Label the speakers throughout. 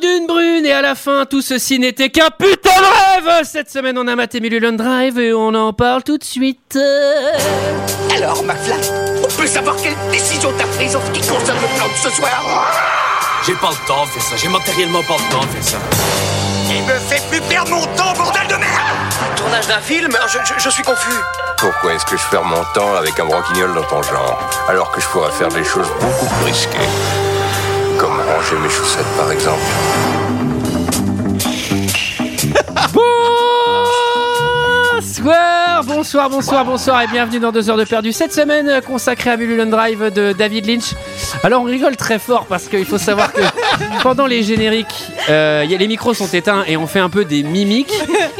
Speaker 1: d'une brune et à la fin tout ceci n'était qu'un putain de rêve Cette semaine on a maté Mulholland Drive et on en parle tout de suite.
Speaker 2: Alors, McFly, on peut savoir quelle décision t'as prise en ce qui concerne le plan de ce soir
Speaker 3: J'ai pas le temps de faire ça, j'ai matériellement pas le temps de faire ça.
Speaker 2: Il me fait plus perdre mon temps, bordel de merde
Speaker 4: Tournage d'un film je, je- je suis confus.
Speaker 5: Pourquoi est-ce que je perds mon temps avec un broquignol dans ton genre, alors que je pourrais faire des choses beaucoup plus risquées Comme ranger mes chaussettes, par exemple.
Speaker 1: Bonsoir, bonsoir, bonsoir, bonsoir et bienvenue dans 2 heures de perdu. Cette semaine euh, consacrée à Mulholland Drive de David Lynch. Alors on rigole très fort parce qu'il faut savoir que pendant les génériques, euh, y a- les micros sont éteints et on fait un peu des mimiques.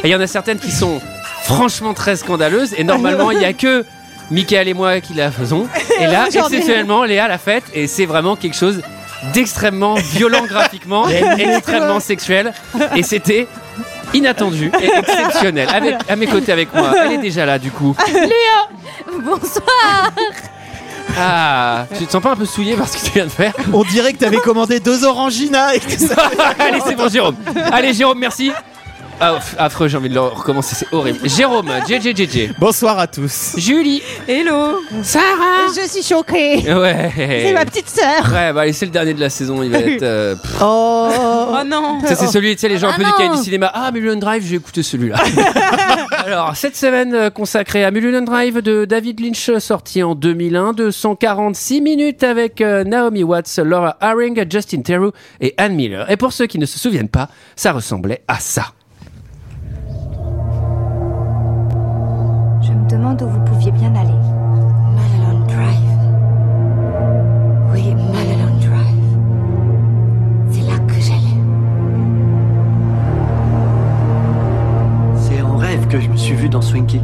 Speaker 1: Et il y en a certaines qui sont franchement très scandaleuses et normalement il n'y a que Michael et moi qui la faisons. Et là,
Speaker 6: Aujourd'hui.
Speaker 1: exceptionnellement, Léa l'a faite et c'est vraiment quelque chose d'extrêmement violent graphiquement, extrêmement sexuel et c'était inattendu et exceptionnel. Avec, à mes côtés avec moi, elle est déjà là du coup.
Speaker 6: Bonsoir.
Speaker 1: Ah, tu te sens pas un peu souillé parce que tu viens de faire
Speaker 7: On dirait que t'avais commandé deux oranginas et que ça-
Speaker 1: Allez, c'est bon, Jérôme. Allez, Jérôme, merci. Ah, pff, affreux, j'ai envie de le recommencer, c'est horrible. Jérôme, JJJJ.
Speaker 7: Bonsoir à tous.
Speaker 1: Julie,
Speaker 6: Hello.
Speaker 1: Sarah.
Speaker 6: Je suis choquée.
Speaker 1: Ouais.
Speaker 6: C'est ma petite sœur.
Speaker 1: Ouais, bah allez, c'est le dernier de la saison, il va être. euh, pff.
Speaker 7: Oh,
Speaker 6: Oh non.
Speaker 1: Ça, c'est celui, tu sais, les gens un
Speaker 6: Ah
Speaker 1: peu du cahier
Speaker 6: non.
Speaker 1: du cinéma. Ah, Mulholland Drive, j'ai écouté celui-là. Alors, cette semaine euh, consacrée à Mulholland Drive de David Lynch, sorti en 2001, de 146 minutes avec euh, Naomi Watts, Laura Haring, Justin Theroux et Anne Miller. Et pour ceux qui ne se souviennent pas, ça ressemblait à ça.
Speaker 8: Je me demande où vous pouviez bien aller. Malaland Drive. Oui, Malaland Drive. C'est là que j'allais.
Speaker 4: C'est en rêve que je me suis vu dans Swinky.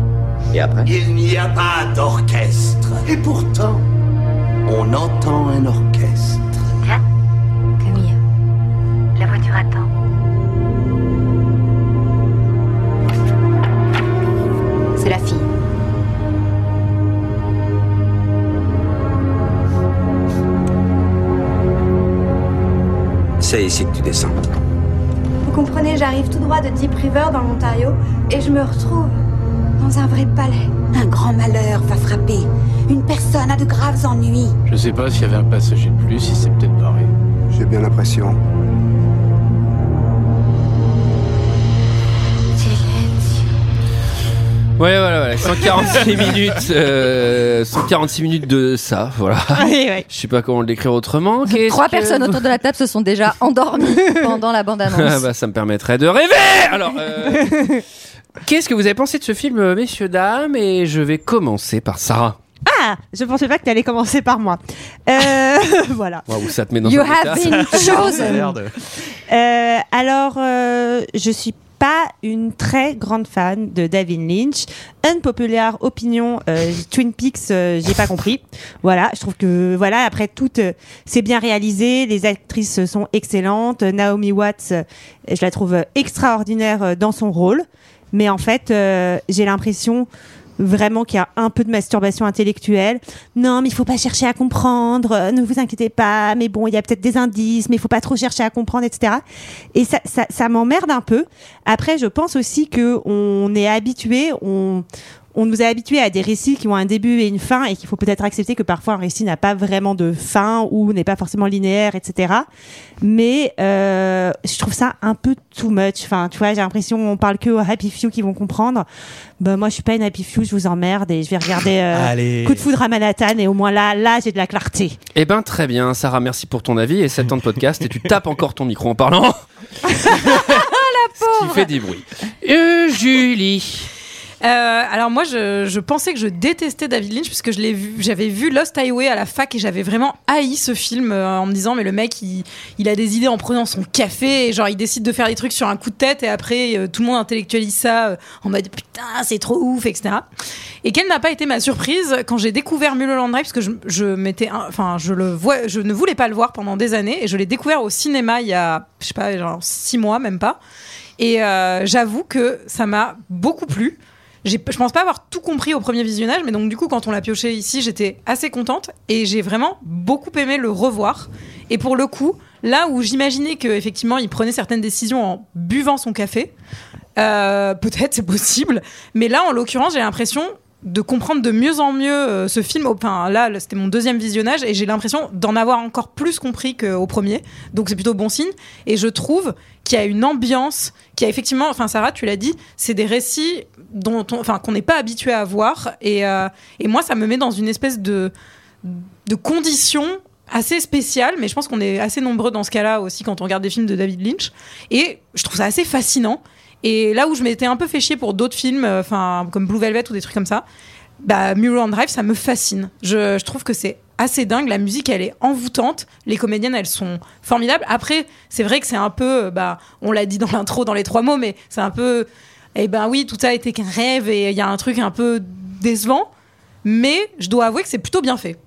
Speaker 7: Et après
Speaker 2: Il n'y a pas d'orchestre. Et pourtant, on entend un orchestre.
Speaker 8: Camille, la voiture attend. C'est la fille.
Speaker 3: C'est ici que tu descends.
Speaker 8: Vous comprenez, j'arrive tout droit de Deep River dans l'Ontario et je me retrouve dans un vrai palais.
Speaker 9: Un grand malheur va frapper. Une personne a de graves ennuis.
Speaker 10: Je sais pas s'il y avait un passager de plus, il s'est peut-être barré.
Speaker 5: J'ai bien l'impression.
Speaker 1: Ouais, voilà, voilà. 146 minutes, euh, 146 minutes de ça, voilà. Je sais pas comment le décrire autrement. Qu'est-ce
Speaker 6: Trois
Speaker 1: que-
Speaker 6: personnes autour de la table se sont déjà endormies pendant la
Speaker 1: Ah,
Speaker 6: bande-annonce.
Speaker 1: bah, ça me permettrait de rêver Alors, euh, qu'est-ce que vous avez pensé de ce film, euh, messieurs, dames Et je vais commencer par Sarah.
Speaker 11: Ah, je pensais pas que t'allais commencer par moi. Euh, voilà.
Speaker 1: Waouh, ça te met dans
Speaker 6: you
Speaker 1: un état.
Speaker 6: have been chosen.
Speaker 7: Merde.
Speaker 11: Euh, alors, euh, je suis pas une très grande fan de David Lynch. Unpopular opinion, euh, Twin Peaks, euh, j'ai pas compris. Voilà, je trouve que voilà, après tout, euh, c'est bien réalisé, les actrices euh, sont excellentes. Euh, Naomi Watts, euh, je la trouve euh, extraordinaire euh, dans son rôle, mais en fait, euh, j'ai l'impression vraiment qu'il y a un peu de masturbation intellectuelle. Non, mais il faut pas chercher à comprendre. euh, Ne vous inquiétez pas. Mais bon, il y a peut-être des indices, mais il faut pas trop chercher à comprendre, etc. Et ça, ça, ça m'emmerde un peu. Après, je pense aussi que on est habitué, on on nous a habitués à des récits qui ont un début et une fin et qu'il faut peut-être accepter que parfois un récit n'a pas vraiment de fin ou n'est pas forcément linéaire, etc. Mais euh, je trouve ça un peu too much. Enfin, tu vois, j'ai l'impression qu'on parle que aux happy few qui vont comprendre. Ben moi, je suis pas une happy few, je vous emmerde et je vais regarder euh,
Speaker 7: Allez.
Speaker 11: Coup de foudre à Manhattan et au moins là, là j'ai de la clarté.
Speaker 1: Eh ben, très bien, Sarah, merci pour ton avis et 7 ans de podcast. Et tu tapes encore ton micro en parlant. Ce qui fait des bruits. Euh, Julie.
Speaker 9: Euh, alors moi, je, je pensais que je détestais David Lynch puisque je l'ai vu, j'avais vu Lost Highway à la fac et j'avais vraiment haï ce film euh, en me disant mais le mec il, il a des idées en prenant son café et genre il décide de faire des trucs sur un coup de tête et après euh, tout le monde intellectualise ça euh, en mode putain c'est trop ouf etc. Et quelle n'a pas été ma surprise quand j'ai découvert Mulholland Drive parce que je, je m'étais enfin je le vois je ne voulais pas le voir pendant des années et je l'ai découvert au cinéma il y a je sais pas genre six mois même pas. Et euh, j'avoue que ça m'a beaucoup plu. J'ai- Je pense pas avoir tout compris au premier visionnage, mais donc du coup, quand on l'a pioché ici, j'étais assez contente et j'ai vraiment beaucoup aimé le revoir. Et pour le coup, Là où j'imaginais qu'effectivement, il prenait certaines décisions en buvant son café, euh, peut-être c'est possible, mais là, en l'occurrence, j'ai l'impression de comprendre de mieux en mieux euh, ce film. Enfin, là, là, c'était mon deuxième visionnage et j'ai l'impression d'en avoir encore plus compris qu'au premier. Donc, c'est plutôt bon signe. Et je trouve qu'il y a une ambiance qui a effectivement, enfin, Sarah, tu l'as dit, c'est des récits dont on- enfin, qu'on n'est pas habitué à voir. Et, euh, et moi, ça me met dans une espèce de, de condition assez spéciale, mais je pense qu'on est assez nombreux dans ce cas-là aussi quand on regarde des films de David Lynch. Et je trouve ça assez fascinant. Et là où je m'étais un peu fait chier pour d'autres films, euh, enfin comme Blue Velvet ou des trucs comme ça, bah Mulholland Drive, ça me fascine. Je, je trouve que c'est assez dingue. La musique, elle est envoûtante. Les comédiennes, elles sont formidables. Après, c'est vrai que c'est un peu, euh, bah, on l'a dit dans l'intro, dans les trois mots, mais c'est un peu, eh ben oui, tout ça a été qu'un rêve et il y a un truc un peu décevant. Mais je dois avouer que c'est plutôt bien fait.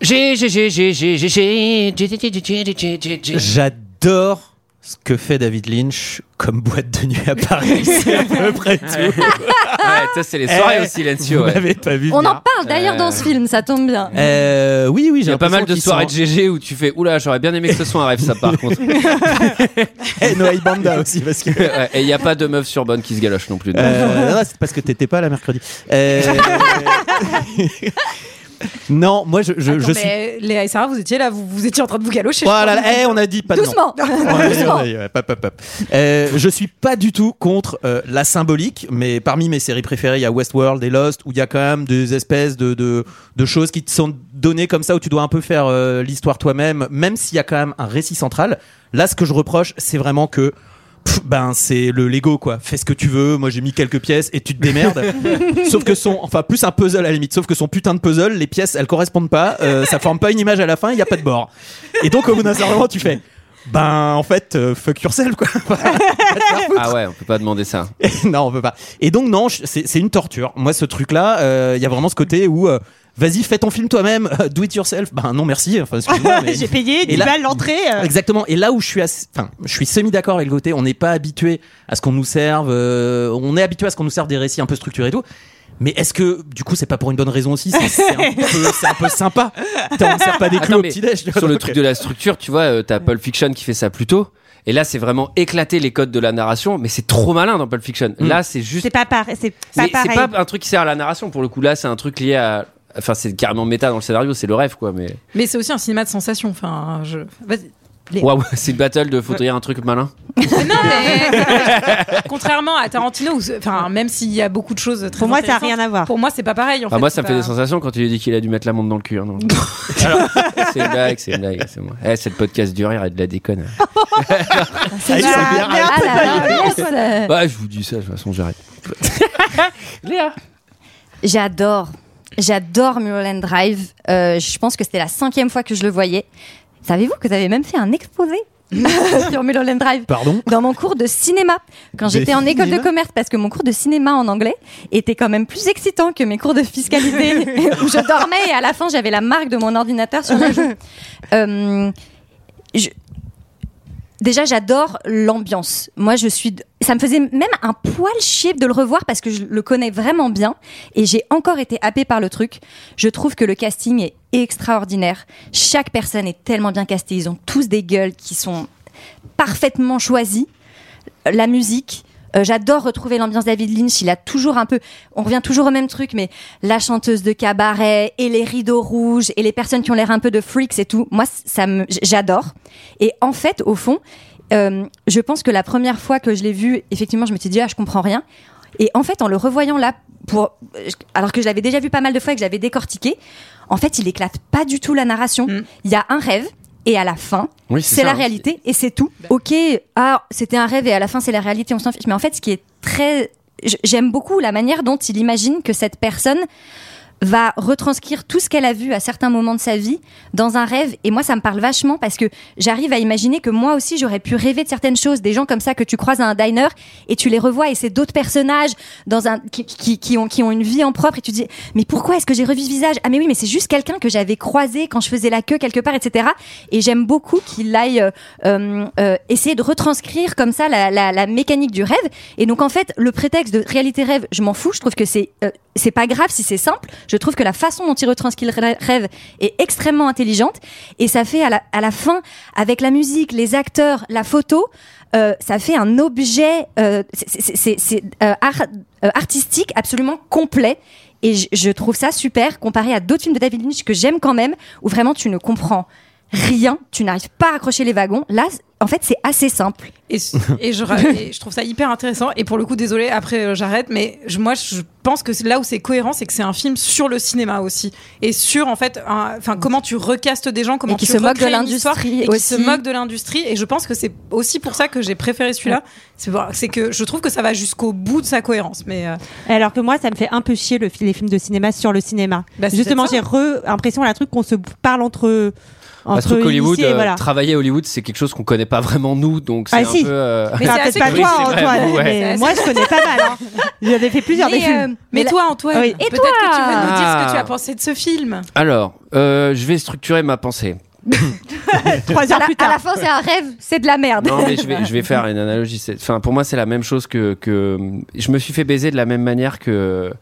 Speaker 1: J'ai, j'ai, j'ai, j'ai, j'ai, j'ai, j'ai, j'ai, j'ai, j'ai, j'ai, j'ai, j'ai, j'ai.
Speaker 7: J'adore ce que fait David Lynch comme boîte de nuit à Paris. C'est à peu près tout.
Speaker 1: Ouais. Ah, Ouais, ça, c'est les soirées
Speaker 7: Eh,
Speaker 1: au silencieux,
Speaker 7: Vous
Speaker 1: ouais.
Speaker 7: m'avez pas vu.
Speaker 6: On en
Speaker 7: venir.
Speaker 6: parle d'ailleurs dans ce film, ça tombe bien.
Speaker 7: Euh, oui, oui,
Speaker 1: Il y
Speaker 7: j'ai
Speaker 1: a pas mal de
Speaker 7: l'impression
Speaker 1: soirées
Speaker 7: qu'ils
Speaker 1: de
Speaker 7: sont-
Speaker 1: GG où tu fais Oula, j'aurais bien aimé que ce soit un rêve, ça par contre.
Speaker 7: Eh, Noailles Banda aussi, parce que.
Speaker 1: Ouais, Et il n'y a pas de meuf sur bonne qui se galoche non plus. donc.
Speaker 7: Euh, non, non, c'est parce que t'étais pas là mercredi. Euh, non, moi je, je,
Speaker 9: Attends,
Speaker 7: je suis.
Speaker 9: mais Léa et Sarah, vous étiez là, vous, vous étiez en train de vous galocher.
Speaker 7: Voilà,
Speaker 9: je crois.
Speaker 7: eh, on a dit pas de nom.
Speaker 6: Doucement.
Speaker 7: Ouais,
Speaker 6: Doucement.
Speaker 7: ouais, ouais, pop, pop, pop. Euh, je suis pas du tout contre euh, la symbolique, mais parmi mes séries préférées, il y a Westworld et Lost, où il y a quand même des espèces de, de, de choses qui te sont données comme ça, où tu dois un peu faire euh, l'histoire toi-même, même s'il y a quand même un récit central. Là, ce que je reproche, c'est vraiment que pff, ben c'est le Lego quoi fais ce que tu veux moi j'ai mis quelques pièces et tu te démerdes sauf que son enfin plus un puzzle à la limite sauf que son putain de puzzle les pièces elles correspondent pas euh, ça forme pas une image à la fin il y a pas de bord et donc au bout d'un certain moment tu fais ben en fait euh, fuck yourself quoi
Speaker 1: Ah ouais, on peut pas demander ça.
Speaker 7: Et non, on peut pas. Et donc non, je- c'est c'est une torture. Moi, ce truc-là, euh, il y a vraiment ce côté où euh, vas-y, fais ton film toi-même, do it yourself. Ben non, merci. Enfin, excuse-moi. mais-
Speaker 11: J'ai payé
Speaker 7: Et
Speaker 11: 10
Speaker 7: là-
Speaker 11: balles l'entrée. euh.
Speaker 7: Exactement. Et là où je suis, assez- enfin, je suis semi d'accord avec le côté, on n'est pas habitué à ce qu'on nous serve. euh, on est habitué à ce qu'on nous serve des récits un peu structurés et tout. Mais est-ce que du coup, c'est pas pour une bonne raison aussi C'est c'est un, peu- c'est un peu sympa. Putain, On ne sert pas des clous
Speaker 1: Attends,
Speaker 7: au
Speaker 1: mais
Speaker 7: petit déj.
Speaker 1: Sur le truc de la structure, tu vois, euh, t'as Pulp Fiction qui fait ça plus tôt. Et là, c'est vraiment éclater les codes de la narration, mais c'est trop malin dans Pulp Fiction.
Speaker 9: Hmm.
Speaker 7: Mm.
Speaker 1: Là, c'est juste.
Speaker 11: C'est pas pareil. C'est pas
Speaker 1: C'est
Speaker 11: pareil.
Speaker 1: c'est pas un truc qui sert à la narration pour le coup. Là, c'est un truc lié à. Enfin, c'est carrément méta dans le scénario, c'est le rêve quoi. Mais.
Speaker 9: Mais c'est aussi un cinéma de sensation. Enfin, je. Vas-y. Et-
Speaker 1: Waouh, c'est une battle de faut dire un truc malin.
Speaker 9: Non, mais- contrairement à Tarantino, où c'est- enfin Hein, même s'il y a beaucoup de choses très
Speaker 11: Pour moi, ça a
Speaker 9: intéressantes,
Speaker 11: rien à voir.
Speaker 9: Pour moi, c'est pas pareil. En
Speaker 1: Enfin,
Speaker 9: fait,
Speaker 1: moi,
Speaker 9: c'est
Speaker 1: ça me fait
Speaker 9: pas-
Speaker 1: des sensations quand tu lui dis qu'il a dû mettre la montre dans le cul. hein, donc. c'est une blague, c'est une blague, c'est moi. Eh, c'est le podcast du rire et de la déconne.
Speaker 6: C'est
Speaker 7: ils sont
Speaker 6: ça.
Speaker 7: bien.
Speaker 6: Ah là là, yes.
Speaker 1: Bah, je vous dis ça, de toute façon, j'arrête. Léa
Speaker 6: J'adore. J'adore Mulholland Drive. Euh, je pense que c'était la cinquième fois que je le voyais. Savez-vous que vous avez même fait un exposé sur Mulholland Drive
Speaker 7: Pardon.
Speaker 6: dans mon cours de cinéma quand
Speaker 7: Des
Speaker 6: j'étais en école de
Speaker 7: cinémas
Speaker 6: commerce parce que mon cours de cinéma en anglais était quand même plus excitant que mes cours de fiscalité où je dormais et à la fin j'avais la marque de mon ordinateur sur la joue. Euh, je- Déjà, j'adore l'ambiance. Moi, je suis. Ça me faisait même un poil chier de le revoir parce que je le connais vraiment bien et j'ai encore été happée par le truc. Je trouve que le casting est extraordinaire. Chaque personne est tellement bien castée. Ils ont tous des gueules qui sont parfaitement choisies. La musique. euh, J'adore retrouver l'ambiance David Lynch. Il a toujours un peu. On revient toujours au même truc, mais la chanteuse de cabaret et les rideaux rouges et les personnes qui ont l'air un peu de freaks et tout. Moi, c- ça me, j- j'adore. Et en fait, au fond, euh, je pense que la première fois que je l'ai vu, effectivement, je me suis dit ah, je comprends rien. Et en fait, en le revoyant là, pour euh, je- alors que je l'avais déjà vu pas mal de fois et que j'avais décortiqué, en fait, il éclate pas du tout la narration.
Speaker 9: Mm.
Speaker 6: Il y a un rêve. Et à la fin,
Speaker 1: Oui,
Speaker 6: c'est la réalité et c'est tout. Ok, ah, c'était un rêve et à la fin c'est la réalité, on s'en fiche. Mais en fait, ce qui est très. j- J'aime beaucoup la manière dont il imagine que cette personne va retranscrire tout ce qu'elle a vu à certains moments de sa vie dans un rêve. Et moi, ça me parle vachement parce que j'arrive à imaginer que moi aussi, j'aurais pu rêver de certaines choses, des gens comme ça que tu croises à un diner et tu les revois et c'est d'autres personnages dans un, qui, qui, qui ont, qui ont une vie en propre et tu te dis, mais pourquoi est-ce que j'ai revu ce visage? Ah, mais oui, mais c'est juste quelqu'un que j'avais croisé quand je faisais la queue quelque part, etc. Et j'aime beaucoup qu'il aille euh, euh, euh, essayer de retranscrire comme ça la, la, la mécanique du rêve. Et donc, en fait, le prétexte de réalité-rêve, je m'en fous. Je trouve que c'est euh, c'est pas grave si c'est simple. Je trouve que la façon dont il retranscrit le rê- rêve est extrêmement intelligente et ça fait à la, à la fin, avec la musique, les acteurs, la photo, euh, ça fait un objet euh, c'est- c'est- c'est c'est, euh, ar- euh, artistique absolument complet. Et je, je trouve ça super comparé à d'autres films de David Lynch que j'aime quand même, où vraiment tu ne comprends rien, tu n'arrives pas à accrocher les wagons. Là, c- en fait, c'est assez simple.
Speaker 9: Et, et je, ra- et je trouve ça hyper intéressant. Et pour le coup, désolé, après euh, j'arrête, mais je- moi je pense que c'est- là où c'est cohérent, c'est que c'est un film sur le cinéma aussi. Et sur, en fait, un- enfin comment tu recastes des gens, comment
Speaker 6: Et qui
Speaker 9: tu
Speaker 6: se moque de
Speaker 9: recrées une histoire,
Speaker 6: l'industrie
Speaker 9: Et qui se
Speaker 6: aussi.
Speaker 9: moque de l'industrie. Et je pense que c'est aussi pour ça que j'ai préféré celui-là. C'est voir- C'est que je trouve que ça va jusqu'au bout de sa cohérence. Mais euh,
Speaker 11: Alors que moi, ça me fait un peu chier le, fi- les films de cinéma sur le cinéma.
Speaker 9: Bah, c'est
Speaker 11: Justement, j'ai
Speaker 9: peut-être
Speaker 11: re l'impression la truc qu'on se parle entre
Speaker 1: Parce
Speaker 11: entre
Speaker 1: que Hollywood,
Speaker 11: lycées,
Speaker 1: euh,
Speaker 11: voilà.
Speaker 1: travailler à Hollywood, c'est quelque chose qu'on connaît pas vraiment nous, donc c'est
Speaker 11: Ah,
Speaker 1: un
Speaker 11: si.
Speaker 1: peu. euh,
Speaker 11: Mais Enfin,
Speaker 9: c'est
Speaker 11: peut-être pas
Speaker 9: assez
Speaker 11: toi,
Speaker 1: cool, c'est vrai,
Speaker 11: Antoine,
Speaker 1: ouais.
Speaker 11: mais
Speaker 9: C'est
Speaker 11: moi, je connais pas mal. hein. J'en ai fait plusieurs
Speaker 6: Mais,
Speaker 11: des films.
Speaker 6: euh,
Speaker 9: mais
Speaker 6: la-
Speaker 9: toi, Antoine,
Speaker 11: Oui.
Speaker 9: peut-être
Speaker 6: Et
Speaker 9: que tu
Speaker 6: toi
Speaker 9: vas nous dire ce
Speaker 1: Ah.
Speaker 9: que tu as pensé de ce film.
Speaker 1: Alors, euh, je vais structurer ma pensée.
Speaker 11: Trois
Speaker 6: à
Speaker 11: heures
Speaker 6: la,
Speaker 11: plus
Speaker 6: à la
Speaker 11: tard.
Speaker 6: fin, c'est un rêve, c'est de la merde.
Speaker 1: Non, mais je vais, je vais faire une analogie. C'est- Enfin, pour moi, c'est la même chose que, que. Je me suis fait baiser de la même manière que.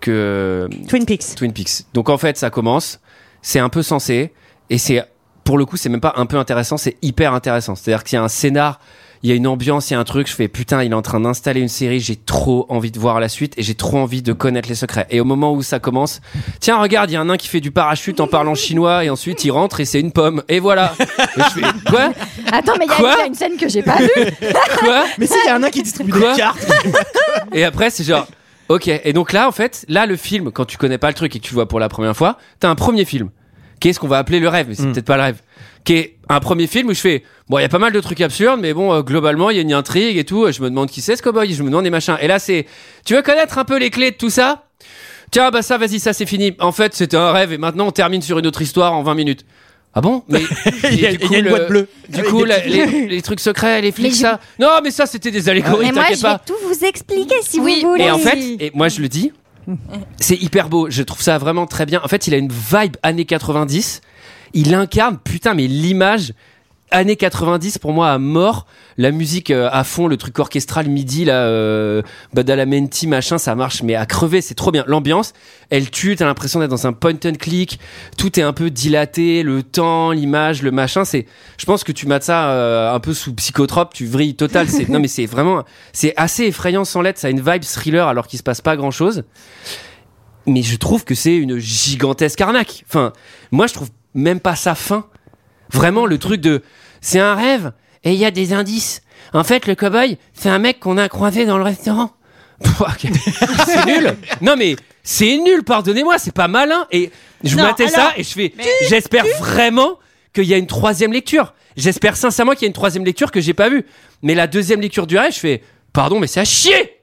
Speaker 1: que
Speaker 11: Twin Peaks.
Speaker 1: Twin Peaks. Donc en fait, ça commence, c'est un peu sensé, et c'est pour le coup, c'est même pas un peu intéressant, c'est hyper intéressant. C'est-à-dire qu'il y a un scénar, il y a une ambiance, il y a un truc, je fais putain, il est en train d'installer une série, j'ai trop envie de voir la suite et j'ai trop envie de connaître les secrets. Et au moment où ça commence, tiens, regarde, il y a un nain qui fait du parachute en parlant chinois et ensuite il rentre et c'est une pomme. Et voilà. Et je fais, quoi
Speaker 6: Attends, mais il y a-
Speaker 1: Quoi
Speaker 6: il y a une scène que j'ai pas vue.
Speaker 1: Quoi
Speaker 7: Mais si, il y a un nain qui distribue
Speaker 1: Quoi
Speaker 7: des cartes.
Speaker 1: Et après, c'est genre, ok. Et donc là, en fait, là, le film, quand tu connais pas le truc et que tu le vois pour la première fois, t'as un premier film. Qu'est-ce qu'on va appeler le rêve Mais c'est
Speaker 7: Mm.
Speaker 1: peut-être pas le rêve. Qui est un premier film où je fais, bon, il y a pas mal de trucs absurdes, mais bon, euh, globalement, il y a une intrigue et tout. Je me demande qui c'est ce cowboy, je me demande des machins. Et là, c'est, tu veux connaître un peu les clés de tout ça Tiens, bah ça, vas-y, ça, c'est fini. En fait, c'était un rêve et maintenant, on termine sur une autre histoire en 20 minutes. Ah bon Mais et
Speaker 7: Il y a,
Speaker 1: du
Speaker 7: il y a
Speaker 1: coup,
Speaker 7: une
Speaker 1: le-
Speaker 7: boîte bleue.
Speaker 1: Du
Speaker 7: Avec
Speaker 1: coup,
Speaker 7: des
Speaker 1: la-
Speaker 7: petits-
Speaker 1: les, les trucs secrets, les flics, ça. Non, mais ça, c'était des allégories,
Speaker 6: mais moi, je
Speaker 1: t'inquiète pas.
Speaker 6: vais tout vous expliquer si
Speaker 9: Oui,
Speaker 6: vous voulez.
Speaker 1: Et en fait, et moi je le dis, c'est hyper beau. Je trouve ça vraiment très bien. En fait, il a une vibe années 90. Il incarne, putain, mais l'image années 90 pour moi à mort. La musique euh, à fond, le truc orchestral midi, là, euh, Badalamenti, machin, ça marche, mais à crever, c'est trop bien. L'ambiance, elle tue, t'as l'impression d'être dans un point and click. Tout est un peu dilaté, le temps, l'image, le machin. C'est, je pense que tu mates ça euh, un peu sous psychotrope, tu vrilles total. C'est, non, mais c'est vraiment, c'est assez effrayant sans lettres. Ça a une vibe thriller alors qu'il se passe pas grand chose. Mais je trouve que c'est une gigantesque arnaque. Enfin, moi, je trouve même pas ça fin. Vraiment, le truc de c'est un rêve et il y a des indices. En fait, le cowboy, c'est un mec qu'on a croisé dans le restaurant. Pff, ok. c'est nul. Non, mais c'est nul, pardonnez-moi, c'est pas malin. Et je
Speaker 11: Non,
Speaker 1: matais
Speaker 11: alors-
Speaker 1: ça et je fais j'espère vraiment qu'il y a une troisième lecture. J'espère sincèrement qu'il y a une troisième lecture que j'ai pas vue. Mais la deuxième lecture du rêve, je fais pardon, mais c'est à chier.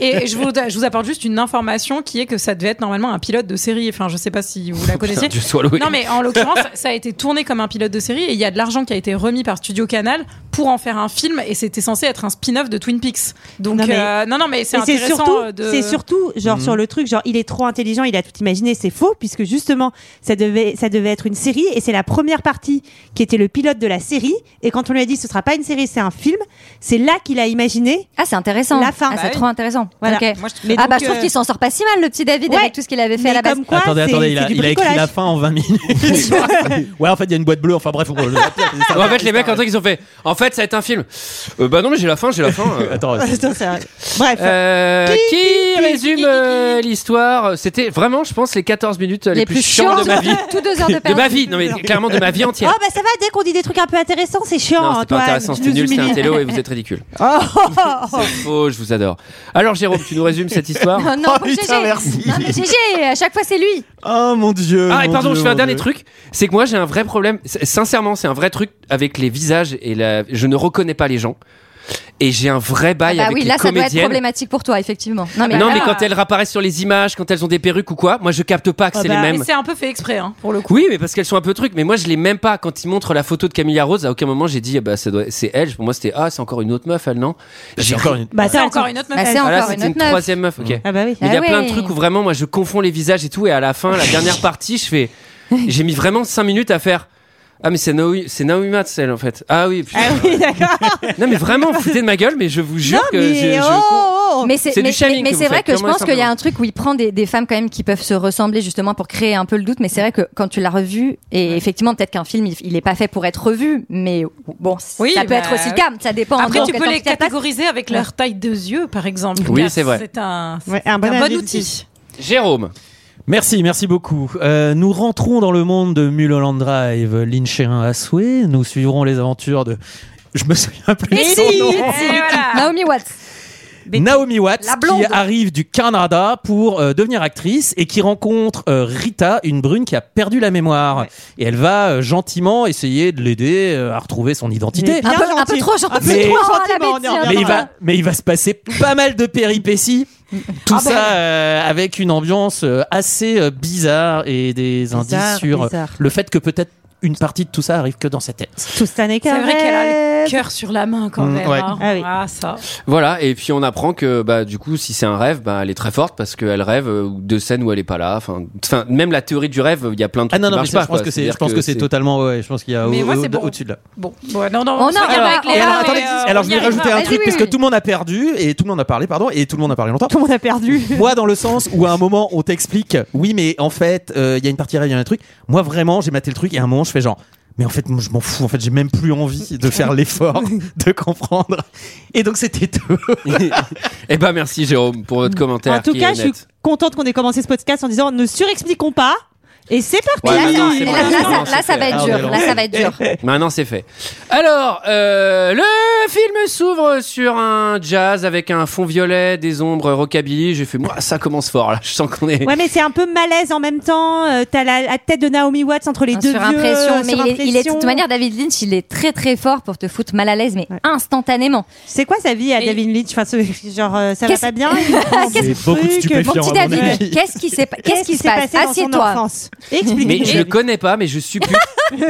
Speaker 9: Et je vous, je vous apporte juste une information qui est que ça devait être normalement un pilote de série. Enfin, je sais pas si vous la connaissiez.
Speaker 1: Dieu soit loué.
Speaker 9: Non, mais en l'occurrence, ça a été tourné comme un pilote de série et il y a de l'argent qui a été remis par Studio Canal pour en faire un film et c'était censé être un spin-off de Twin Peaks. Donc,
Speaker 11: Non, mais-
Speaker 9: euh, non, non, mais c'est
Speaker 11: Mais C'est
Speaker 9: intéressant
Speaker 11: surtout,
Speaker 9: euh, de.
Speaker 11: c'est surtout genre sur le truc, genre il est trop intelligent, il a tout imaginé, c'est faux puisque justement ça devait ça devait être une série et c'est la première partie qui était le pilote de la série et quand on lui a dit ce sera pas une série, c'est un film, c'est là qu'il a imaginé.
Speaker 6: Ah, c'est intéressant.
Speaker 11: La fin.
Speaker 6: Ah,
Speaker 11: Bah
Speaker 6: c'est
Speaker 11: oui.
Speaker 6: trop intéressant.
Speaker 11: Voilà.
Speaker 6: Ok.
Speaker 9: Moi, je trouve-
Speaker 11: Mais
Speaker 6: ah
Speaker 11: donc,
Speaker 6: bah je trouve
Speaker 11: euh,
Speaker 6: qu'il s'en sort pas si mal le petit David
Speaker 11: Ouais.
Speaker 6: avec tout ce qu'il avait fait
Speaker 11: mais
Speaker 6: à la base.
Speaker 11: comme quoi,
Speaker 7: attendez,
Speaker 11: c'est-
Speaker 7: attendez, il
Speaker 11: c'est
Speaker 7: a,
Speaker 11: du
Speaker 7: il a écrit
Speaker 11: bricolage.
Speaker 7: la fin en 20 minutes. ouais, en fait, il y a une boîte bleue. Enfin bref, on-
Speaker 1: Non, en fait, les mecs, un truc, ils ont fait. En fait, ça va être un film. Euh, bah non, mais j'ai la fin, j'ai la fin. euh.
Speaker 7: Attends, c'est-
Speaker 11: Attends, c'est vrai. Bref,
Speaker 1: Euh, qui,
Speaker 11: qui, qui,
Speaker 1: résume
Speaker 11: qui,
Speaker 1: euh, l'histoire C'était vraiment, je pense, les 14 minutes euh, les, plus, chiantes de ma vie.
Speaker 6: Tout deux heures de
Speaker 1: De
Speaker 6: perdu.
Speaker 1: ma vie, non mais clairement de ma vie
Speaker 11: oh
Speaker 1: entière.
Speaker 11: bah ça va dès qu'on dit des trucs un peu intéressants, c'est chiant. hein,
Speaker 1: non, c'est pas
Speaker 11: Oh, Antoine,
Speaker 1: intéressant,
Speaker 11: tu
Speaker 1: c'était
Speaker 11: nous
Speaker 1: nul, c'était un
Speaker 11: humilies.
Speaker 1: télo et vous êtes ridicule.
Speaker 11: Oh,
Speaker 1: Faux, je vous adore. Alors Jérôme, tu nous résumes cette histoire
Speaker 6: Non, non,
Speaker 7: Oh,
Speaker 6: bon,
Speaker 7: putain,
Speaker 6: GG.
Speaker 7: merci.
Speaker 6: Non, mais GG, à chaque fois c'est lui.
Speaker 7: Oh mon dieu.
Speaker 1: Ah, et
Speaker 7: mon
Speaker 1: pardon,
Speaker 7: Dieu,
Speaker 1: je fais un
Speaker 7: mon
Speaker 1: dernier
Speaker 7: Dieu.
Speaker 1: truc. C'est que moi, j'ai un vrai problème. C'est- Sincèrement, c'est un vrai truc avec les visages et la. Je ne reconnais pas les gens. Et j'ai un vrai bail
Speaker 6: bah
Speaker 1: avec
Speaker 6: oui,
Speaker 1: les
Speaker 6: là ça doit être
Speaker 1: comédiennes.
Speaker 6: problématique pour toi effectivement. Non mais
Speaker 1: non,
Speaker 9: là-
Speaker 1: mais quand elles réapparaissent sur les images, quand elles ont des perruques ou quoi, moi, je capte pas que
Speaker 11: Ah
Speaker 1: c'est
Speaker 11: bah,
Speaker 1: les
Speaker 9: Mais
Speaker 1: mêmes.
Speaker 9: c'est un peu fait exprès, hein, pour le coup.
Speaker 1: Oui, mais parce qu'elles sont un peu truc. Mais moi, je les même pas. Quand ils montrent la photo de Camilla Rose, à aucun moment j'ai dit, eh bah, ça doit- c'est elle. Pour moi, c'était ah, c'est encore une autre meuf, elle non.
Speaker 7: J'ai encore une.
Speaker 11: bah
Speaker 9: C'est
Speaker 11: ça
Speaker 9: encore une autre
Speaker 6: Bah,
Speaker 9: meuf.
Speaker 6: c'est
Speaker 1: Ah, là,
Speaker 6: Bah, encore une
Speaker 1: c'était une
Speaker 6: autre meuf.
Speaker 1: troisième meuf. Ok.
Speaker 11: Ah bah oui.
Speaker 1: Mais il y a
Speaker 6: Ah
Speaker 1: plein
Speaker 6: ouais.
Speaker 1: de trucs où vraiment, moi, je confonds les visages et tout. Et à la fin, la dernière partie, je fais. J'ai mis vraiment 5 minutes à faire. Ah, mais c'est Naomi, c'est Naomi Matt, celle, en fait. Ah oui, putain.
Speaker 11: Ah oui, d'accord.
Speaker 1: Non, mais vraiment, foutez de ma gueule, mais je vous jure
Speaker 11: Non,
Speaker 1: que
Speaker 11: mais
Speaker 1: je. je-
Speaker 11: oh, oh, non
Speaker 6: Mais c'est
Speaker 1: C'est du
Speaker 6: mais-
Speaker 1: shaming
Speaker 6: mais- mais
Speaker 1: que vous
Speaker 6: c'est vrai
Speaker 1: faites,
Speaker 6: que je
Speaker 1: purement et
Speaker 6: pense qu'il y a
Speaker 1: simplement.
Speaker 6: un truc où il prend des, des femmes quand même qui peuvent se ressembler justement pour créer un peu le doute. Mais c'est vrai que quand tu l'as revu, et effectivement peut-être qu'un film il- il est pas fait pour être revu, mais bon,
Speaker 9: Oui,
Speaker 6: ça peut
Speaker 9: bah,
Speaker 6: être aussi le cas. Ça dépend.
Speaker 9: Après,
Speaker 6: dans
Speaker 9: tu
Speaker 6: quel
Speaker 9: peux les
Speaker 6: quantité de place.
Speaker 9: catégoriser avec leur taille de yeux, par exemple.
Speaker 1: Oui,
Speaker 9: Car
Speaker 1: c'est vrai.
Speaker 9: C'est un, c'est
Speaker 11: Ouais, un
Speaker 9: un
Speaker 11: bon
Speaker 9: bon,
Speaker 11: analytique.
Speaker 9: outil.
Speaker 1: Jérôme.
Speaker 7: Merci, merci beaucoup. Euh, nous rentrons dans le monde de Mulholland Drive, Lynch et un à souhait. Nous suivrons les aventures de. Je me souviens plus. de son nom.
Speaker 9: Et voilà.
Speaker 6: Naomi Watts.
Speaker 7: Naomi Watts,
Speaker 6: La blonde.
Speaker 7: qui arrive du Canada pour euh, devenir actrice et qui rencontre euh, Rita, une brune qui a perdu la mémoire. Et elle va euh, gentiment essayer de l'aider euh, à retrouver son identité.
Speaker 11: Bien
Speaker 6: Un peu, un peu
Speaker 11: gentil.
Speaker 6: trop
Speaker 11: Un
Speaker 6: gentil.
Speaker 11: peu
Speaker 7: trop
Speaker 6: Oh, la
Speaker 11: gentiment, on y
Speaker 6: bêtise.
Speaker 11: reviendra.
Speaker 7: Mais il, va, mais il va se passer pas mal de péripéties.
Speaker 9: Ah ben.
Speaker 7: Tout ça euh, avec une ambiance euh, assez euh, bizarre et des indices sur euh,
Speaker 11: bizarre.
Speaker 7: le fait que peut-être une partie de tout ça arrive que dans sa tête.
Speaker 11: Tout ça n'est
Speaker 9: C'est
Speaker 11: qu'un
Speaker 9: vrai qu'elle a le
Speaker 11: rêve.
Speaker 9: cœur sur la main quand
Speaker 7: Mm,
Speaker 9: même.
Speaker 7: ouais.
Speaker 9: hein.
Speaker 11: Ah oui.
Speaker 9: Ah, ça.
Speaker 1: Voilà, et puis on apprend que bah, du coup, si c'est un rêve, bah, elle est très forte parce qu'elle rêve euh, de scènes où elle est pas là. Enfin, enfin, même la théorie du rêve, il y a plein de trucs
Speaker 7: Ah non,
Speaker 1: qui
Speaker 7: non, mais
Speaker 1: marchent
Speaker 7: ça,
Speaker 1: pas.
Speaker 7: je pense
Speaker 1: quoi.
Speaker 7: que c'est,
Speaker 1: C'est-à-dire
Speaker 7: je pense que c'est totalement, ouais, je pense qu'il y a
Speaker 9: Mais
Speaker 7: au-
Speaker 9: moi, c'est
Speaker 7: au-
Speaker 9: bon.
Speaker 7: au-dessus de là.
Speaker 9: Bon, ouais, non, non.
Speaker 6: Oh,
Speaker 9: ça,
Speaker 6: non,
Speaker 9: il y a
Speaker 6: alors-
Speaker 9: pas avec les
Speaker 7: Et alors,
Speaker 9: armes,
Speaker 7: attendez,
Speaker 9: mais, euh, on
Speaker 7: alors je
Speaker 9: y
Speaker 7: vais
Speaker 9: arrive
Speaker 7: rajouter
Speaker 9: pas.
Speaker 7: un
Speaker 6: Vas-y,
Speaker 7: truc
Speaker 6: oui,
Speaker 7: parce
Speaker 6: oui.
Speaker 7: que tout le monde a perdu et tout le monde a parlé, pardon, et tout le monde a parlé longtemps.
Speaker 11: Tout le monde a perdu.
Speaker 7: Moi, dans le sens où à un moment on t'explique, oui, mais en fait, euh, il y a une partie rêve, il y a un truc. Moi, vraiment, j'ai maté le truc et à un moment, je fais genre, mais en fait, moi, je m'en fous. En fait, j'ai même plus envie de faire l'effort de comprendre. Et donc, c'était tout.
Speaker 1: Eh ben merci Jérôme pour votre commentaire.
Speaker 11: En tout
Speaker 1: qui
Speaker 11: cas,
Speaker 1: est
Speaker 11: je suis
Speaker 1: honnête.
Speaker 11: contente qu'on ait commencé ce podcast en disant ne surexpliquons pas. Et c'est parti.
Speaker 1: Ouais,
Speaker 6: Mais là,
Speaker 1: non,
Speaker 6: ça-
Speaker 1: c'est
Speaker 6: mais
Speaker 1: bon,
Speaker 6: là-
Speaker 1: c'est
Speaker 6: là,
Speaker 1: bon,
Speaker 6: ça-
Speaker 1: c'est
Speaker 6: là, ça
Speaker 1: fait.
Speaker 6: va être
Speaker 7: Ah, on est
Speaker 6: dur. Là,
Speaker 7: long.
Speaker 6: ça va être dur.
Speaker 1: Maintenant, c'est fait. Alors, euh, le film s'ouvre sur un jazz avec un fond violet, des ombres rockabilly. J'ai fait, moi, ça commence fort là. Je sens qu'on est.
Speaker 11: Ouais, mais c'est un peu malaise en même temps. Euh, T'as la, la tête de Naomi Watts entre les deux vieux.
Speaker 6: Surimpression,
Speaker 11: euh,
Speaker 6: Hein, Ah, mais il est- il est, de
Speaker 11: surimpression.
Speaker 6: toute manière David Lynch, il est très très fort pour te foutre mal à l'aise, mais
Speaker 11: Ouais.
Speaker 6: instantanément.
Speaker 11: C'est quoi sa vie à
Speaker 9: Et-
Speaker 11: David Lynch Enfin, ce- genre, euh, ça va
Speaker 6: Qu'est-ce-
Speaker 11: pas bien il prend
Speaker 6: C'est
Speaker 11: des
Speaker 7: beaucoup de
Speaker 11: trucs.
Speaker 7: stupéfiants.
Speaker 6: Mon
Speaker 7: Confiant,
Speaker 6: petit
Speaker 7: à mon
Speaker 6: David,
Speaker 7: avis.
Speaker 6: qu'est-ce qui s'est
Speaker 11: Qu'est-ce qui s'est passé dans son
Speaker 6: Assieds-toi.
Speaker 11: enfance Explique.
Speaker 1: Mais je connais pas, mais je suppute,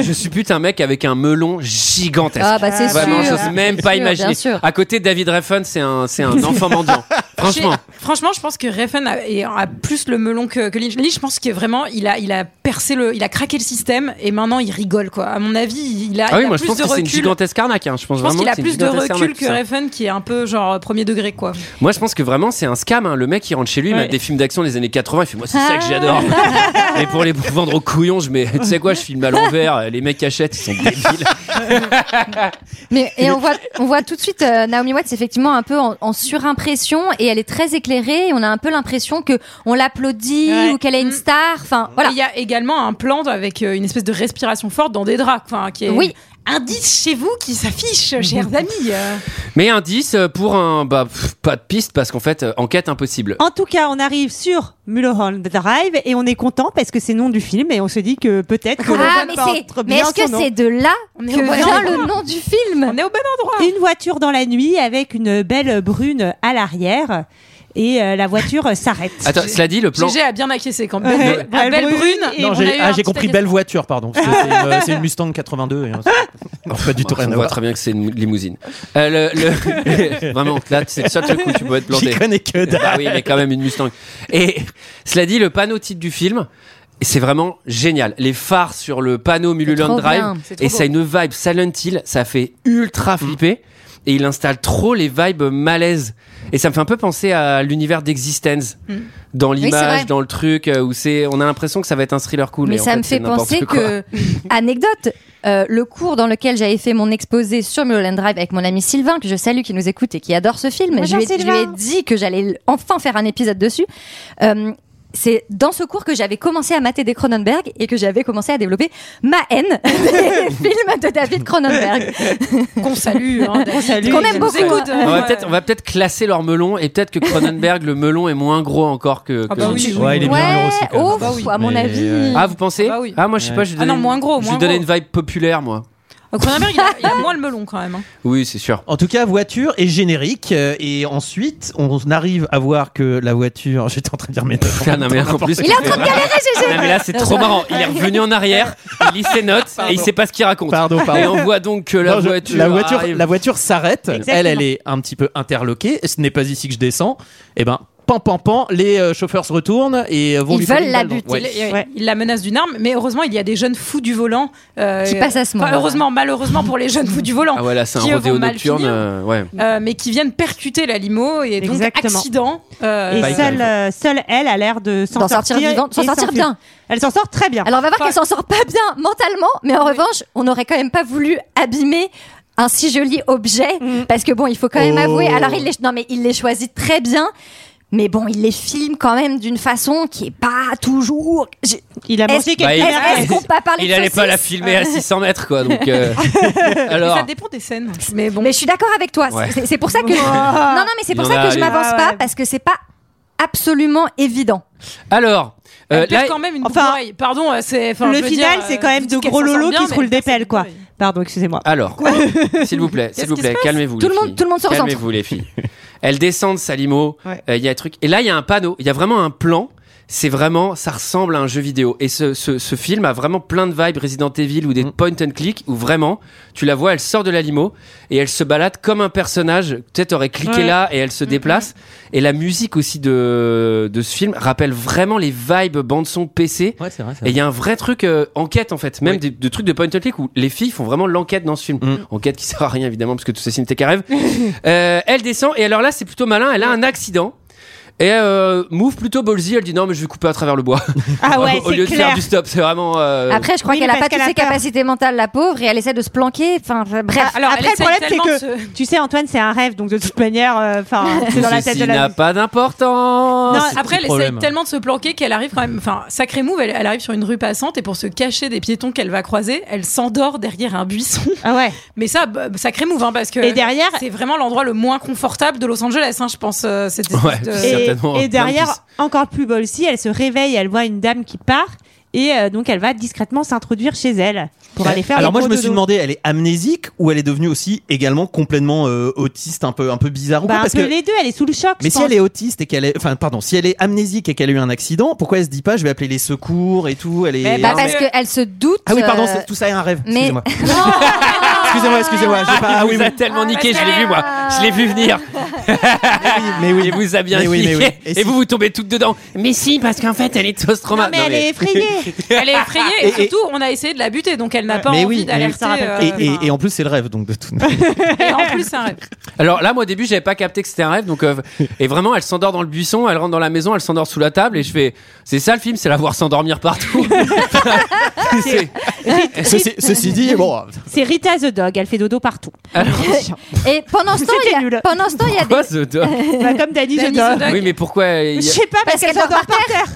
Speaker 1: je suppute un mec avec un melon gigantesque.
Speaker 6: Ah bah c'est sûr.
Speaker 1: Vraiment, je sais même pas
Speaker 6: Bien sûr,
Speaker 1: imaginer.
Speaker 6: bien sûr.
Speaker 1: À côté de David Refn, c'est un, c'est un enfant mendiant. Franchement.
Speaker 9: J'ai- Franchement, je pense que Refn a, et a plus le melon que, que Lynch. Lynch, je pense que vraiment, il a, il a percé le, il a craqué le système et maintenant il rigole quoi. À mon avis, il a,
Speaker 1: Ah
Speaker 9: il
Speaker 1: oui,
Speaker 9: a
Speaker 1: moi je
Speaker 9: plus
Speaker 1: pense
Speaker 9: de
Speaker 1: que c'est une
Speaker 9: recul.
Speaker 1: gigantesque arnaque. hein. Je pense,
Speaker 9: Je pense
Speaker 1: vraiment
Speaker 9: qu'il a
Speaker 1: que c'est une
Speaker 9: plus de
Speaker 1: gigantesque
Speaker 9: recul
Speaker 1: arnaque,
Speaker 9: que
Speaker 1: ça.
Speaker 9: Refn qui est un peu genre euh, premier degré quoi.
Speaker 1: Moi, je pense que vraiment, c'est un scam. hein. Le mec, il rentre chez lui, il
Speaker 11: Ouais.
Speaker 1: met des films d'action des années 80. Il fait Moi, c'est ça que j'adore. Et pour les vendre aux couillons, je mets Tu sais quoi, je filme à l'envers. Les mecs achètent, ils sont débiles.
Speaker 6: Mais et on voit, on voit tout de suite euh, Naomi Watts effectivement un peu en, en surimpression et elle est très éclairée. Et on a un peu l'impression que on l'applaudit
Speaker 11: Ouais.
Speaker 6: ou qu'elle est une
Speaker 9: Mm.
Speaker 6: star. Enfin
Speaker 9: Voilà.
Speaker 6: voilà.
Speaker 9: Il y a également un plan avec euh, une espèce de respiration forte dans des draps, enfin, qui est
Speaker 6: Oui.
Speaker 9: indice chez vous qui s'affiche, chers amis. euh.
Speaker 1: Mais indice euh, pour un. Bah, pff, pas de piste, parce qu'en fait, euh, enquête impossible.
Speaker 11: En tout cas, on arrive sur Mulholland Drive et on est content parce que c'est le nom du film et on se dit que peut-être que le
Speaker 6: Ah
Speaker 11: film
Speaker 6: mais
Speaker 11: porte
Speaker 6: c'est, mais
Speaker 11: bien
Speaker 6: est-ce que
Speaker 11: son nom.
Speaker 6: c'est de là
Speaker 9: On
Speaker 6: que
Speaker 9: est au bon
Speaker 6: vient
Speaker 9: endroit.
Speaker 6: le nom du film
Speaker 9: On est au bon endroit.
Speaker 11: une voiture dans la nuit avec une belle brune à l'arrière et euh, la voiture euh, s'arrête.
Speaker 1: Attends, cela dit, le plan.
Speaker 9: GG a bien acquiescé quand
Speaker 11: Ouais.
Speaker 9: même.
Speaker 11: Belle
Speaker 9: À Belle
Speaker 11: Brune
Speaker 9: Brune.
Speaker 11: et-
Speaker 9: on
Speaker 7: Non,
Speaker 9: a eu
Speaker 7: j'ai
Speaker 9: un
Speaker 7: ah, j'ai
Speaker 9: petit
Speaker 7: compris
Speaker 9: acquiescement.
Speaker 7: belle voiture, pardon. parce que C'est une, euh, c'est une Mustang 82. et, euh, c'est- Alors, pas du tout
Speaker 1: on
Speaker 7: rien à
Speaker 1: voit
Speaker 7: voir.
Speaker 1: très bien que c'est une limousine. Euh, le, le- Vraiment, là, c'est le seul truc où tu peux être planté.
Speaker 7: J'y connais que dalle.
Speaker 1: Ah oui, mais quand même une Mustang. Et cela dit, le panneau titre du film, c'est vraiment génial. Les phares sur le panneau Mulholland
Speaker 6: trop
Speaker 1: Drive,
Speaker 6: bien.
Speaker 9: C'est trop
Speaker 1: et
Speaker 9: beau.
Speaker 1: ça a une vibe Silent Hill, ça fait ultra flipper. Et il installe trop les vibes malaises. Et ça me fait un peu penser à l'univers d'Existence.
Speaker 9: Mm.
Speaker 1: Dans
Speaker 6: c'est
Speaker 1: l'image,
Speaker 6: vrai.
Speaker 1: dans le truc, euh, où c'est, on a l'impression que ça va être un thriller cool.
Speaker 6: Mais
Speaker 1: et en
Speaker 6: ça me
Speaker 1: c'est
Speaker 6: fait
Speaker 1: n'importe
Speaker 6: penser
Speaker 1: quoi.
Speaker 6: que, anecdote, euh, le cours dans lequel j'avais fait mon exposé sur Mulholland Drive avec mon ami Sylvain, que je salue, qui nous écoute et qui adore ce film,
Speaker 11: Bonjour,
Speaker 6: je lui, ai, je lui ai
Speaker 11: Sylvain.
Speaker 6: dit que j'allais l- enfin faire un épisode dessus. Euh, c'est dans ce cours que j'avais commencé à mater des Cronenberg et que j'avais commencé à développer ma haine des films de David Cronenberg.
Speaker 9: Qu'on salue. hein, David.
Speaker 6: Qu'on aime beaucoup.
Speaker 9: Écoute,
Speaker 1: On va
Speaker 9: ouais.
Speaker 1: peut-être, on va peut-être classer leur melon et peut-être que Cronenberg, le melon est moins gros encore que.
Speaker 9: Ah
Speaker 1: que
Speaker 9: bah
Speaker 1: Lynch.
Speaker 9: oui, oui.
Speaker 7: Ouais, il est bien
Speaker 6: ouais,
Speaker 7: heureux aussi. quand même.
Speaker 6: oh,
Speaker 9: Bah oui.
Speaker 6: à mon
Speaker 7: Mais,
Speaker 6: avis.
Speaker 7: euh,
Speaker 1: Ah, vous pensez
Speaker 9: Ah bah oui.
Speaker 1: Ah, moi, je sais
Speaker 7: Ouais.
Speaker 1: pas, je lui
Speaker 9: Ah non,
Speaker 1: donnais-
Speaker 9: moins gros,
Speaker 1: Je
Speaker 9: moins
Speaker 1: lui donnais
Speaker 9: gros.
Speaker 1: une vibe populaire, moi.
Speaker 9: Au Cronenberg, il, a- il a moins le melon quand même. hein.
Speaker 1: Oui, c'est sûr.
Speaker 7: En tout cas, voiture et générique. euh, et ensuite, on arrive à voir que la voiture. J'étais en train de dire mes notes.
Speaker 1: Ah, non, mais en plus,
Speaker 6: Il est en train de galérer, GG
Speaker 1: Non, mais là, c'est trop marrant. Il est revenu en arrière, il lit ses notes et il sait pas ce qu'il raconte.
Speaker 7: Pardon,
Speaker 1: Et
Speaker 7: pardon.
Speaker 1: Bah, on voit donc que la
Speaker 7: Non, je-
Speaker 1: voiture.
Speaker 7: la voiture,
Speaker 1: arrive.
Speaker 7: la voiture s'arrête.
Speaker 11: Exactement.
Speaker 7: Elle, elle est un petit peu interloquée. Ce n'est pas ici que je descends. Eh ben, pan pan pan, les euh, chauffeurs se retournent et euh, vont
Speaker 9: Ils
Speaker 7: lui coller
Speaker 9: veulent
Speaker 7: une
Speaker 9: la
Speaker 7: balle dans-
Speaker 9: buter.
Speaker 7: ouais.
Speaker 9: Il, il la menace d'une arme, mais heureusement, il y a des jeunes fous du volant. euh,
Speaker 6: Qui passent à ce
Speaker 9: enfin,
Speaker 6: moment-là.
Speaker 9: Heureusement, malheureusement pour les jeunes fous du volant.
Speaker 1: Ah ouais, là, c'est
Speaker 9: qui,
Speaker 1: un
Speaker 9: eux,
Speaker 1: rodéo
Speaker 9: vont mal
Speaker 1: nocturne.
Speaker 9: finir,
Speaker 1: euh, ouais.
Speaker 9: euh, mais qui viennent percuter la limo et donc
Speaker 11: Exactement.
Speaker 9: accident. euh,
Speaker 11: Et
Speaker 1: Bye,
Speaker 11: seule,
Speaker 1: bye.
Speaker 11: euh, seule elle a l'air de s'en
Speaker 6: D'en
Speaker 11: sortir,
Speaker 6: sortir vivante, s'en
Speaker 11: et
Speaker 6: sortir
Speaker 11: s'enfuir.
Speaker 6: bien.
Speaker 11: Elle s'en sort très bien.
Speaker 6: Alors on va voir
Speaker 9: Enfin-
Speaker 6: qu'elle s'en sort pas bien mentalement, mais en revanche, on n'aurait quand même pas voulu abîmer un si joli objet, parce que bon, il faut quand même
Speaker 7: Oh.
Speaker 6: avouer. Alors il les, non mais il les choisit très bien. Mais bon, il les filme quand même d'une façon qui est pas toujours. Je-
Speaker 11: Il a mangé
Speaker 1: Bah,
Speaker 11: quelque
Speaker 1: il-
Speaker 11: chose.
Speaker 6: Est-ce qu'on peut pas parler
Speaker 1: Il
Speaker 6: de
Speaker 1: allait pas la
Speaker 6: saucisse
Speaker 1: filmer à 600 mètres, quoi. Donc, euh,
Speaker 9: mais
Speaker 1: alors,
Speaker 9: Ça dépend des scènes. Mais bon.
Speaker 6: Mais je suis d'accord avec toi.
Speaker 1: Ouais.
Speaker 6: C'est- C'est pour ça que. non, non, mais c'est
Speaker 1: Il
Speaker 6: pour
Speaker 1: en
Speaker 6: ça
Speaker 1: a
Speaker 6: que je
Speaker 1: les-
Speaker 6: m'avance
Speaker 11: Ah
Speaker 6: pas
Speaker 11: ouais.
Speaker 6: parce que c'est pas absolument évident.
Speaker 1: alors, euh,
Speaker 9: Elle perd
Speaker 1: là,
Speaker 9: quand même une
Speaker 11: enfin,
Speaker 9: bouteille. Pardon, euh, c'est. enfin,
Speaker 11: le
Speaker 9: je veux
Speaker 11: final,
Speaker 9: dire,
Speaker 11: c'est quand
Speaker 9: euh,
Speaker 11: même de
Speaker 9: vous dites
Speaker 11: gros
Speaker 9: qu'elle s'en sort
Speaker 11: lolos
Speaker 9: bien,
Speaker 11: qui se
Speaker 9: mais
Speaker 11: roulent
Speaker 9: elle
Speaker 11: des
Speaker 9: perd sa
Speaker 11: pelles, quoi.
Speaker 9: bouteille.
Speaker 11: Pardon, excusez-moi.
Speaker 1: alors, s'il vous plaît, s'il vous
Speaker 9: qui
Speaker 1: plaît,
Speaker 9: se passe
Speaker 1: calmez-vous. les
Speaker 6: Tout le monde-
Speaker 1: filles.
Speaker 6: tout le monde se recentre.
Speaker 1: Calmez-vous, les filles. Elles descendent Salimo. Il
Speaker 11: Ouais.
Speaker 1: y a un truc. Et là, il y a un panneau. Il y a vraiment un plan. C'est vraiment, ça ressemble à un jeu vidéo. Et ce, ce- ce film a vraiment plein de vibes Resident Evil ou des point and click où vraiment, tu la vois, elle sort de la limo et elle se balade comme un personnage. Peut-être aurait cliqué
Speaker 11: Ouais.
Speaker 1: là et elle
Speaker 6: Mm,
Speaker 1: se déplace. Et la musique aussi de, de ce film rappelle vraiment les vibes bande-son PC.
Speaker 7: Ouais, c'est vrai. c'est
Speaker 1: Et
Speaker 7: vrai.
Speaker 1: il y a un vrai truc euh, enquête en fait, même
Speaker 7: Oui.
Speaker 1: des, des trucs de point and click où les filles font vraiment l'enquête dans ce film.
Speaker 7: Mm.
Speaker 1: Enquête qui sert à rien évidemment parce que tout ceci n'était qu'un rêve. Euh, elle descend et alors là c'est plutôt malin, elle a un accident. Et euh, move plutôt ballsy, elle dit non mais je vais couper à travers le bois
Speaker 11: Ah ouais,
Speaker 1: au lieu
Speaker 11: c'est
Speaker 1: de faire
Speaker 11: clair.
Speaker 1: du stop, c'est vraiment. euh,
Speaker 6: Après, je crois
Speaker 11: oui,
Speaker 6: qu'elle
Speaker 11: mais
Speaker 6: a pas
Speaker 11: parce
Speaker 6: toutes
Speaker 11: qu'elle a
Speaker 6: ses
Speaker 11: peur. Ah,
Speaker 6: capacités mentales, la pauvre, et elle essaie de se planquer. Enfin, bref.
Speaker 9: Alors,
Speaker 11: Après,
Speaker 9: elle
Speaker 11: le problème, c'est
Speaker 9: essaie
Speaker 11: que
Speaker 9: tellement de se-
Speaker 11: Tu sais, Antoine, c'est un rêve, donc de toute manière, euh, enfin, c'est
Speaker 1: tout
Speaker 11: dans la tête
Speaker 1: ceci
Speaker 11: de la.
Speaker 1: n'a pas d'importance.
Speaker 11: Non,
Speaker 9: Après, elle
Speaker 7: problème.
Speaker 9: essaye tellement de se planquer qu'elle arrive quand même. Enfin, sacré move, elle, elle arrive sur une rue passante et pour se cacher des piétons qu'elle va croiser, elle s'endort derrière un buisson.
Speaker 11: Ah ouais.
Speaker 9: Mais ça, bah, sacré move, hein, parce que.
Speaker 11: Et derrière,
Speaker 9: C'est vraiment l'endroit le moins confortable de Los Angeles, hein, je pense. euh, cette espèce
Speaker 1: Ouais,
Speaker 9: de-
Speaker 1: c'est-
Speaker 11: et,
Speaker 1: certainement,
Speaker 11: et
Speaker 1: plein de
Speaker 11: derrière, encore plus bolsi, elle se réveille, elle voit une dame qui part, et euh, donc elle va discrètement s'introduire chez elle pour aller faire.
Speaker 7: Alors
Speaker 11: le
Speaker 7: moi je
Speaker 11: gros
Speaker 7: me suis
Speaker 11: dodo.
Speaker 7: demandé, elle est amnésique ou elle est devenue aussi également complètement euh, autiste, un peu un peu bizarre ou
Speaker 11: Bah,
Speaker 7: quoi,
Speaker 11: un
Speaker 7: parce
Speaker 11: peu
Speaker 7: que
Speaker 11: les deux, elle est sous le choc.
Speaker 7: mais
Speaker 11: je
Speaker 7: si
Speaker 11: pense.
Speaker 7: elle est autiste et qu'elle est, enfin pardon, si elle est amnésique et qu'elle a eu un accident, pourquoi elle se dit pas je vais appeler les secours et tout Elle est
Speaker 9: Mais
Speaker 6: Bah,
Speaker 9: Non,
Speaker 6: parce
Speaker 9: mais-
Speaker 6: qu'elle se doute.
Speaker 7: ah oui pardon,
Speaker 6: euh,
Speaker 7: c'est- tout ça est un rêve.
Speaker 6: mais-
Speaker 7: Excusez-moi. excusez-moi, excusez-moi. j'ai pas- Ah oui,
Speaker 1: vous
Speaker 7: oui.
Speaker 1: a tellement
Speaker 11: bah,
Speaker 6: Ah,
Speaker 1: niqué,
Speaker 6: parce
Speaker 1: je l'ai
Speaker 6: qu'elle
Speaker 1: vu
Speaker 6: est-
Speaker 1: moi, je l'ai vu venir.
Speaker 7: mais oui.
Speaker 1: Il vous a bien
Speaker 7: Mais oui,
Speaker 1: niqué.
Speaker 7: mais oui.
Speaker 1: Et,
Speaker 7: Et si-
Speaker 1: vous vous tombez toutes dedans. Mais si, parce qu'en fait, elle est
Speaker 11: Non,
Speaker 1: tostroma.
Speaker 11: mais elle est effrayée.
Speaker 9: Elle est effrayée et,
Speaker 7: Et- et-
Speaker 9: surtout, on a essayé de la buter, donc elle n'a pas
Speaker 7: Mais
Speaker 9: envie
Speaker 7: oui, mais-
Speaker 9: d'alerter.
Speaker 11: Ça rappelle
Speaker 9: euh,
Speaker 7: Et, et-
Speaker 9: enfin,
Speaker 7: et en plus c'est le rêve donc de tout.
Speaker 9: et en plus, c'est un rêve.
Speaker 1: Alors là, moi au début, j'avais pas capté que c'était un rêve. Donc, euh, et vraiment, elle s'endort dans le buisson, elle rentre dans la maison, elle s'endort sous la table, et je fais, c'est ça le film, c'est la voir s'endormir partout. C'est-
Speaker 7: ceci, ceci dit bon.
Speaker 11: C'est Rita the dog, elle fait dodo partout.
Speaker 9: Ah
Speaker 6: Et pendant ce temps, il y
Speaker 11: C'était nul.
Speaker 6: a, pendant ce temps, il y a des.
Speaker 1: Quoi ce doc
Speaker 11: Bah, comme Danny the
Speaker 9: Danny the
Speaker 11: dog.
Speaker 9: dog.
Speaker 1: Oui, mais pourquoi euh,
Speaker 11: Je
Speaker 1: il y a-
Speaker 11: sais pas
Speaker 6: Parce
Speaker 11: parce, qu'elle
Speaker 6: qu'elle dort
Speaker 11: s'endort
Speaker 6: par
Speaker 11: par terre.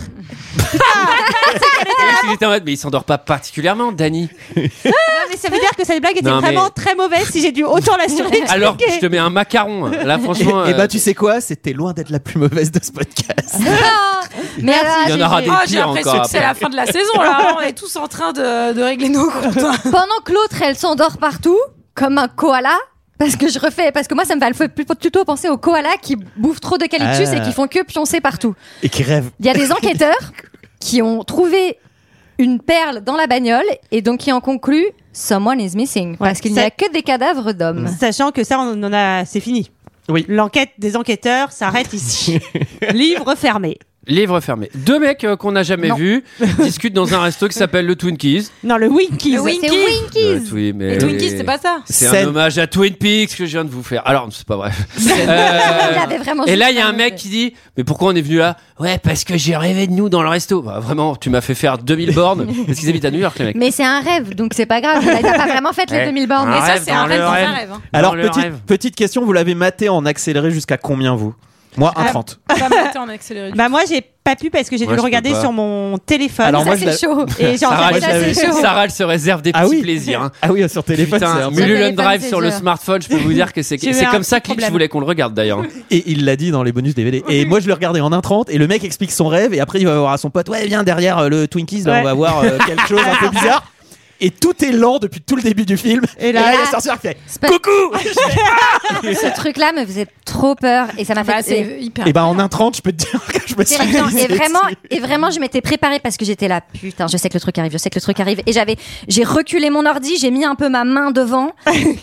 Speaker 1: Et là, j'étais en mode, mais il s'endort pas particulièrement, Danny.
Speaker 11: Non, mais ça veut dire que cette blague était
Speaker 1: Non, mais-
Speaker 11: vraiment très mauvaise si j'ai dû autant la surexpliquer.
Speaker 1: Alors, je te mets un macaron. Là,
Speaker 7: Et,
Speaker 1: franchement,
Speaker 7: et
Speaker 1: euh,
Speaker 7: bah tu sais quoi, c'était loin d'être la plus mauvaise de ce podcast.
Speaker 6: Ah, Mais euh, alors,
Speaker 1: il y en aura des
Speaker 9: Ah, j'ai
Speaker 1: pires
Speaker 9: l'impression
Speaker 1: encore.
Speaker 9: que c'est
Speaker 1: après.
Speaker 9: la fin de la saison, là. On est tous en train de, de régler nos comptes. hein.
Speaker 6: pendant que l'autre, elle s'endort partout, comme un koala. Parce que je refais, parce que moi, ça me fait plutôt penser aux koalas qui bouffent trop de calyptus
Speaker 7: Ah.
Speaker 6: et qui font que pioncer partout.
Speaker 7: Et qui rêve.
Speaker 6: Il y a des enquêteurs qui ont trouvé une perle dans la bagnole et donc qui en concluent someone is missing parce qu'il n'y
Speaker 11: ça-
Speaker 6: a que des cadavres d'hommes.
Speaker 11: Sachant que ça, on en a, c'est fini.
Speaker 7: Oui.
Speaker 11: L'enquête des enquêteurs s'arrête ici. Livre fermé.
Speaker 1: Livre fermé. Deux mecs euh, qu'on n'a jamais
Speaker 6: Non.
Speaker 1: vus discutent dans un resto qui s'appelle le Twinkies.
Speaker 11: Non, le Winkies.
Speaker 9: Le Winkies.
Speaker 6: C'est
Speaker 1: Euh,
Speaker 6: Winkies.
Speaker 1: oui, mais-
Speaker 9: Et Twinkies, c'est pas ça.
Speaker 1: C'est
Speaker 7: Scène-
Speaker 1: un hommage à Twin Peaks que je viens de vous faire. Alors, c'est pas vrai. Euh,
Speaker 6: Il avait vraiment
Speaker 1: Et là, il
Speaker 6: juste
Speaker 1: y a
Speaker 6: Oh, pas
Speaker 1: un mec
Speaker 6: mangé.
Speaker 1: qui dit Mais pourquoi on est venu là Ouais, parce que j'ai rêvé de nous dans le resto. Bah, vraiment, tu m'as fait faire 2000 bornes. Parce qu'ils habitent à New York, les mecs.
Speaker 6: Mais c'est un rêve, donc c'est pas grave. Il a pas vraiment fait les
Speaker 1: Ouais.
Speaker 6: 2000 bornes.
Speaker 1: Un
Speaker 9: Mais ça,
Speaker 1: rêve
Speaker 9: c'est
Speaker 1: dans
Speaker 9: un
Speaker 1: le
Speaker 9: rêve dans un
Speaker 1: rêve.
Speaker 9: rêve. hein.
Speaker 1: Dans
Speaker 7: Alors
Speaker 1: le
Speaker 7: petite,
Speaker 1: rêve.
Speaker 7: petite question, vous l'avez maté en accéléré jusqu'à combien vous Moi
Speaker 11: Ah,
Speaker 7: 1,30.
Speaker 9: Pas monter en accéléré.
Speaker 11: Bah moi j'ai pas pu parce que j'ai
Speaker 1: Moi,
Speaker 11: dû le
Speaker 1: je peux
Speaker 11: regarder
Speaker 1: pas.
Speaker 11: sur mon téléphone.
Speaker 7: Alors,
Speaker 6: ça,
Speaker 7: moi, je l'ai-
Speaker 6: c'est chaud.
Speaker 11: et j'ai
Speaker 1: Sarah,
Speaker 11: entendu
Speaker 1: je
Speaker 11: ça,
Speaker 1: l'avais-
Speaker 11: c'est chaud.
Speaker 1: Sarah, elle se réserve des petits
Speaker 7: Ah oui.
Speaker 1: plaisirs. hein.
Speaker 7: Ah oui, sur téléphone, c'est
Speaker 1: Putain,
Speaker 7: un
Speaker 1: Mulu
Speaker 6: Sur
Speaker 1: Land
Speaker 6: téléphone,
Speaker 1: Drive
Speaker 6: c'est
Speaker 1: sur le
Speaker 6: sûr.
Speaker 1: smartphone, je peux vous dire que c'est
Speaker 11: J'ai eu
Speaker 1: c'est
Speaker 11: un
Speaker 1: comme ça que
Speaker 11: petit
Speaker 1: je
Speaker 11: problème.
Speaker 1: voulais qu'on le regarde d'ailleurs.
Speaker 7: Et il l'a dit dans les bonus DVD. Et moi, je le regardais en 1,30 et le mec explique son rêve. Et après, il va voir à son pote Ouais, viens derrière euh, le Twinkies, là,
Speaker 11: Ouais.
Speaker 7: on va voir euh, quelque chose un peu bizarre. et tout est lent depuis tout le début du film.
Speaker 11: Et
Speaker 7: là,
Speaker 6: là-
Speaker 7: il y a la sorcière qui fait
Speaker 6: C'est pas-
Speaker 7: Coucou
Speaker 6: Ce truc-là me faisait trop peur et ça m'a
Speaker 9: Bah,
Speaker 6: fait.
Speaker 9: c'est
Speaker 6: et-
Speaker 9: hyper.
Speaker 7: Et ben en 1.30, je peux te dire que je me suis
Speaker 6: terrifiant.
Speaker 7: glissé
Speaker 6: Et vraiment,
Speaker 7: dessus.
Speaker 6: et vraiment, je m'étais préparée parce que j'étais là, putain, je sais que le truc arrive, je sais que le truc arrive. Et j'avais, j'ai reculé mon ordi, j'ai mis un peu ma main devant.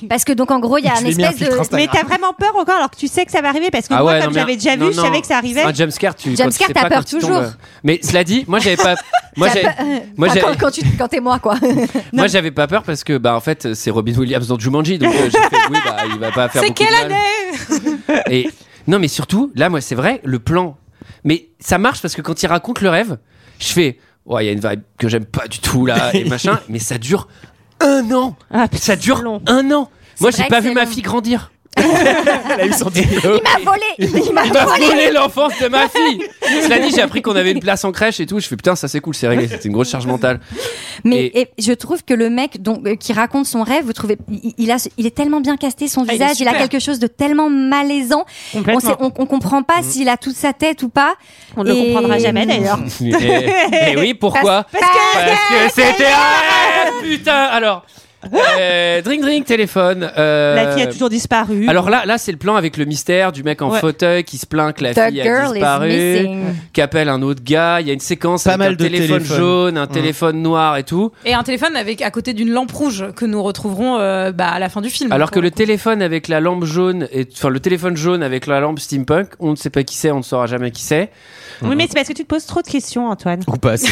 Speaker 6: parce que donc, en gros, il y a
Speaker 7: Je
Speaker 6: une
Speaker 7: lui ai mis un
Speaker 6: espèce de.
Speaker 7: filtre Instagram.
Speaker 11: Mais t'as vraiment peur encore alors que tu sais que ça va arriver parce que
Speaker 1: Ah
Speaker 11: moi,
Speaker 1: ouais, non,
Speaker 11: comme
Speaker 1: mais
Speaker 11: j'avais déjà
Speaker 1: non,
Speaker 11: vu, je
Speaker 1: non.
Speaker 11: savais que ça arrivait.
Speaker 1: Un jumpscare, tu.
Speaker 6: Jumpscare,
Speaker 1: quand tu sais
Speaker 6: t'as
Speaker 1: pas
Speaker 6: peur
Speaker 1: quand tu
Speaker 6: toujours.
Speaker 1: tombes. Mais cela dit, moi j'avais pas. Moi
Speaker 6: T'as
Speaker 1: j'ai-
Speaker 6: peur- euh,
Speaker 1: moi,
Speaker 6: enfin,
Speaker 1: j'ai-
Speaker 6: quand, quand tu, quand t'es moi, quoi.
Speaker 1: moi j'avais pas peur parce que bah en fait c'est Robin Williams dans Jumanji donc euh, j'ai fait oui bah il va pas faire
Speaker 9: C'est
Speaker 1: beaucoup de
Speaker 9: quelle
Speaker 1: mal.
Speaker 9: année
Speaker 1: Et non, mais surtout, là, moi, c'est vrai, le plan. Mais ça marche parce que quand il raconte le rêve, je fais, ouais, il y a une vibe que j'aime pas du tout là et machin. Mais ça dure un an.
Speaker 11: Ah, putain,
Speaker 1: Ça dure
Speaker 11: c'est long.
Speaker 1: un an. Moi, j'ai
Speaker 6: vrai
Speaker 1: pas
Speaker 6: que
Speaker 1: vu
Speaker 6: c'est
Speaker 1: ma
Speaker 6: long.
Speaker 1: fille grandir.
Speaker 7: Elle a eu son diplôme.
Speaker 6: Il m'a volé, il m'a
Speaker 1: Il m'a
Speaker 6: volé.
Speaker 1: volé l'enfance de ma fille. Cela dit, j'ai appris qu'on avait une place en crèche et tout. Je fais putain, ça c'est cool, c'est réglé. C'était une grosse charge mentale.
Speaker 6: Mais et je trouve que le mec donc, euh, qui raconte son rêve, vous trouvez, il, il a, ce- il est tellement bien casté, son
Speaker 9: Ah, il est
Speaker 6: visage, il, a
Speaker 9: super.
Speaker 6: quelque chose de tellement malaisant. On, sait,
Speaker 11: Complètement.
Speaker 6: on, on comprend
Speaker 1: Mm.
Speaker 6: pas s'il a toute sa tête ou pas.
Speaker 11: On ne le
Speaker 6: Et-
Speaker 11: comprendra jamais d'ailleurs.
Speaker 1: Et, et oui, pourquoi
Speaker 6: Parce que-
Speaker 1: Parce que c'était un rêve, putain. Alors, euh, drink, drink, téléphone. euh,
Speaker 11: La fille a toujours disparu.
Speaker 1: Alors là, là c'est le plan avec le mystère du mec en
Speaker 11: Ouais.
Speaker 1: fauteuil qui se plaint que la
Speaker 6: The
Speaker 1: fille a
Speaker 6: girl is
Speaker 1: disparu, Mm.
Speaker 6: missing.
Speaker 1: qui appelle un autre gars. Il y a une séquence
Speaker 7: Pas
Speaker 1: avec
Speaker 7: mal
Speaker 1: un
Speaker 7: de
Speaker 1: téléphone
Speaker 7: téléphones.
Speaker 1: jaune, un
Speaker 7: Mm.
Speaker 1: téléphone noir et tout.
Speaker 9: Et un téléphone avec à côté d'une lampe rouge que nous retrouverons euh, bah, à la fin du film.
Speaker 1: Alors que
Speaker 9: Pour
Speaker 1: le
Speaker 9: coup.
Speaker 1: téléphone avec la lampe jaune, et, enfin le téléphone jaune avec la lampe steampunk, on ne sait pas qui c'est, on ne saura jamais qui c'est.
Speaker 11: Oui, mais c'est parce que tu te poses trop de questions, Antoine.
Speaker 7: Ou pas. ça,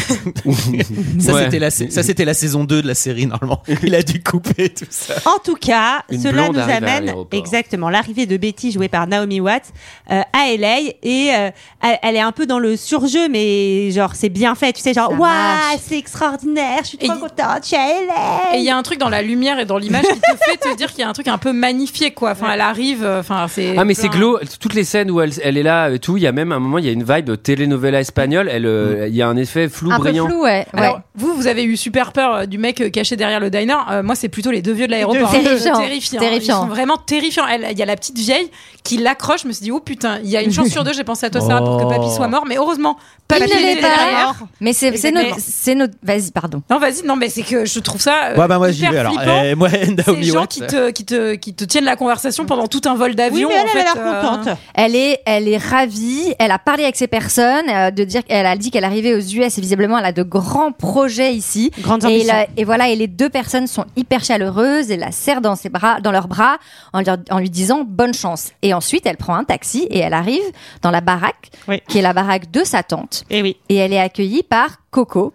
Speaker 1: Ouais.
Speaker 7: c'était la, sa- ça, c'était la saison 2 de la série, normalement. Il a dû couper tout ça.
Speaker 11: En tout cas,
Speaker 1: Une
Speaker 11: cela
Speaker 1: blonde
Speaker 11: nous
Speaker 1: arrive à
Speaker 11: amène
Speaker 1: l'aéroport.
Speaker 11: exactement l'arrivée de Betty jouée par Naomi Watts euh, à LA et euh, elle- elle est un peu dans le surjeu mais genre c'est bien fait, tu sais genre
Speaker 6: Ça
Speaker 11: waouh,
Speaker 6: marche.
Speaker 11: c'est extraordinaire, je suis
Speaker 9: Et
Speaker 11: trop
Speaker 9: y-
Speaker 11: contente, je suis à LA.
Speaker 9: Et il y a un truc dans la lumière et dans l'image qui te fait te dire qu'il y a un truc un peu magnifié, quoi. Enfin, elle arrive. euh, Enfin, c'est.
Speaker 1: Ah mais c'est
Speaker 9: plein-
Speaker 1: glow, toutes les scènes où elle, elle est là et tout, il y a même un moment, il y a une vibe telenovela espagnole, elle, euh, il y a un effet flou
Speaker 6: Mmh. Un peu
Speaker 1: brillant.
Speaker 6: flou, ouais. ouais.
Speaker 9: Alors, vous, vous avez eu super peur euh, du mec euh, caché derrière le diner. Euh, moi, c'est plutôt les deux vieux de l'aéroport.
Speaker 6: deux vieux.
Speaker 9: Ils sont
Speaker 6: Terrifiant,
Speaker 9: terrifiants.
Speaker 6: terrifiant.
Speaker 9: Ils sont vraiment terrifiants. Elle- Il y a la petite vieille qui l'accroche. Je me suis dit, oh putain, il y a une chance sur deux, j'ai pensé à toi, Sarah, pour
Speaker 1: Oh.
Speaker 9: que papy soit mort. Mais heureusement, papy
Speaker 6: Il ne l'est
Speaker 9: est
Speaker 6: pas.
Speaker 9: derrière.
Speaker 6: Mais c'est c'est
Speaker 9: Exactement.
Speaker 6: notre, c'est notre. Vas-y, pardon.
Speaker 9: Non, vas-y, non, mais c'est que je trouve ça. euh,
Speaker 7: Ouais, bah, moi, j'y
Speaker 9: hyper
Speaker 7: vais alors.
Speaker 9: flippant.
Speaker 7: Eh, moi,
Speaker 9: Ces
Speaker 7: Naomi
Speaker 9: gens
Speaker 7: Watts.
Speaker 9: qui te, qui, te, qui te tiennent la conversation pendant tout un vol
Speaker 11: oui,
Speaker 9: d'avion.
Speaker 11: mais elle,
Speaker 9: en
Speaker 11: elle a
Speaker 9: fait,
Speaker 11: l'air
Speaker 9: euh,
Speaker 11: contente.
Speaker 6: Elle est, elle est ravie. Elle a parlé avec ces personnes euh, de dire, elle a dit qu'elle arrivait aux US et visiblement elle a de grands projets ici.
Speaker 11: Grandes
Speaker 6: Et,
Speaker 11: ambitions.
Speaker 6: la- et voilà, et les deux personnes sont hyper chaleureuses et la serre dans ses bras, dans leurs bras, en, leur- en lui disant bonne chance. Et ensuite, elle prend un taxi et elle arrive dans la baraque,
Speaker 11: Oui.
Speaker 6: qui est la baraque de sa tante.
Speaker 1: Eh
Speaker 11: Et oui.
Speaker 6: Et elle est accueillie par Coco.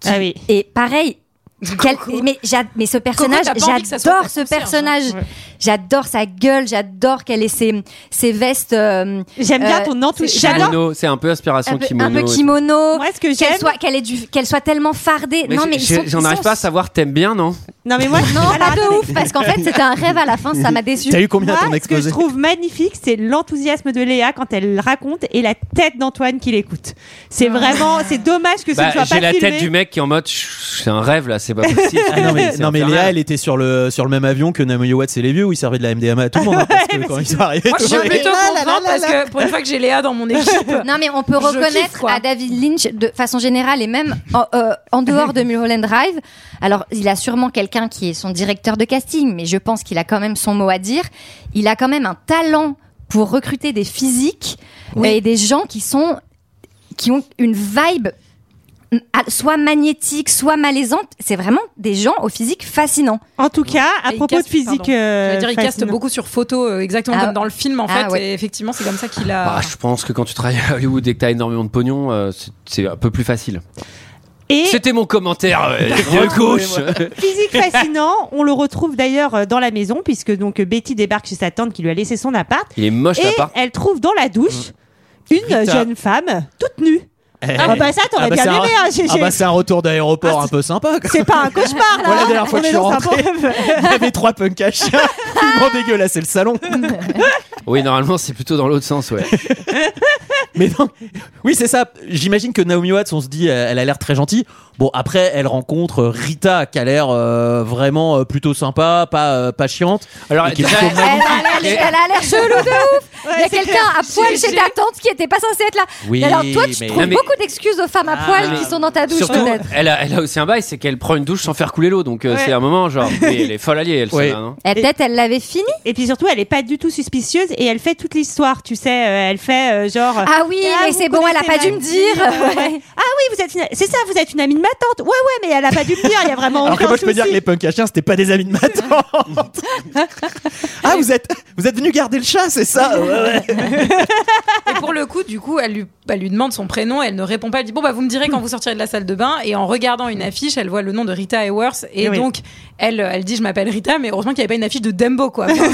Speaker 6: qui-
Speaker 11: Ah oui.
Speaker 6: Et pareil. quel-
Speaker 9: Coco.
Speaker 6: mais, j'ad- mais ce personnage,
Speaker 9: t'as pas envie que ça soit
Speaker 6: j'adore
Speaker 9: ta
Speaker 6: ce
Speaker 9: concierge,
Speaker 6: personnage.
Speaker 11: hein.
Speaker 6: J'adore sa gueule, j'adore qu'elle ait ses, ses vestes. euh,
Speaker 11: J'aime bien
Speaker 6: Euh,
Speaker 11: ton enthousiasme.
Speaker 6: c'est-
Speaker 11: J'adore.
Speaker 1: Kimono, c'est un peu inspiration
Speaker 6: un peu,
Speaker 1: kimono.
Speaker 6: un peu
Speaker 1: et tout.
Speaker 6: kimono.
Speaker 11: Moi ce que
Speaker 6: Qu'elle
Speaker 11: j'aime
Speaker 6: soit, qu'elle ait du- qu'elle soit tellement fardée.
Speaker 1: Mais
Speaker 6: non,
Speaker 1: j'ai-
Speaker 6: mais ils
Speaker 1: j'ai-
Speaker 6: sont-
Speaker 1: j'en
Speaker 6: ils
Speaker 1: arrive
Speaker 6: sont
Speaker 1: pas à savoir, t'aimes bien, non
Speaker 11: Non mais moi
Speaker 6: Non, pas
Speaker 11: Alors,
Speaker 6: de
Speaker 11: attendez.
Speaker 6: ouf, parce qu'en fait, c'était un rêve à la fin, ça m'a déçu.
Speaker 7: T'as eu combien à
Speaker 11: Moi,
Speaker 7: ton
Speaker 11: ce que je
Speaker 7: exposé
Speaker 11: trouve magnifique, c'est l'enthousiasme de Léa quand elle raconte et la tête d'Antoine qui l'écoute. C'est
Speaker 9: Ah.
Speaker 11: vraiment, c'est dommage que ce
Speaker 1: Bah,
Speaker 11: ne soit pas
Speaker 1: j'ai la
Speaker 11: filmé.
Speaker 1: tête du mec qui est en mode Chut, c'est un rêve là, c'est pas possible.
Speaker 7: Ah non mais,
Speaker 1: C'est
Speaker 7: non, mais
Speaker 1: infernal.
Speaker 7: Léa, elle était sur le, sur le même avion que Naomi Watts et les vieux où il servait de la MDMA à tout le monde. hein, parce que quand ils sont arrivés,
Speaker 9: Moi, je
Speaker 7: tout le
Speaker 9: suis
Speaker 7: monde-
Speaker 9: plutôt
Speaker 11: Là, Oh là,
Speaker 9: contente
Speaker 11: là,
Speaker 9: parce
Speaker 11: là.
Speaker 9: que pour une fois que j'ai Léa dans mon équipe.
Speaker 6: Non, mais on peut
Speaker 9: Je kiffe,
Speaker 6: reconnaître
Speaker 9: quoi.
Speaker 6: à David Lynch de façon générale et même en, euh, en dehors de Mulholland Drive. Alors, il a sûrement quelqu'un qui est son directeur de casting, mais je pense qu'il a quand même son mot à dire. Il a quand même un talent pour recruter des physiques
Speaker 9: Oui.
Speaker 6: euh, et des gens qui sont qui ont une vibe mm, à- soit magnétique, soit malaisante. C'est vraiment des gens au physique fascinant.
Speaker 11: En tout cas, à
Speaker 9: Et Ah, il
Speaker 11: propos
Speaker 9: casse-
Speaker 11: de physique,
Speaker 9: pardon.
Speaker 11: euh,
Speaker 9: Je veux dire, il caste
Speaker 11: fascinant.
Speaker 9: beaucoup sur photo, euh, exactement
Speaker 6: Ah,
Speaker 9: comme dans le film, en
Speaker 6: ah
Speaker 9: fait.
Speaker 6: ouais.
Speaker 9: Et effectivement, c'est comme ça qu'il a.
Speaker 1: Bah, je pense que quand tu travailles à Hollywood et que t'as énormément de pognon, euh, c'est- c'est un peu plus facile.
Speaker 11: Et
Speaker 1: C'était mon commentaire euh, de gauche.
Speaker 11: physique fascinant, on le retrouve d'ailleurs euh, dans la maison puisque donc euh, Betty débarque chez sa tante qui lui a laissé son appart
Speaker 1: Il est moche
Speaker 11: et
Speaker 1: l'appart.
Speaker 11: elle trouve dans la douche une euh, jeune femme toute nue.
Speaker 7: Eh,
Speaker 11: Ah, bah ça, t'aurais
Speaker 7: ah bah,
Speaker 11: bien
Speaker 7: c'est un-
Speaker 11: aimé, hein, Gégé.
Speaker 7: Ah bah c'est un retour d'aéroport
Speaker 11: Ah,
Speaker 7: un peu sympa. quoi.
Speaker 11: C'est pas un cauchemar là. hein.
Speaker 7: Moi, la dernière fois
Speaker 11: On
Speaker 7: que
Speaker 11: est
Speaker 7: je suis
Speaker 11: dans un
Speaker 7: rentré,
Speaker 11: bon-
Speaker 7: il y avait trois punks à chien. Vraiment dégueulasse, c'est le salon.
Speaker 1: Oui, normalement, c'est plutôt dans l'autre sens, ouais.
Speaker 7: Mais non. Oui, c'est ça. J'imagine que Naomi Watts, on se dit, euh, elle a l'air très gentille. Bon, après, elle rencontre Rita, qui a l'air euh, vraiment euh, plutôt sympa, pas, euh, pas chiante.
Speaker 1: Alors,
Speaker 7: Et qui est
Speaker 1: déjà,
Speaker 7: plutôt
Speaker 6: Elle a l'air elle, est- elle a l'air chelou de ouf. Il y a
Speaker 11: c'est
Speaker 6: quelqu'un
Speaker 11: clair.
Speaker 6: à poil
Speaker 11: J'ai-
Speaker 6: chez ta tante qui était pas censé être là.
Speaker 1: Oui,
Speaker 6: Mais alors toi, tu
Speaker 1: mais-
Speaker 6: trouves
Speaker 1: Non, mais-
Speaker 6: beaucoup d'excuses aux femmes à
Speaker 7: Ah,
Speaker 6: poil
Speaker 1: mais-
Speaker 6: qui sont dans ta douche
Speaker 1: Surtout,
Speaker 6: peut-être.
Speaker 1: elle a, elle a aussi un bail, c'est qu'elle prend une douche sans faire couler l'eau. Donc euh,
Speaker 11: Ouais.
Speaker 1: c'est un moment, genre, mais elle est folle alliée, elle,
Speaker 7: Ouais.
Speaker 1: celle-là, non
Speaker 6: Et Peut-être elle l'avait fini.
Speaker 11: Et puis surtout, elle est pas du tout suspicieuse et elle fait toute l'histoire, tu sais. euh, elle fait euh, genre.
Speaker 6: Ah oui,
Speaker 11: Ah,
Speaker 6: mais
Speaker 11: vous
Speaker 6: c'est bon, elle a
Speaker 11: connaissez
Speaker 6: pas dû
Speaker 11: ma
Speaker 6: me dire.
Speaker 11: fille, ouais.
Speaker 6: Ouais.
Speaker 11: Oui, vous êtes. une- C'est ça, vous êtes une amie de ma tante. Ouais, ouais, mais elle a pas dû me dire. Il y a vraiment.
Speaker 7: Alors que
Speaker 11: aucun
Speaker 7: moi, je peux dire que
Speaker 11: souci.
Speaker 7: les punks à chiens, c'était pas des amis de ma tante. ah, vous êtes, vous êtes venu garder le chat, c'est ça Ouais, ouais.
Speaker 9: Et pour le coup, du coup, elle lui, elle bah, lui demande son prénom, elle ne répond pas. Elle dit Bon, bah, vous me direz
Speaker 2: Hmm.
Speaker 9: quand vous sortirez de la salle de bain. Et en regardant une affiche, elle voit le nom de Rita Hayworth. Et
Speaker 11: Oui.
Speaker 9: donc, elle, elle dit Je m'appelle Rita, mais heureusement qu'il n'y avait pas une affiche de Dembo, quoi. Enfin,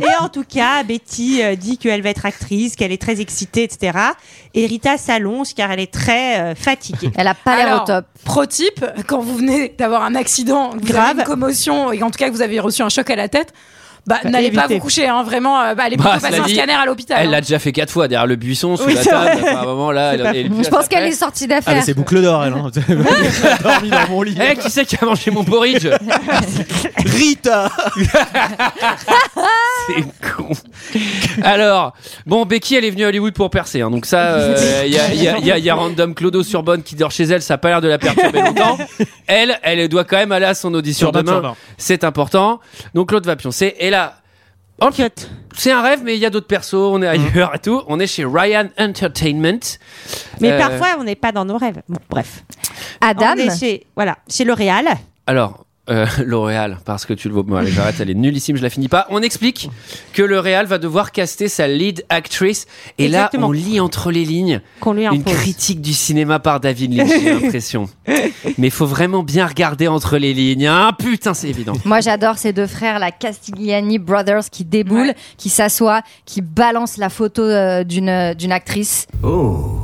Speaker 11: Et en tout cas, Betty euh, dit qu'elle va être actrice, qu'elle est très excitée, etc. Et Rita s'allonge car elle est très euh, fatiguée.
Speaker 6: Elle a pas l'air
Speaker 9: Alors,
Speaker 6: au top.
Speaker 9: Pro-type, quand vous venez d'avoir un accident, que vous
Speaker 11: Grave.
Speaker 9: avez une commotion, et en tout cas que vous avez reçu un choc à la tête, bah,
Speaker 11: Bah,
Speaker 9: n'allez pas
Speaker 2: eh.
Speaker 11: évitez.
Speaker 9: vous coucher, hein, vraiment. euh, bah, allez
Speaker 1: Bah,
Speaker 9: plutôt passer
Speaker 1: cela
Speaker 9: un
Speaker 1: dit,
Speaker 9: scanner à l'hôpital.
Speaker 1: Elle
Speaker 9: hein.
Speaker 1: l'a déjà fait quatre fois derrière le buisson, sous
Speaker 11: Oui,
Speaker 1: la
Speaker 11: c'est
Speaker 1: table.
Speaker 11: vrai.
Speaker 1: Enfin, à un moment là, elle,
Speaker 11: pas
Speaker 1: elle-
Speaker 6: Je pense qu'elle est sortie
Speaker 7: Ah, mais
Speaker 6: d'affaire.
Speaker 7: c'est boucle d'or, elle. Hein. Elle a dormi dans mon lit.
Speaker 1: Eh, qui c'est qui a mangé mon porridge
Speaker 7: Rita
Speaker 1: C'est con. Alors, bon, Becky, elle est venue à Hollywood pour percer. hein, donc ça, euh, il y, a- il y a- il y a- il y a Random Clodo sur Bonne qui dort chez elle. Ça a pas l'air de la perturber longtemps. Elle, elle doit quand même aller à son audition
Speaker 7: Turbin,
Speaker 1: demain.
Speaker 7: turbin.
Speaker 1: C'est important. Donc Claude va pioncer. Et là,
Speaker 11: Enquête.
Speaker 1: c'est un rêve, mais il y a d'autres persos. On est ailleurs et tout. On est chez Ryan Entertainment.
Speaker 11: Mais
Speaker 1: Euh,
Speaker 11: parfois, on n'est pas dans nos rêves. Bon, bref.
Speaker 6: Adam,
Speaker 11: On est chez, voilà, chez L'Oréal.
Speaker 1: Alors, euh, L'Oréal, parce que tu le vois. Bon, allez, j'arrête, elle est nullissime, je la finis pas. On explique que L'Oréal va devoir caster sa lead actrice. Et
Speaker 11: Exactement.
Speaker 1: là, on lit entre les lignes
Speaker 11: Qu'on lui
Speaker 1: une
Speaker 11: impose.
Speaker 1: critique du cinéma par David Lynch, j'ai l'impression. Mais faut vraiment bien regarder entre les lignes. Ah, putain, c'est évident.
Speaker 6: moi j'adore ces deux frères, la Castigliani Brothers, qui déboulent,
Speaker 9: Ouais.
Speaker 6: qui s'assoient, qui balancent la photo euh, d'une euh, d'une actrice.
Speaker 2: Oh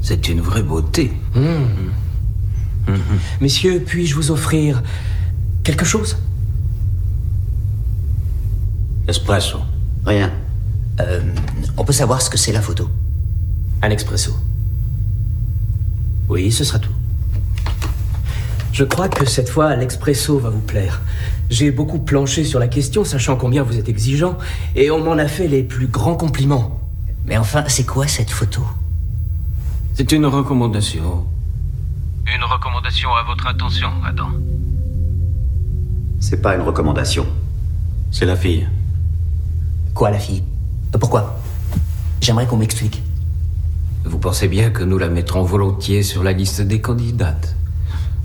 Speaker 2: C'est une vraie beauté.
Speaker 10: Hmm. Messieurs, puis-je vous offrir quelque chose
Speaker 2: Espresso. Euh, Rien. on peut savoir ce que c'est la photo
Speaker 10: Un expresso.
Speaker 2: Oui, ce sera tout.
Speaker 10: Je crois que cette fois, l'expresso va vous plaire. J'ai beaucoup planché sur la question, sachant combien vous êtes exigeant, et on m'en a fait les plus grands compliments.
Speaker 2: Mais enfin, c'est quoi cette photo
Speaker 10: C'est une recommandation.
Speaker 3: Une recommandation à votre attention, Adam.
Speaker 2: C'est pas une recommandation.
Speaker 10: C'est la fille.
Speaker 2: Quoi, la fille Euh, Pourquoi J'aimerais qu'on m'explique.
Speaker 3: Vous pensez bien que nous la mettrons volontiers sur la liste des candidates.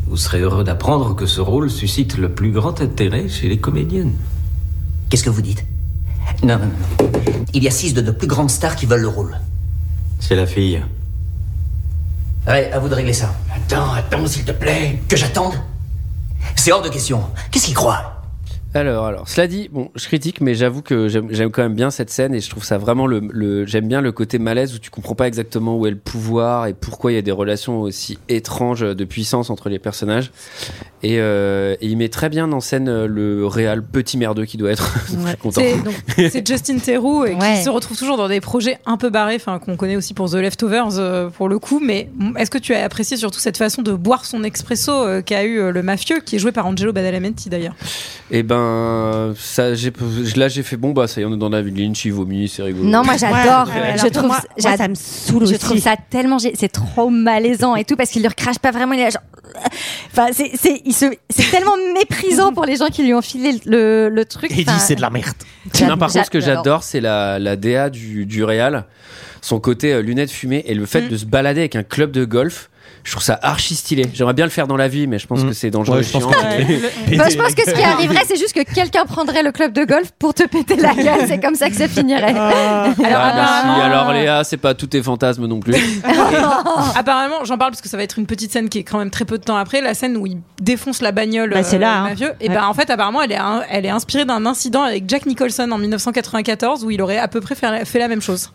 Speaker 3: Vous serez heureux d'apprendre que ce rôle suscite le plus grand intérêt chez les comédiennes.
Speaker 2: Qu'est-ce que vous dites non, non, non. Il y a six de nos plus grandes stars qui veulent le rôle.
Speaker 10: C'est la fille.
Speaker 2: Ouais, à vous de régler ça. Attends, attends, s'il te plaît. eh, Que j'attende C'est hors de question. Qu'est-ce qu'il croit
Speaker 1: Alors, alors, cela dit, bon, je critique, mais j'avoue que j'aime j'aime quand même bien cette scène et je trouve ça vraiment le, le- j'aime bien le côté malaise où tu comprends pas exactement où est le pouvoir et pourquoi il y a des relations aussi étranges de puissance entre les personnages. Et, euh, et il met très bien en scène euh, le réal petit merdeux qui doit être. je suis content.
Speaker 9: C'est- donc, C'est Justin Theroux et
Speaker 6: Ouais.
Speaker 9: qui se retrouve toujours dans des projets un peu barrés, enfin qu'on connaît aussi pour The Leftovers euh, pour le coup. Mais mm, est-ce que tu as apprécié surtout cette façon de boire son expresso euh, qu'a eu euh, le mafieux, qui est joué par Angelo Badalamenti d'ailleurs
Speaker 1: Et ben, ça, j'ai, là, j'ai fait bon, bah, ça y est, on est dans David Lynch, il vomit, c'est rigolo.
Speaker 6: Non, moi j'adore.
Speaker 11: Ouais, ouais, ouais.
Speaker 6: je
Speaker 11: Alors,
Speaker 6: trouve,
Speaker 11: moi-
Speaker 6: j'a-
Speaker 11: moi, ça me saoule
Speaker 6: je
Speaker 11: aussi.
Speaker 6: trouve ça tellement, gê- c'est trop malaisant et tout parce qu'il le recrache pas vraiment. Il est là, genre, enfin, c'est, c'est, il se- c'est tellement méprisant pour les gens qui lui ont filé le, le- le truc.
Speaker 7: Et il dit,
Speaker 6: Enfin,
Speaker 7: c'est de la merde.
Speaker 6: j'a-
Speaker 1: Non, par
Speaker 6: j'a-
Speaker 1: contre, ce que j'adore, c'est la, la DA du, du Real, son côté euh, lunettes fumées et le fait de se balader avec un club de golf. Je trouve ça archi stylé. J'aimerais bien le faire dans la vie, mais je pense
Speaker 7: Mm.
Speaker 1: que c'est dangereux.
Speaker 7: Ouais,
Speaker 1: et
Speaker 7: je pense
Speaker 1: chiant.
Speaker 7: que-
Speaker 6: Enfin, Bah, je pense que ce qui arriverait, c'est juste que quelqu'un prendrait le club de golf pour te péter la gueule. C'est comme ça que ça finirait.
Speaker 1: Ah, merci.
Speaker 9: apparemment-
Speaker 1: Alors, Léa, c'est pas tous tes fantasmes non plus.
Speaker 9: Apparemment, j'en parle parce que ça va être une petite scène qui est quand même très peu de temps après, la scène où il défonce la bagnole.
Speaker 11: Bah, c'est là, hein.
Speaker 9: le mafieux. Et
Speaker 11: Ouais.
Speaker 9: ben en fait, apparemment, elle est, un- elle est inspirée d'un incident avec Jack Nicholson en 1994 où il aurait à peu près fait, fait la même chose.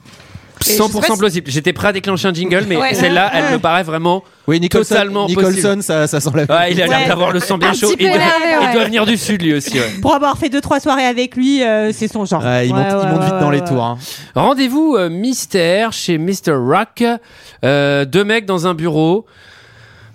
Speaker 9: Et je sais pas
Speaker 1: 100%
Speaker 9: si-
Speaker 1: plausible. J'étais prêt à déclencher un jingle, mais
Speaker 9: Ouais.
Speaker 1: celle-là, elle me paraît vraiment.
Speaker 7: Oui, Nicholson,
Speaker 1: Totalement
Speaker 7: Nicholson
Speaker 1: possible.
Speaker 7: ça, ça sent la
Speaker 1: Ouais, il a l'air
Speaker 11: Ouais.
Speaker 1: d'avoir le sang bien
Speaker 6: Un
Speaker 1: chaud.
Speaker 6: petit peu
Speaker 1: il, doit,
Speaker 6: énervé,
Speaker 1: il
Speaker 6: ouais.
Speaker 1: doit venir du sud, lui aussi. ouais.
Speaker 11: Pour avoir fait deux trois soirées avec lui, euh, c'est son genre.
Speaker 7: Ouais, ils montent,
Speaker 11: Ouais,
Speaker 7: ils montent
Speaker 11: ouais,
Speaker 7: vite
Speaker 11: ouais,
Speaker 7: dans les
Speaker 11: ouais.
Speaker 7: tours. hein.
Speaker 1: Rendez-vous euh, mystère chez Mr. Rock. Euh, deux mecs dans un bureau.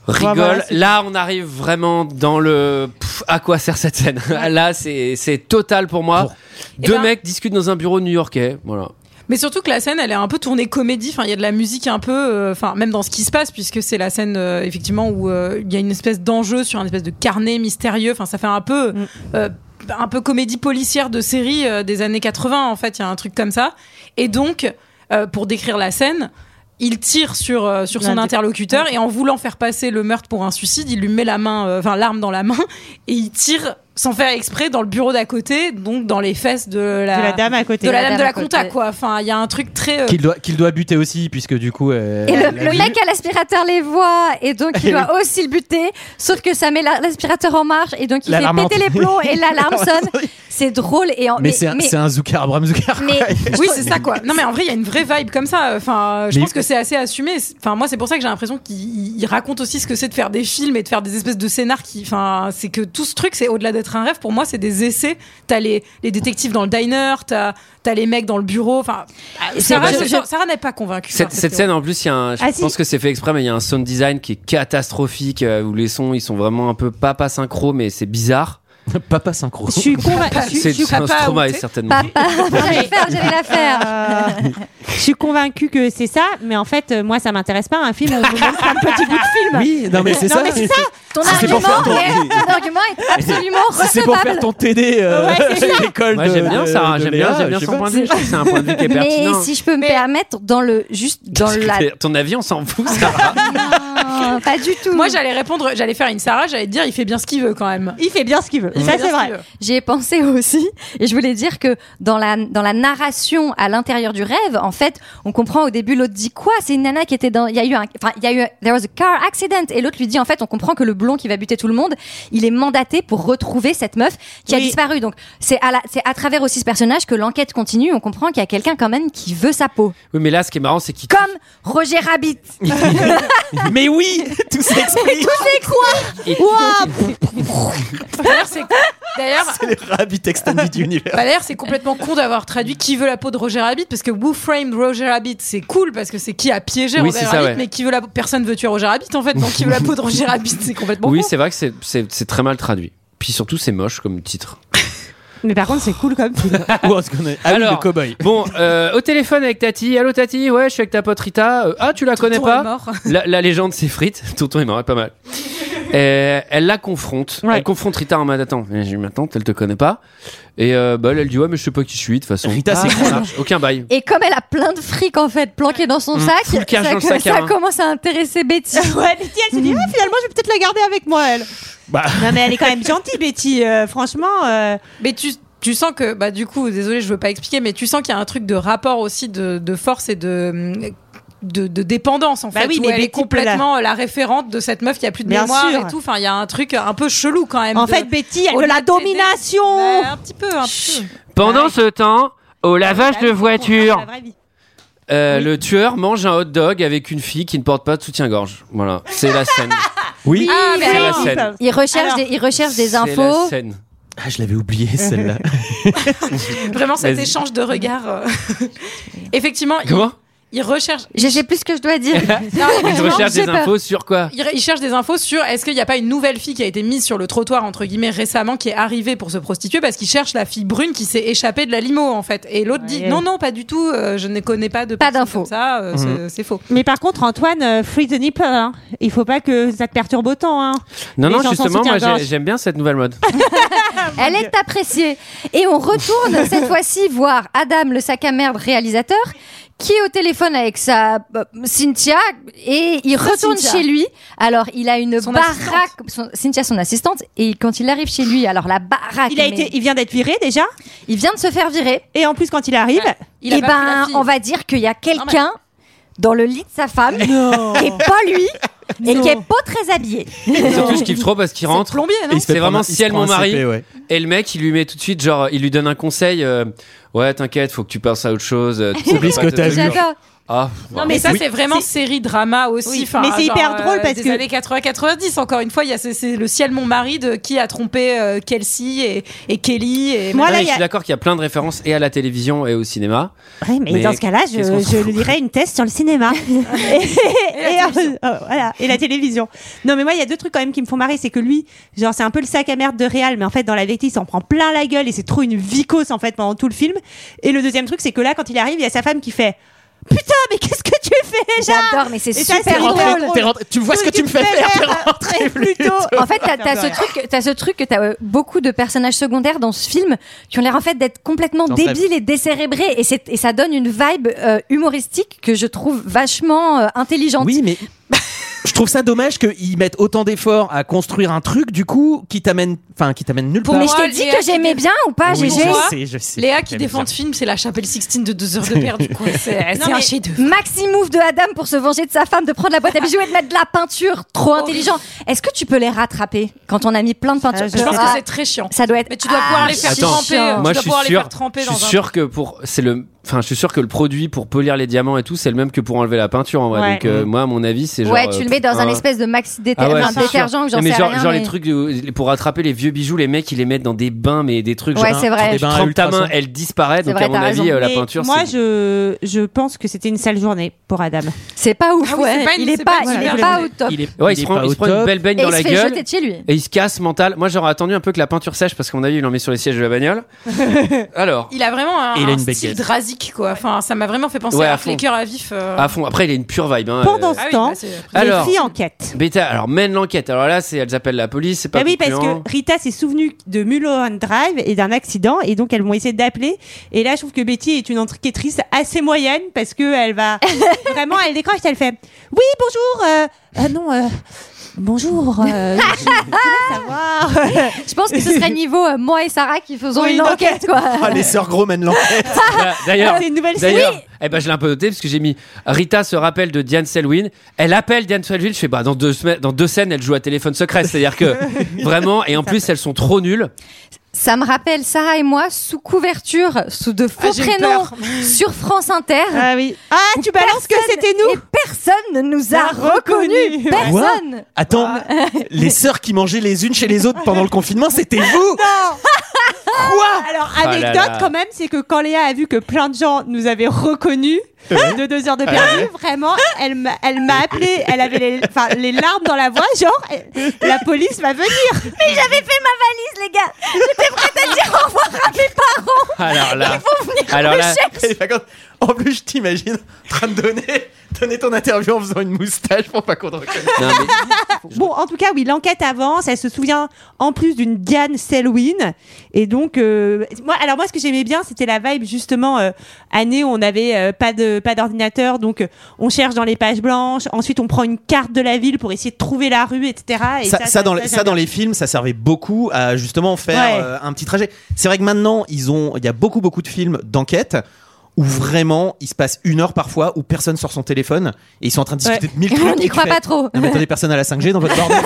Speaker 1: rigole.
Speaker 11: voilà, c'est-
Speaker 1: Là, on arrive vraiment dans le. Pff, à quoi sert cette scène Là, c'est c'est total pour moi.
Speaker 9: Eh
Speaker 1: Deux
Speaker 9: ben-
Speaker 1: mecs discutent dans un bureau new-yorkais. Voilà.
Speaker 9: Mais surtout que la scène, elle est un peu tournée comédie. Enfin, il y a de la musique un peu, euh, enfin, même dans ce qui se passe, puisque c'est la scène euh, effectivement où euh, il y a une espèce d'enjeu sur un espèce de carnet mystérieux. Enfin, ça fait un peu, euh, un peu comédie policière de série euh, des années 80. En fait, il y a un truc comme ça. Et donc, euh, pour décrire la scène. Il tire sur, euh, sur son
Speaker 11: L'inter-
Speaker 9: interlocuteur et en voulant faire passer le meurtre pour un suicide, il lui met la main, euh, enfin l'arme dans la main et il tire sans faire exprès dans le bureau d'à côté, donc dans les fesses de la,
Speaker 11: De la dame à côté.
Speaker 9: de la
Speaker 11: Euh, La
Speaker 9: dame de
Speaker 11: dame
Speaker 9: la
Speaker 11: à côté.
Speaker 9: compta quoi. Enfin, il y a un truc très. euh,
Speaker 7: Qu'il doit, qu'il doit buter aussi, puisque du coup. euh,
Speaker 6: Et le,
Speaker 7: la-
Speaker 6: le mec à l'aspirateur les voit et donc il doit aussi le buter, sauf que ça met la- l'aspirateur en marche et donc il
Speaker 7: L'alarme
Speaker 6: fait péter
Speaker 7: entre-
Speaker 6: les plombs et l'alarme sonne. C'est drôle et en,
Speaker 7: Mais c'est un, c'est un Zucker, Bram Zucker.
Speaker 6: mais-
Speaker 9: oui, c'est ça quoi. Non mais en vrai, il y a une vraie vibe comme ça. Enfin, je
Speaker 7: Mais-
Speaker 9: pense que c'est assez assumé. Enfin, moi, c'est pour ça que j'ai l'impression qu'il il raconte aussi ce que c'est de faire des films et de faire des espèces de scénars qui. Enfin, c'est que tout ce truc, c'est au-delà d'être un rêve. Pour moi, c'est des essais. T'as les les détectives dans le diner, t'as as les mecs dans le bureau. Enfin,
Speaker 6: C'est-
Speaker 9: Sarah,
Speaker 6: je-
Speaker 9: je-
Speaker 6: je-
Speaker 9: Sarah n'est pas convaincue. par
Speaker 1: Cette, cette scène, en plus, il y a un- je
Speaker 9: Ah, si.
Speaker 1: pense que c'est fait exprès, mais il y a un sound design qui est catastrophique, euh, où les sons, ils sont vraiment un peu pas pas synchro, mais c'est bizarre.
Speaker 7: Papa synchro.
Speaker 11: Je suis convaincue. je suis-
Speaker 1: C'est
Speaker 11: je suis-
Speaker 1: un
Speaker 11: Papa,
Speaker 1: Stromae,
Speaker 11: ou tu- Euh,
Speaker 1: certainement.
Speaker 6: j'allais faire, j'allais la
Speaker 11: Ah.
Speaker 6: faire.
Speaker 11: Je suis convaincue que c'est ça, mais en fait, euh, moi, ça m'intéresse pas. Un film, on vous montre un petit bout de film.
Speaker 7: Oui, non, mais c'est ça.
Speaker 6: Ton
Speaker 7: Si c'est
Speaker 6: argument,
Speaker 7: pour faire ton-
Speaker 6: est, ton argument est absolument
Speaker 7: Si c'est pour faire
Speaker 6: recevable.
Speaker 7: ton TD euh,
Speaker 11: Ouais, c'est
Speaker 7: à l'école.
Speaker 1: Moi,
Speaker 7: de-
Speaker 1: j'aime bien
Speaker 7: de-
Speaker 1: Sarah,
Speaker 7: de
Speaker 1: j'aime bien,
Speaker 7: Léa,
Speaker 1: j'aime bien
Speaker 7: je
Speaker 1: son
Speaker 7: sais pas.
Speaker 1: point de vue. Je trouve que c'est un point de vue qui est
Speaker 6: Mais
Speaker 1: pertinent.
Speaker 6: si je peux me permettre, dans le juste dans
Speaker 1: Parce que
Speaker 6: la
Speaker 1: t'es- Ton avis, on s'en fout, Sarah.
Speaker 6: Non, Ah, pas du tout.
Speaker 9: Moi, j'allais répondre, j'allais faire une Sarah, j'allais te dire, il fait bien ce qu'il veut quand même.
Speaker 11: Il fait bien ce qu'il veut.
Speaker 9: Il
Speaker 11: Ça,
Speaker 9: fait bien
Speaker 11: c'est
Speaker 9: ce
Speaker 11: vrai.
Speaker 9: qu'il veut.
Speaker 6: J'y ai pensé aussi, et je voulais dire que dans la, dans la narration à l'intérieur du rêve, en fait, on comprend au début, l'autre dit quoi C'est une nana qui était dans. Il y a eu un. Enfin, il y a eu. There was a car accident. Et l'autre lui dit, en fait, on comprend que le blond qui va buter tout le monde, il est mandaté pour retrouver cette meuf qui a
Speaker 11: Oui.
Speaker 6: disparu. Donc, c'est à, la- c'est à travers aussi ce personnage que l'enquête continue. On comprend qu'il y a quelqu'un quand même qui veut sa peau.
Speaker 1: Oui, mais là, ce qui est marrant, c'est qu'il.
Speaker 6: Comme Roger Rabbit.
Speaker 7: Mais oui, tout s'explique.
Speaker 9: D'ailleurs, c'est d'ailleurs
Speaker 7: C'est les Rabbit Extended Universe.
Speaker 9: Bah, D'ailleurs, c'est complètement con d'avoir traduit qui veut la peau de Roger Rabbit parce que Who Framed Roger Rabbit, c'est cool parce que c'est qui a piégé
Speaker 1: Oui, c'est
Speaker 9: Roger
Speaker 1: ça,
Speaker 9: Rabbit,
Speaker 1: ouais.
Speaker 9: mais qui veut la personne veut tuer Roger Rabbit en fait, donc qui veut la peau de Roger Rabbit, c'est complètement
Speaker 1: Oui,
Speaker 9: con.
Speaker 1: c'est vrai que c'est- c'est c'est très mal traduit. Puis surtout, c'est moche comme titre.
Speaker 11: Mais par contre, c'est cool comme film.
Speaker 7: Où est-ce qu'on est Ah oui,
Speaker 1: Alors,
Speaker 7: le cow-boy.
Speaker 1: Bon, euh, au téléphone avec Tati. Allô Tati, ouais, je suis avec ta pote Rita. Euh, ah, tu la connais
Speaker 9: Tonton est
Speaker 1: pas
Speaker 9: mort.
Speaker 1: la, la légende s'effrite. Tonton est mort, pas mal. Euh, elle la confronte.
Speaker 11: Ouais.
Speaker 1: Elle confronte Rita en mode attends, j'ai eu ma tante, elle te connaît pas. Et euh, bah, elle, elle dit ouais, mais je sais pas qui je suis de toute façon.
Speaker 7: Rita, c'est
Speaker 1: ça marche. Aucun bail.
Speaker 6: Et comme elle a plein de fric, en fait, planqué dans son
Speaker 1: Mm,
Speaker 6: sac,
Speaker 1: full cash
Speaker 6: ça,
Speaker 1: dans le sac hein. à
Speaker 6: ça
Speaker 1: main.
Speaker 6: commence à intéresser Betty.
Speaker 11: ouais, Betty, elle se dit, ah, finalement, je vais peut-être la garder avec moi, elle.
Speaker 7: Bah.
Speaker 11: Non, mais elle est quand même gentille, Betty. euh, franchement, euh,
Speaker 9: Mais tu, tu sens que, bah, du coup, désolé, je veux pas expliquer, mais tu sens qu'il y a un truc de rapport aussi de, de force et de. De, de dépendance en
Speaker 11: Bah
Speaker 9: fait
Speaker 11: oui,
Speaker 9: où
Speaker 11: mais
Speaker 9: elle est
Speaker 11: Betty peut
Speaker 9: complètement la référente de cette meuf qui a plus de
Speaker 11: Bien
Speaker 9: mémoire
Speaker 11: sûr.
Speaker 9: et tout enfin il y a un truc un peu chelou quand même
Speaker 11: en
Speaker 9: de-
Speaker 11: fait, Betty, elle veut
Speaker 9: au-delà
Speaker 11: la
Speaker 9: de t'aider.
Speaker 11: domination.
Speaker 9: Ouais, un petit peu un petit peu
Speaker 1: Pendant ce temps, au
Speaker 11: Ah,
Speaker 1: lavage
Speaker 11: bah,
Speaker 1: de voiture,
Speaker 11: La vraie vie.
Speaker 1: euh, le tueur mange un hot dog avec une fille qui ne porte pas de soutien-gorge. Voilà, c'est la scène.
Speaker 7: Oui.
Speaker 9: Ah, mais
Speaker 1: C'est la
Speaker 9: alors,
Speaker 1: scène.
Speaker 6: Il recherche,
Speaker 11: Alors,
Speaker 6: des, il recherche des
Speaker 1: C'est la
Speaker 6: infos.
Speaker 1: scène.
Speaker 7: Ah, je l'avais oublié celle-là.
Speaker 9: Vraiment cet
Speaker 1: Vas-y.
Speaker 9: échange de regards. euh. Effectivement, il,
Speaker 1: Comment
Speaker 9: il recherche.
Speaker 6: Je sais plus ce que je dois dire.
Speaker 9: Non,
Speaker 1: Je
Speaker 9: effectivement,
Speaker 1: recherche
Speaker 6: j'ai
Speaker 1: des
Speaker 6: peur.
Speaker 1: infos sur quoi
Speaker 9: il, il cherche des infos sur est-ce qu'il n'y a pas une nouvelle fille qui a été mise sur le trottoir entre guillemets récemment qui est arrivée pour se prostituer parce qu'il cherche la fille brune qui s'est échappée de la limo en fait et l'autre dit
Speaker 11: Ouais.
Speaker 9: non non pas du tout euh, je ne connais pas de
Speaker 6: Pas
Speaker 9: personne
Speaker 6: d'infos.
Speaker 9: comme ça euh, c'est- c'est faux
Speaker 11: Mais par contre, Antoine, euh, free the nipple. hein. Il faut pas que ça te perturbe autant. Hein.
Speaker 1: Non,
Speaker 11: Les
Speaker 1: non,
Speaker 11: gens sans
Speaker 1: justement, moi
Speaker 11: soutien-gorge.
Speaker 1: j'ai- j'aime bien cette nouvelle mode.
Speaker 6: Elle est appréciée. Et on retourne cette fois-ci voir Adam, le sac à merde réalisateur, qui est au téléphone avec sa euh, Cynthia et il retourne
Speaker 9: Cynthia.
Speaker 6: chez lui. Alors, il a une
Speaker 9: Son
Speaker 6: baraque, son- Cynthia, son assistante, et quand il arrive chez lui, alors la baraque.
Speaker 11: Il a
Speaker 6: Ah, mais-
Speaker 11: été, il vient d'être viré déjà.
Speaker 6: il vient de se faire virer.
Speaker 11: Et en plus, quand il arrive, eh
Speaker 9: Il a
Speaker 6: et
Speaker 9: pas pris la
Speaker 6: ben,
Speaker 9: fille.
Speaker 6: on va dire qu'il y a quelqu'un dans le lit de sa femme
Speaker 11: ben,
Speaker 6: qui est pas lui et
Speaker 11: Non.
Speaker 6: qui est pas très habillé.
Speaker 1: Et Surtout, je kiffe trop parce qu'il rentre.
Speaker 9: plombier
Speaker 7: Et
Speaker 9: non
Speaker 7: il se fait
Speaker 1: C'est
Speaker 7: prendre
Speaker 1: vraiment
Speaker 7: un- il se
Speaker 1: ciel, mon
Speaker 7: prend un
Speaker 1: mari.
Speaker 7: CP, ouais.
Speaker 1: Et le mec, il lui met tout de suite, genre, il lui donne un conseil. euh, ouais, t'inquiète, faut que tu passes à autre chose. euh, tu sais
Speaker 7: Oublie
Speaker 1: pas
Speaker 7: ce que
Speaker 1: te-
Speaker 7: t'as vu.
Speaker 6: J'adore.
Speaker 1: Ah,
Speaker 9: Non, mais ça, c'est vraiment série drama aussi.
Speaker 11: Oui,
Speaker 9: enfin, euh,
Speaker 11: mais c'est
Speaker 9: genre,
Speaker 11: hyper drôle parce
Speaker 9: des
Speaker 11: que-
Speaker 9: années 80-90, encore une fois, il y a ce- c'est le ciel mon mari de qui a trompé euh, Kelsey et, et Kelly. Et
Speaker 1: Non, mais je suis d'accord qu'il y a plein de références et à la télévision et au cinéma.
Speaker 11: Oui, mais, dans ce cas-là, je,
Speaker 1: qu'est-ce qu'on s'en
Speaker 11: je
Speaker 1: fout
Speaker 11: lirai une thèse sur le cinéma. et, et- euh, voilà, et la télévision. Non, mais moi, il y a deux trucs quand même qui me font marrer. C'est que lui, genre, c'est un peu le sac à merde de Réal, mais en fait, dans la vérité, il s'en prend plein la gueule et c'est trop une vicose, en fait, pendant tout le film. Et le deuxième truc, c'est que là, quand il arrive, il y a sa femme qui fait. Putain, mais qu'est-ce que tu fais, Jeanne
Speaker 6: J'adore, mais c'est
Speaker 11: Et ça,
Speaker 6: super
Speaker 11: c'est
Speaker 6: drôle.
Speaker 11: hyper
Speaker 6: T'es rentré- tu vois ce que tu me fais faire, t'es
Speaker 11: bah, rentré plus tôt.
Speaker 6: En fait, t'as t'as ce truc, t'as ce truc que t'as euh, beaucoup de personnages secondaires dans ce film qui ont l'air en fait d'être complètement
Speaker 12: Dans ce
Speaker 6: débiles et décérébrés, et, c'est- et ça donne une vibe euh, humoristique que je trouve vachement euh, intelligente.
Speaker 7: Oui, mais Je trouve ça dommage qu'ils mettent autant d'efforts à construire un truc, du coup, qui t'amène, enfin, qui t'amène nulle part.
Speaker 6: mais je t'ai dit que j'aimais bien ou pas,
Speaker 7: Oui,
Speaker 6: GG
Speaker 7: je sais, je sais.
Speaker 9: Léa qui
Speaker 7: J'aime
Speaker 9: défend
Speaker 7: bien.
Speaker 9: le film, c'est la chapelle Sixtine de 2 heures de perdu. quoi.
Speaker 11: euh,
Speaker 9: C'est
Speaker 6: Non,
Speaker 9: c'est
Speaker 6: mais
Speaker 9: un chef
Speaker 6: Maximouf de Adam pour se venger de sa femme, de prendre la boîte à bijoux et de mettre de la peinture. Trop intelligent. Est-ce que tu peux les rattraper quand on a mis plein de
Speaker 11: euh,
Speaker 6: peintures Ah,
Speaker 9: Je pense que c'est très chiant.
Speaker 6: Ça doit être. Mais
Speaker 9: tu dois pouvoir les faire
Speaker 1: Attends,
Speaker 9: tremper,
Speaker 1: moi
Speaker 9: euh, tu dois
Speaker 1: je suis
Speaker 9: pouvoir les
Speaker 1: sûr,
Speaker 9: faire tremper
Speaker 1: je
Speaker 9: dans
Speaker 1: suis
Speaker 9: un-
Speaker 1: sûr que pour c'est le, enfin je suis sûr que le produit pour polir les diamants et tout c'est le même que pour enlever la peinture en vrai.
Speaker 6: Ouais.
Speaker 1: Donc euh, moi à mon avis c'est genre.
Speaker 6: Mm. ouais, tu le mets dans un espèce de maxi déter-
Speaker 1: Ah ouais,
Speaker 6: enfin,
Speaker 1: c'est sûr.
Speaker 6: détergent ou j'en
Speaker 1: Non, mais
Speaker 6: sais
Speaker 1: genre,
Speaker 6: rien.
Speaker 1: genre
Speaker 6: mais-
Speaker 1: les trucs euh, pour attraper les vieux bijoux, les mecs ils les mettent dans des bains mais des trucs.
Speaker 7: ben, Eh
Speaker 6: Ouais,
Speaker 1: genre,
Speaker 6: c'est vrai.
Speaker 1: Tu
Speaker 6: Des bains à
Speaker 1: trempes ta main,
Speaker 6: ultrasons.
Speaker 1: elle disparaît.
Speaker 6: C'est
Speaker 1: Donc
Speaker 6: vrai,
Speaker 1: à mon
Speaker 6: t'as
Speaker 1: avis
Speaker 6: raison.
Speaker 1: euh, la
Speaker 11: Mais
Speaker 1: peinture.
Speaker 11: Moi,
Speaker 1: c'est-
Speaker 11: je, je pense que c'était une sale journée pour Adam.
Speaker 6: C'est pas ouf,
Speaker 9: Ah
Speaker 11: oui, c'est
Speaker 6: ouais.
Speaker 11: pas une-
Speaker 6: il est
Speaker 11: c'est
Speaker 6: pas,
Speaker 11: pas une
Speaker 6: il
Speaker 11: super
Speaker 6: est pas
Speaker 11: journée.
Speaker 6: au top.
Speaker 1: Il est- ouais, il,
Speaker 7: il
Speaker 1: se
Speaker 7: est
Speaker 1: prend,
Speaker 7: pas
Speaker 1: il
Speaker 7: au
Speaker 1: se prend une
Speaker 7: top.
Speaker 1: belle baigne
Speaker 6: Et
Speaker 1: dans
Speaker 6: il
Speaker 1: la
Speaker 6: se fait
Speaker 1: gueule.
Speaker 6: jeter de chez lui.
Speaker 1: Et il se casse mental. Moi j'aurais attendu un peu que la peinture sèche parce qu'on a vu il en met sur les sièges de la bagnole. Alors.
Speaker 9: Il a vraiment un,
Speaker 1: Et il a
Speaker 9: un
Speaker 1: une
Speaker 9: style
Speaker 1: baguette.
Speaker 9: drasique, quoi. Enfin, ça m'a vraiment fait penser
Speaker 1: Ouais, à
Speaker 9: à
Speaker 1: fond.
Speaker 9: Flicker à vif. euh.
Speaker 1: À fond. Après, il a une pure vibe. Hein,
Speaker 11: Pendant
Speaker 1: euh.
Speaker 11: ce temps,
Speaker 9: Ah bah,
Speaker 1: Alors.
Speaker 11: les filles enquêtent.
Speaker 1: Beta, alors mène l'enquête. Alors là, c'est, elles appellent la police, c'est pas
Speaker 11: Ah oui, parce
Speaker 1: concluant.
Speaker 11: que Rita s'est souvenue de Mulholland Drive et d'un accident, et donc elles vont essayer d'appeler. Et là, je trouve que Betty est une enquêtrice assez moyenne parce que elle va vraiment, elle décroche, elle fait oui bonjour, euh, ah non euh, bonjour. euh, je voulais savoir.
Speaker 6: Je pense que ce serait niveau euh, moi et Sarah qui faisons
Speaker 11: Oui,
Speaker 6: une
Speaker 11: une
Speaker 6: enquête, quoi.
Speaker 7: Ah, les sœurs Gros mènent l'enquête.
Speaker 1: Voilà, D'ailleurs,
Speaker 11: Ah, C'est une nouvelle série.
Speaker 1: d'ailleurs,
Speaker 11: Oui.
Speaker 1: eh ben, je l'ai un peu noté parce que j'ai mis Rita se rappelle de Diane Selwyn. Elle appelle Diane Selwyn. Je fais bah dans deux semaines, dans deux scènes, elle joue à téléphone secret. C'est-à-dire que vraiment, et en plus, elles sont trop nulles.
Speaker 6: Ça me rappelle Sarah et moi sous couverture, sous de faux
Speaker 9: Ah, j'ai eu
Speaker 6: prénoms
Speaker 9: peur.
Speaker 6: sur France Inter.
Speaker 11: Ah oui. Ah tu balances que c'était nous.
Speaker 6: Personne ne nous a reconnus. Personne.
Speaker 7: Attends, les sœurs qui mangeaient les unes chez les autres pendant le confinement, c'était vous
Speaker 11: Quoi Alors
Speaker 7: Ah là
Speaker 11: anecdote
Speaker 7: là.
Speaker 11: quand même, c'est que quand Léa a vu que plein de gens nous avaient reconnus
Speaker 7: Ouais.
Speaker 11: de deux heures de
Speaker 7: Ah
Speaker 11: perdu,
Speaker 7: ouais.
Speaker 11: vraiment, elle m'a elle m'a appelé, elle avait les, enfin, les larmes dans la voix, genre elle- la police va venir.
Speaker 6: Mais j'avais fait ma valise, les gars. J'étais prête à dire au revoir à mes parents.
Speaker 1: Alors là,
Speaker 6: Ils vont venir
Speaker 1: Alors
Speaker 6: me
Speaker 1: là-
Speaker 6: chercher.
Speaker 7: Et les vacances- En plus, je t'imagine en train de donner, donner ton interview en faisant une moustache pour pas qu'on te reconnaisse.
Speaker 1: Non, mais-
Speaker 11: Bon, en tout cas, oui, l'enquête avance. Elle se souvient en plus d'une Diane Selwyn. Et donc, euh, moi, alors moi, ce que j'aimais bien, c'était la vibe justement euh, année où on n'avait euh, pas de pas d'ordinateur, donc euh, on cherche dans les pages blanches. Ensuite, on prend une carte de la ville pour essayer de trouver la rue, etc. Ah, Et
Speaker 7: ça, ça, dans, les, ça
Speaker 11: j'aime
Speaker 7: dans
Speaker 11: bien.
Speaker 7: les films, ça servait beaucoup à justement faire
Speaker 11: Ouais.
Speaker 7: euh, un petit trajet. C'est vrai que maintenant, ils ont, il y a beaucoup, beaucoup de films d'enquête où vraiment il se passe une heure parfois où personne sort son téléphone et ils sont en train de discuter
Speaker 11: Ouais.
Speaker 7: de mille
Speaker 6: On
Speaker 7: trucs.
Speaker 6: n'y
Speaker 7: et tu
Speaker 6: croit
Speaker 7: fais,
Speaker 6: pas trop.
Speaker 7: Non, mais attendez, personne à la 5G dans votre bordel.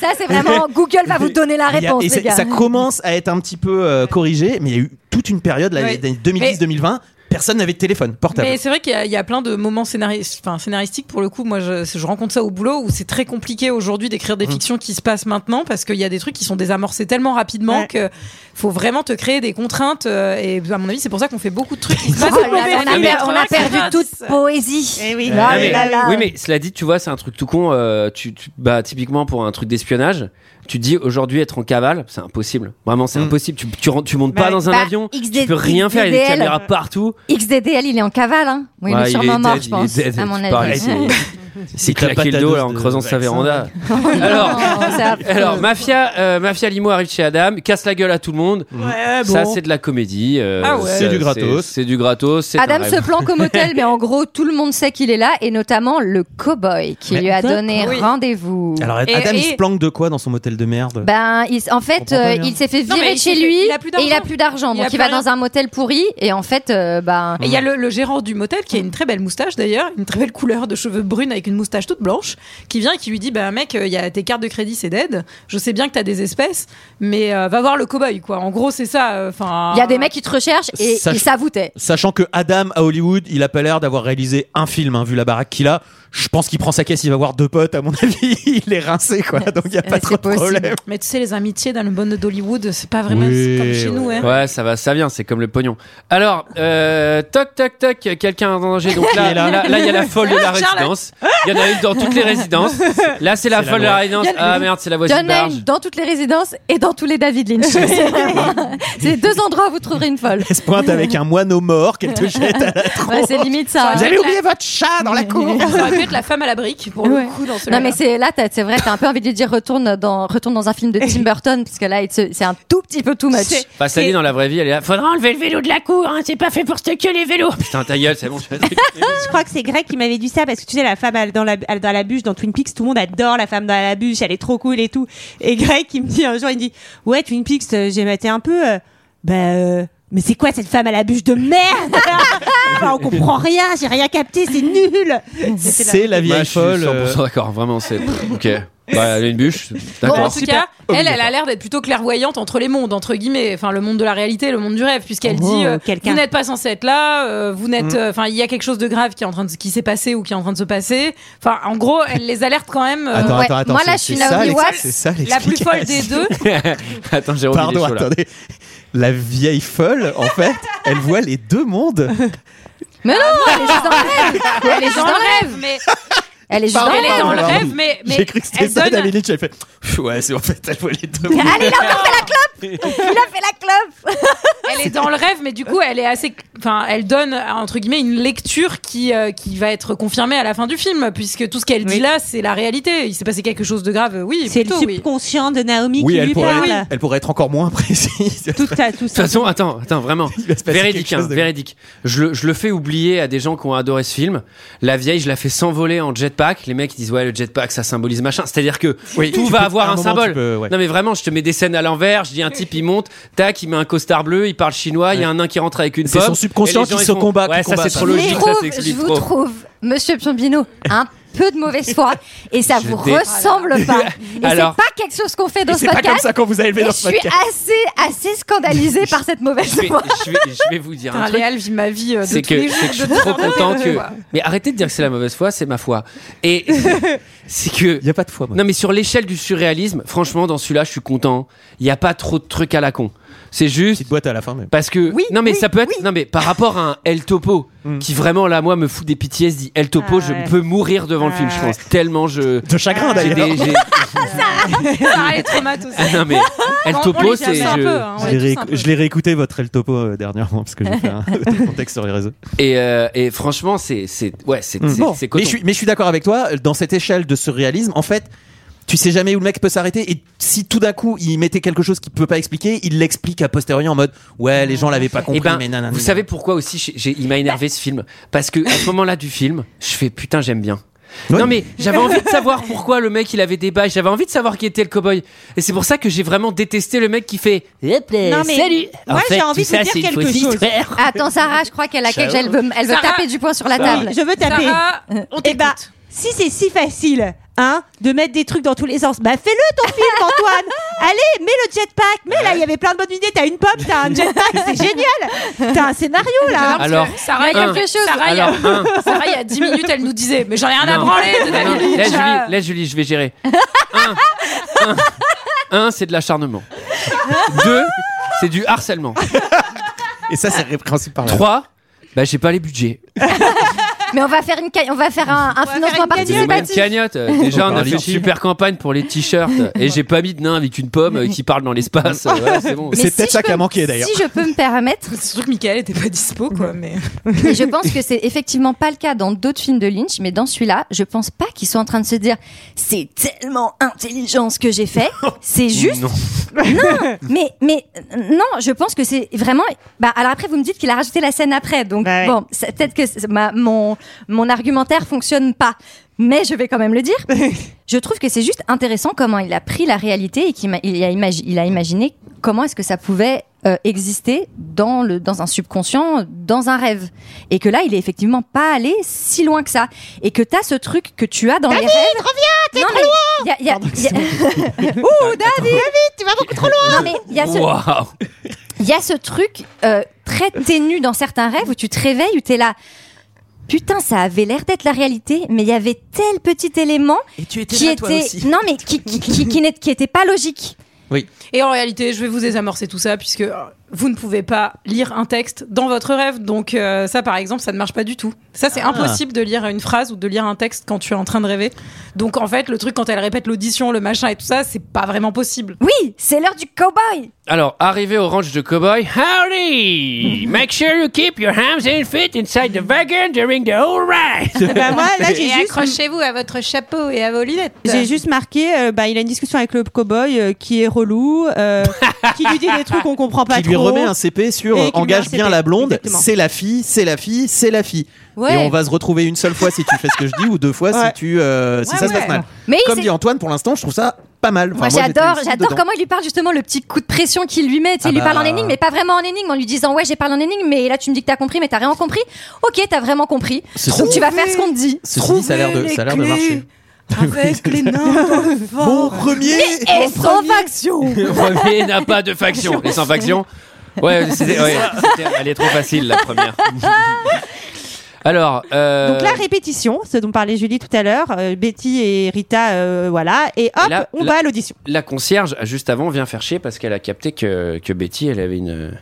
Speaker 6: Ça, c'est vraiment Google va vous donner la
Speaker 7: Il y a-
Speaker 6: réponse,
Speaker 7: et
Speaker 6: les
Speaker 7: c'est-
Speaker 6: gars. Hein.
Speaker 7: ça commence à être un petit peu euh, corrigé, mais il y a eu toute une période, là,
Speaker 9: Ouais.
Speaker 7: les années 2010-2020, personne n'avait de téléphone portable.
Speaker 9: Mais c'est vrai qu'il y a- il y, a plein de moments scénaris- enfin, scénaristiques. Pour le coup, moi, je, je rencontre ça au boulot où c'est très compliqué aujourd'hui d'écrire des fictions qui se passent maintenant parce qu'il y a des trucs qui sont désamorcés tellement rapidement
Speaker 11: Ouais.
Speaker 9: que faut vraiment te créer des contraintes. euh, et à mon avis, c'est pour ça qu'on fait beaucoup de trucs qui se
Speaker 6: Oh
Speaker 9: passent.
Speaker 6: là là, on, a
Speaker 9: Mais-
Speaker 6: per- on a perdu Ah, toute poésie.
Speaker 11: Eh oui.
Speaker 6: Là,
Speaker 1: Ah, mais-
Speaker 6: là, là.
Speaker 1: Oui, mais cela dit, tu vois, c'est un truc tout con. euh, tu, tu- bah, typiquement, pour un truc d'espionnage, tu dis aujourd'hui être en cavale, c'est impossible. Vraiment, c'est
Speaker 7: Mm.
Speaker 1: impossible. Tu, tu, rentres- tu montes pas
Speaker 11: Bah,
Speaker 1: dans un
Speaker 6: bah,
Speaker 1: avion,
Speaker 6: XD
Speaker 1: tu peux rien faire. Il y a des
Speaker 6: XDL.
Speaker 1: caméras partout.
Speaker 6: XDDL, il est en cavale. Hein. Oui,
Speaker 1: Ouais,
Speaker 6: il est
Speaker 1: il
Speaker 6: sûrement
Speaker 1: est
Speaker 6: mort,
Speaker 1: dead,
Speaker 6: je
Speaker 1: il
Speaker 6: pense.
Speaker 1: est dead,
Speaker 6: à mon
Speaker 1: c'est pareil,
Speaker 6: avis.
Speaker 1: C'est
Speaker 7: Ta
Speaker 1: claqué le dos
Speaker 7: patate
Speaker 1: là, en
Speaker 7: de
Speaker 1: creusant sa
Speaker 7: vaccin.
Speaker 1: véranda.
Speaker 6: Oh,
Speaker 1: Alors,
Speaker 6: c'est affreux.
Speaker 1: alors mafia, euh, mafia limo arrive chez Adam, casse la gueule à tout le monde.
Speaker 6: Ah
Speaker 9: Ouais, bon.
Speaker 1: Ça, c'est de la comédie. euh,
Speaker 9: Ah ouais.
Speaker 7: C'est du gratos.
Speaker 1: C'est c'est du gratos. c'est un
Speaker 6: Adam
Speaker 1: rêve.
Speaker 6: se planque au motel, mais en gros, tout le monde sait qu'il est là, et notamment le cowboy qui
Speaker 7: Mais
Speaker 6: lui a
Speaker 7: d'accord.
Speaker 6: donné
Speaker 9: Oui.
Speaker 6: rendez-vous.
Speaker 7: Alors,
Speaker 9: Et-
Speaker 7: Adam, il
Speaker 9: et-
Speaker 7: se planque de quoi dans son motel de merde
Speaker 6: Ben, il s- en fait,
Speaker 7: comprend pas
Speaker 6: euh,
Speaker 7: bien.
Speaker 6: il s'est fait
Speaker 9: Non,
Speaker 6: virer
Speaker 9: mais
Speaker 6: de
Speaker 9: il
Speaker 6: chez
Speaker 9: s'est
Speaker 6: lui
Speaker 9: fait- il a plus
Speaker 6: et il a
Speaker 9: d'argent.
Speaker 6: plus d'argent.
Speaker 9: Il a
Speaker 6: Donc
Speaker 9: plus
Speaker 6: il va
Speaker 9: rien.
Speaker 6: dans un motel pourri et en fait, euh, ben,
Speaker 9: Et il y a le, le gérant du motel qui a une très belle moustache d'ailleurs, une très belle couleur de cheveux brunes avec avec une moustache toute blanche qui vient et qui lui dit Bah, mec, euh, il y a tes cartes de crédit, c'est dead. Je sais bien que t'as des espèces, mais euh, va voir le cow-boy, quoi. En gros, c'est ça. euh, Enfin.
Speaker 6: Il y a des mecs qui te recherchent et
Speaker 7: Sach-
Speaker 6: ils s'avoutent.
Speaker 7: Sachant que Adam à Hollywood, il a pas l'air d'avoir réalisé un film, hein, vu la baraque qu'il a. Je pense qu'il prend sa caisse, il va voir deux potes, à mon avis, il est rincé, quoi. Donc il n'y a pas trop de problème.
Speaker 9: Mais tu sais, les amitiés dans le monde d'Hollywood, c'est pas vraiment
Speaker 1: Oui,
Speaker 9: c'est comme chez
Speaker 1: ouais.
Speaker 9: nous, hein.
Speaker 1: Ouais, ça va, ça vient, c'est comme le pognon. Alors, euh, toc, toc, toc, quelqu'un est en danger. Donc là,
Speaker 9: Il est là.
Speaker 1: là, là, il y a la folle de la résidence. Il y en a une dans toutes les résidences. Là, c'est la
Speaker 7: C'est la
Speaker 1: folle de la
Speaker 7: loi.
Speaker 1: résidence.
Speaker 6: Il y a-
Speaker 1: Ah merde, c'est la voisine
Speaker 6: John
Speaker 1: barge.
Speaker 6: Lane dans toutes les résidences et dans tous les David Lynch. C'est vraiment- c'est les deux endroits où vous trouverez une folle.
Speaker 7: Elle se pointe avec un moineau mort qu'elle te jette à la tronche.
Speaker 6: Ouais, c'est limite ça. hein.
Speaker 7: Vous avez oublié votre chat dans la cour.
Speaker 9: Ça aurait pu être la femme à la brique pour
Speaker 6: Ouais.
Speaker 9: le coup dans celui-là.
Speaker 6: Non mais c'est là t'as- c'est vrai t'as un peu envie de lui dire retourne dans retourne dans un film de Tim Burton parce que là il se- c'est un tout petit peu too much.
Speaker 1: Enfin, Bah, Sally, dans la vraie vie, elle est là. Faudra enlever le vélo de la cour, hein, c'est pas fait pour stocker les vélos. Putain, ta gueule, c'est bon. je-
Speaker 11: Je crois que c'est Greg qui m'avait dit ça parce que tu sais, la femme à- dans la, à- dans la bûche, dans Twin Peaks, tout le monde adore la femme dans la bûche, elle est trop cool et tout. Et Greg, il me dit un jour, il me dit Ouais, Twin Peaks, euh, j'ai maté un peu. euh, bah, euh, mais c'est quoi cette femme à la bûche de merde Enfin, On comprend rien, j'ai rien capté, c'est nul
Speaker 7: C'est la
Speaker 1: Moi,
Speaker 7: vieille
Speaker 1: je suis
Speaker 7: folle. euh.
Speaker 1: 100% d'accord, vraiment, c'est. Ok. Bah, elle a une bûche.
Speaker 9: Bon,
Speaker 1: D'accord.
Speaker 9: en tout cas, elle, elle a l'air d'être plutôt clairvoyante entre les mondes, entre guillemets, enfin le monde de la réalité, et le monde du rêve, puisqu'elle
Speaker 11: Oh,
Speaker 9: dit euh,
Speaker 11: quelqu'un.
Speaker 9: vous n'êtes pas censé être là, euh, vous n'êtes,
Speaker 11: Mm.
Speaker 9: euh, enfin il y a quelque chose de grave qui est en train de, qui s'est passé ou qui est en train de se passer. Enfin, en gros, elle les alerte quand même. euh,
Speaker 7: Attends,
Speaker 9: ouais.
Speaker 7: attends, attends.
Speaker 6: Moi, là,
Speaker 7: c'est-
Speaker 6: je suis
Speaker 7: c'est ça,
Speaker 6: Naomi
Speaker 7: l'ex-
Speaker 6: Watts,
Speaker 7: c'est ça,
Speaker 9: la plus folle des
Speaker 7: l'explication.
Speaker 9: deux.
Speaker 1: Attends, Jérôme,
Speaker 7: Pardon,
Speaker 1: Oh, il est chaud, là.
Speaker 7: attendez. La vieille folle, en fait, elle voit les deux mondes.
Speaker 6: Mais non, elle est juste dans le
Speaker 7: Ah
Speaker 6: rêve. Ah, Elle est juste dans le rêve.
Speaker 9: mais
Speaker 6: Elle est juste dans
Speaker 9: elle est dans
Speaker 6: le
Speaker 9: le
Speaker 6: rêve.
Speaker 9: rêve, mais, mais
Speaker 7: J'ai cru que c'était
Speaker 9: elle
Speaker 7: ça,
Speaker 9: donne-
Speaker 7: David Lynch. Elle fait Pff, Ouais, c'est en fait, elle voit les deux mondes.
Speaker 6: Allez, il a encore fait la clope. Il a fait la clope.
Speaker 9: elle est dans le rêve, mais du coup, elle est assez, enfin, elle donne entre guillemets une lecture qui euh, qui va être confirmée à la fin du film, puisque tout ce qu'elle dit là, c'est la réalité. Il s'est passé quelque chose de grave, oui.
Speaker 11: C'est le
Speaker 9: plutôt, oui.
Speaker 11: subconscient de Naomi
Speaker 7: Oui,
Speaker 11: qui
Speaker 7: elle
Speaker 11: lui
Speaker 7: pourrait,
Speaker 11: parle.
Speaker 7: elle pourrait être encore moins précise.
Speaker 11: Tout ça, tout
Speaker 1: De
Speaker 11: ça.
Speaker 1: toute façon, attends, attends, vraiment.
Speaker 7: Il va se passer
Speaker 1: Véridique,
Speaker 7: quelque
Speaker 1: hein,
Speaker 7: chose de-
Speaker 1: véridique. Je le, je le fais oublier à des gens qui ont adoré ce film. La vieille, je la fais s'envoler en jetpack. Les mecs, ils disent, ouais, le jetpack, ça symbolise machin. C'est-à-dire que
Speaker 7: tu
Speaker 1: tout
Speaker 7: peux-
Speaker 1: va
Speaker 7: à
Speaker 1: avoir
Speaker 7: un
Speaker 1: un
Speaker 7: moment,
Speaker 1: symbole.
Speaker 7: tu peux, ouais.
Speaker 1: Non, mais vraiment, je te mets des scènes à l'envers. Je dis, un type, il monte, tac, il met un costard bleu, il parle chinois, il y a un nain qui rentre avec une
Speaker 7: C'est
Speaker 1: pomme.
Speaker 7: son subconscient
Speaker 1: Et les gens,
Speaker 7: qui
Speaker 1: ils
Speaker 7: se
Speaker 1: font,
Speaker 7: combat,
Speaker 1: Ouais,
Speaker 7: qui
Speaker 1: ça,
Speaker 7: combat
Speaker 1: c'est
Speaker 7: ça.
Speaker 1: trop
Speaker 6: Je
Speaker 1: logique, ça,
Speaker 6: trouve, je
Speaker 1: s'explique
Speaker 6: vous
Speaker 1: trop.
Speaker 6: trouve, Monsieur Piombino, un peu de mauvaise foi et ça
Speaker 1: Je
Speaker 6: vous
Speaker 1: dé-
Speaker 6: ressemble pas. Et c'est
Speaker 1: Alors-
Speaker 6: pas quelque chose qu'on fait dans ce
Speaker 7: C'est pas comme
Speaker 6: podcast.
Speaker 7: ça qu'on vous a élevé
Speaker 6: Et
Speaker 7: dans
Speaker 6: je
Speaker 7: ce
Speaker 6: suis
Speaker 7: podcast.
Speaker 6: assez, assez scandalisée par cette mauvaise
Speaker 1: Je vais,
Speaker 6: foi.
Speaker 1: je vais- je vais vous dire un
Speaker 9: Putain,
Speaker 1: truc.
Speaker 9: Léal vit ma vie euh, de
Speaker 1: C'est
Speaker 9: tous
Speaker 1: que,
Speaker 9: les jours.
Speaker 1: c'est que je suis
Speaker 9: de
Speaker 1: trop
Speaker 9: tarder,
Speaker 1: content que.
Speaker 9: quoi.
Speaker 1: Mais arrêtez de dire que c'est la mauvaise foi, c'est ma foi. Et c'est que.
Speaker 7: Il n'y a pas de foi, moi.
Speaker 1: Non, mais sur l'échelle du surréalisme, franchement, dans celui-là, je suis content. Il n'y a pas trop de trucs à la con. C'est juste
Speaker 7: Petite boîte à la fin, mais.
Speaker 1: parce que.
Speaker 6: Oui,
Speaker 1: non, mais
Speaker 6: oui,
Speaker 1: ça peut être. Non, mais par rapport à un El Topo,
Speaker 7: Mm.
Speaker 1: qui vraiment, là, moi, me fout des pitiés, se dit El Topo,
Speaker 11: Ah
Speaker 1: je
Speaker 11: ouais.
Speaker 1: peux mourir devant le film, je
Speaker 11: Ah
Speaker 1: pense. Tellement je.
Speaker 7: De chagrin,
Speaker 1: j'ai
Speaker 7: d'ailleurs.
Speaker 1: des- j'ai-
Speaker 9: Ah, les traumates aussi.
Speaker 1: Ah, non, mais El
Speaker 9: On- on
Speaker 1: Topo,
Speaker 9: les a
Speaker 1: c'est.
Speaker 9: fait un
Speaker 1: je-
Speaker 9: peu, hein, on les
Speaker 7: Je l'ai
Speaker 9: a tous
Speaker 7: rééc-
Speaker 9: un peu.
Speaker 7: je l'ai réécouté votre El Topo euh, dernièrement parce que j'ai fait un contexte sur les réseaux.
Speaker 1: Et, euh, et franchement, c'est. c'est- Ouais, c'est. c'est-
Speaker 7: Mm. Bon.
Speaker 1: c'est coton.
Speaker 7: mais, je suis, mais je suis d'accord avec toi, dans cette échelle de surréalisme, en fait, tu sais jamais où le mec peut s'arrêter et si tout d'un coup il mettait quelque chose qu'il peut pas expliquer, il l'explique à posteriori en mode ouais, les gens l'avaient pas compris,
Speaker 1: Eh ben,
Speaker 7: mais nanana.
Speaker 1: vous savez pourquoi aussi j'ai- j'ai- il m'a énervé ce film Parce que à ce moment-là du film, je fais putain j'aime bien.
Speaker 7: Ouais.
Speaker 1: Non mais j'avais envie de savoir pourquoi le mec il avait des bails, j'avais envie de savoir qui était le cowboy. Et c'est pour ça que j'ai vraiment détesté le mec qui fait Hop là,
Speaker 11: Non, mais
Speaker 1: salut.
Speaker 11: moi, j'ai envie de vous dire quelque chose.
Speaker 1: histoire.
Speaker 6: Attends, Sarah, je crois qu'elle a quelque... elle veut, elle veut
Speaker 9: Sarah.
Speaker 6: taper du poing sur la
Speaker 11: Oui,
Speaker 6: table.
Speaker 11: je veux taper.
Speaker 9: Sarah, on
Speaker 11: Eh bah,
Speaker 9: t'écoute.
Speaker 11: si c'est si facile, hein, de mettre des trucs dans tous les sens, bah fais-le ton film, Antoine. Allez, mets le jetpack. Mais là, il y avait plein de bonnes idées. T'as une pomme, t'as un jetpack, c'est génial. T'as un scénario là.
Speaker 1: Alors,
Speaker 9: Sarah, il y a
Speaker 1: un.
Speaker 9: quelque chose. Euh, Sarah, il y a-
Speaker 1: alors un.
Speaker 9: Sarah, il y a 10 minutes, elle nous disait Mais j'en ai rien à
Speaker 1: Non.
Speaker 9: branler de
Speaker 1: Non,
Speaker 9: David
Speaker 1: laisse
Speaker 9: Lynch.
Speaker 1: Julie, laisse Julie, je vais gérer. Un, un, un, c'est de l'acharnement. Deux, c'est du harcèlement.
Speaker 7: Et ça, c'est répréhensible par là.
Speaker 1: Trois, bah j'ai pas les budgets.
Speaker 6: Mais on va faire une, ca- on va faire un, un
Speaker 11: va faire
Speaker 6: financement
Speaker 11: une cagnotte.
Speaker 1: C'est même une
Speaker 6: participatif.
Speaker 1: cagnotte. Euh, Déjà,
Speaker 7: On
Speaker 1: on a
Speaker 7: parle
Speaker 1: fait une
Speaker 7: ici.
Speaker 1: super campagne pour les t-shirts. Et j'ai pas mis de nain avec une pomme euh, qui parle dans l'espace. Euh, ouais, c'est bon.
Speaker 6: Mais
Speaker 7: C'est peut-être
Speaker 6: si
Speaker 7: ça
Speaker 6: je
Speaker 7: qui a
Speaker 6: peux-
Speaker 7: manqué, d'ailleurs.
Speaker 6: Si je peux me permettre,
Speaker 9: Surtout que Michael était pas dispo, quoi. Mais...
Speaker 6: et je pense que c'est effectivement pas le cas dans d'autres films de Lynch, mais dans celui-là, je pense pas qu'ils soient en train de se dire c'est tellement intelligent ce que j'ai fait, c'est juste.
Speaker 1: Non.
Speaker 6: Mais mais euh, non, je pense que c'est vraiment. Bah alors après vous me dites qu'il a rajouté la scène après, donc
Speaker 11: Bah ouais.
Speaker 6: bon c'est- peut-être que c'est- ma- mon mon argumentaire fonctionne pas, mais je vais quand même le dire. je trouve que c'est juste intéressant comment il a pris la réalité et qu'il m'a- il a, imagi- il a imaginé comment est-ce que ça pouvait euh, exister dans le dans un subconscient, dans un rêve, et que là, il est effectivement pas allé si loin que ça, et que t'as ce truc que tu as dans les
Speaker 12: David,
Speaker 6: rêves.
Speaker 12: reviens, t'es
Speaker 6: Non,
Speaker 12: trop
Speaker 6: mais
Speaker 12: loin
Speaker 6: y a- y a- y a- Ouh, David,
Speaker 12: tu vas beaucoup trop loin
Speaker 6: Non mais il y a ce il y a ce truc euh, très ténu dans certains rêves où tu te réveilles, où tu es là. Putain, ça avait l'air d'être la réalité, mais il y avait tel petit élément
Speaker 9: tu étais
Speaker 6: qui
Speaker 9: là,
Speaker 6: était
Speaker 9: toi aussi.
Speaker 6: non mais qui qui, qui, qui n'est- qui était pas logique.
Speaker 7: Oui.
Speaker 9: Et en réalité, je vais vous désamorcer tout ça puisque euh, vous ne pouvez pas lire un texte dans votre rêve. Donc euh, ça, par exemple, ça ne marche pas du tout. Ça, c'est
Speaker 6: Ah.
Speaker 9: impossible de lire une phrase ou de lire un texte quand tu es en train de rêver. Donc en fait, le truc quand elle répète l'audition, le machin et tout ça, c'est pas vraiment possible.
Speaker 6: Oui, c'est l'heure du cowboy.
Speaker 1: Alors, arrivé au ranch de cowboy, hein, howdy! Make sure you keep your hands and feet inside the wagon during the whole ride!
Speaker 11: Eh ben,
Speaker 9: Et accrochez-vous à votre chapeau et à vos lunettes.
Speaker 11: J'ai juste marqué, euh, bah, il a une discussion avec le cowboy euh, qui est relou, euh, qui lui dit des trucs qu'on comprend pas
Speaker 7: qui lui
Speaker 11: trop.
Speaker 7: remet un CP sur
Speaker 11: Et
Speaker 7: euh,
Speaker 11: qui lui met
Speaker 7: engage
Speaker 11: un
Speaker 7: bien
Speaker 11: CP,
Speaker 7: la blonde,
Speaker 11: exactement.
Speaker 7: c'est la fille, c'est la fille, c'est la fille.
Speaker 6: Ouais.
Speaker 7: Et on va se retrouver une seule fois si tu fais ce que je dis ou deux fois si tu euh, si
Speaker 6: Ouais,
Speaker 7: ça se passe
Speaker 6: ouais.
Speaker 7: mal.
Speaker 6: Mais
Speaker 7: Comme
Speaker 6: c'est-
Speaker 7: dit Antoine, pour l'instant, je trouve ça pas mal.
Speaker 6: moi,
Speaker 7: Enfin, moi, j'étais
Speaker 6: j'adore,
Speaker 7: aussi
Speaker 6: j'adore
Speaker 7: dedans.
Speaker 6: comment il lui parle justement le petit coup de pression qu'il lui met. Tu sais,
Speaker 7: Ah
Speaker 6: il lui parle
Speaker 7: bah.
Speaker 6: en énigme, mais pas vraiment en énigme, en lui disant ouais j'ai parlé en énigme, mais là tu me dis que t'as compris, mais t'as rien compris. Ok, t'as vraiment compris.
Speaker 7: C'est
Speaker 6: Donc
Speaker 7: ça.
Speaker 6: tu vas faire ce qu'on te dit.
Speaker 7: Ceci dit, ça a l'air de, ça a l'air de marcher.
Speaker 9: Avec les nains.
Speaker 7: Mon premier.
Speaker 6: Et sans faction.
Speaker 1: Le premier n'a pas de faction. Et sans faction Ouais, c'était, ouais, c'était- elle est trop facile la première. Alors, euh,
Speaker 11: Donc la répétition, ce dont parlait Julie tout à l'heure, euh, Betty et Rita, euh, voilà, et hop,
Speaker 1: Et là,
Speaker 11: on
Speaker 1: là-
Speaker 11: va à l'audition.
Speaker 1: la concierge, juste avant, vient faire chier parce qu'elle a capté que, que Betty, elle avait une.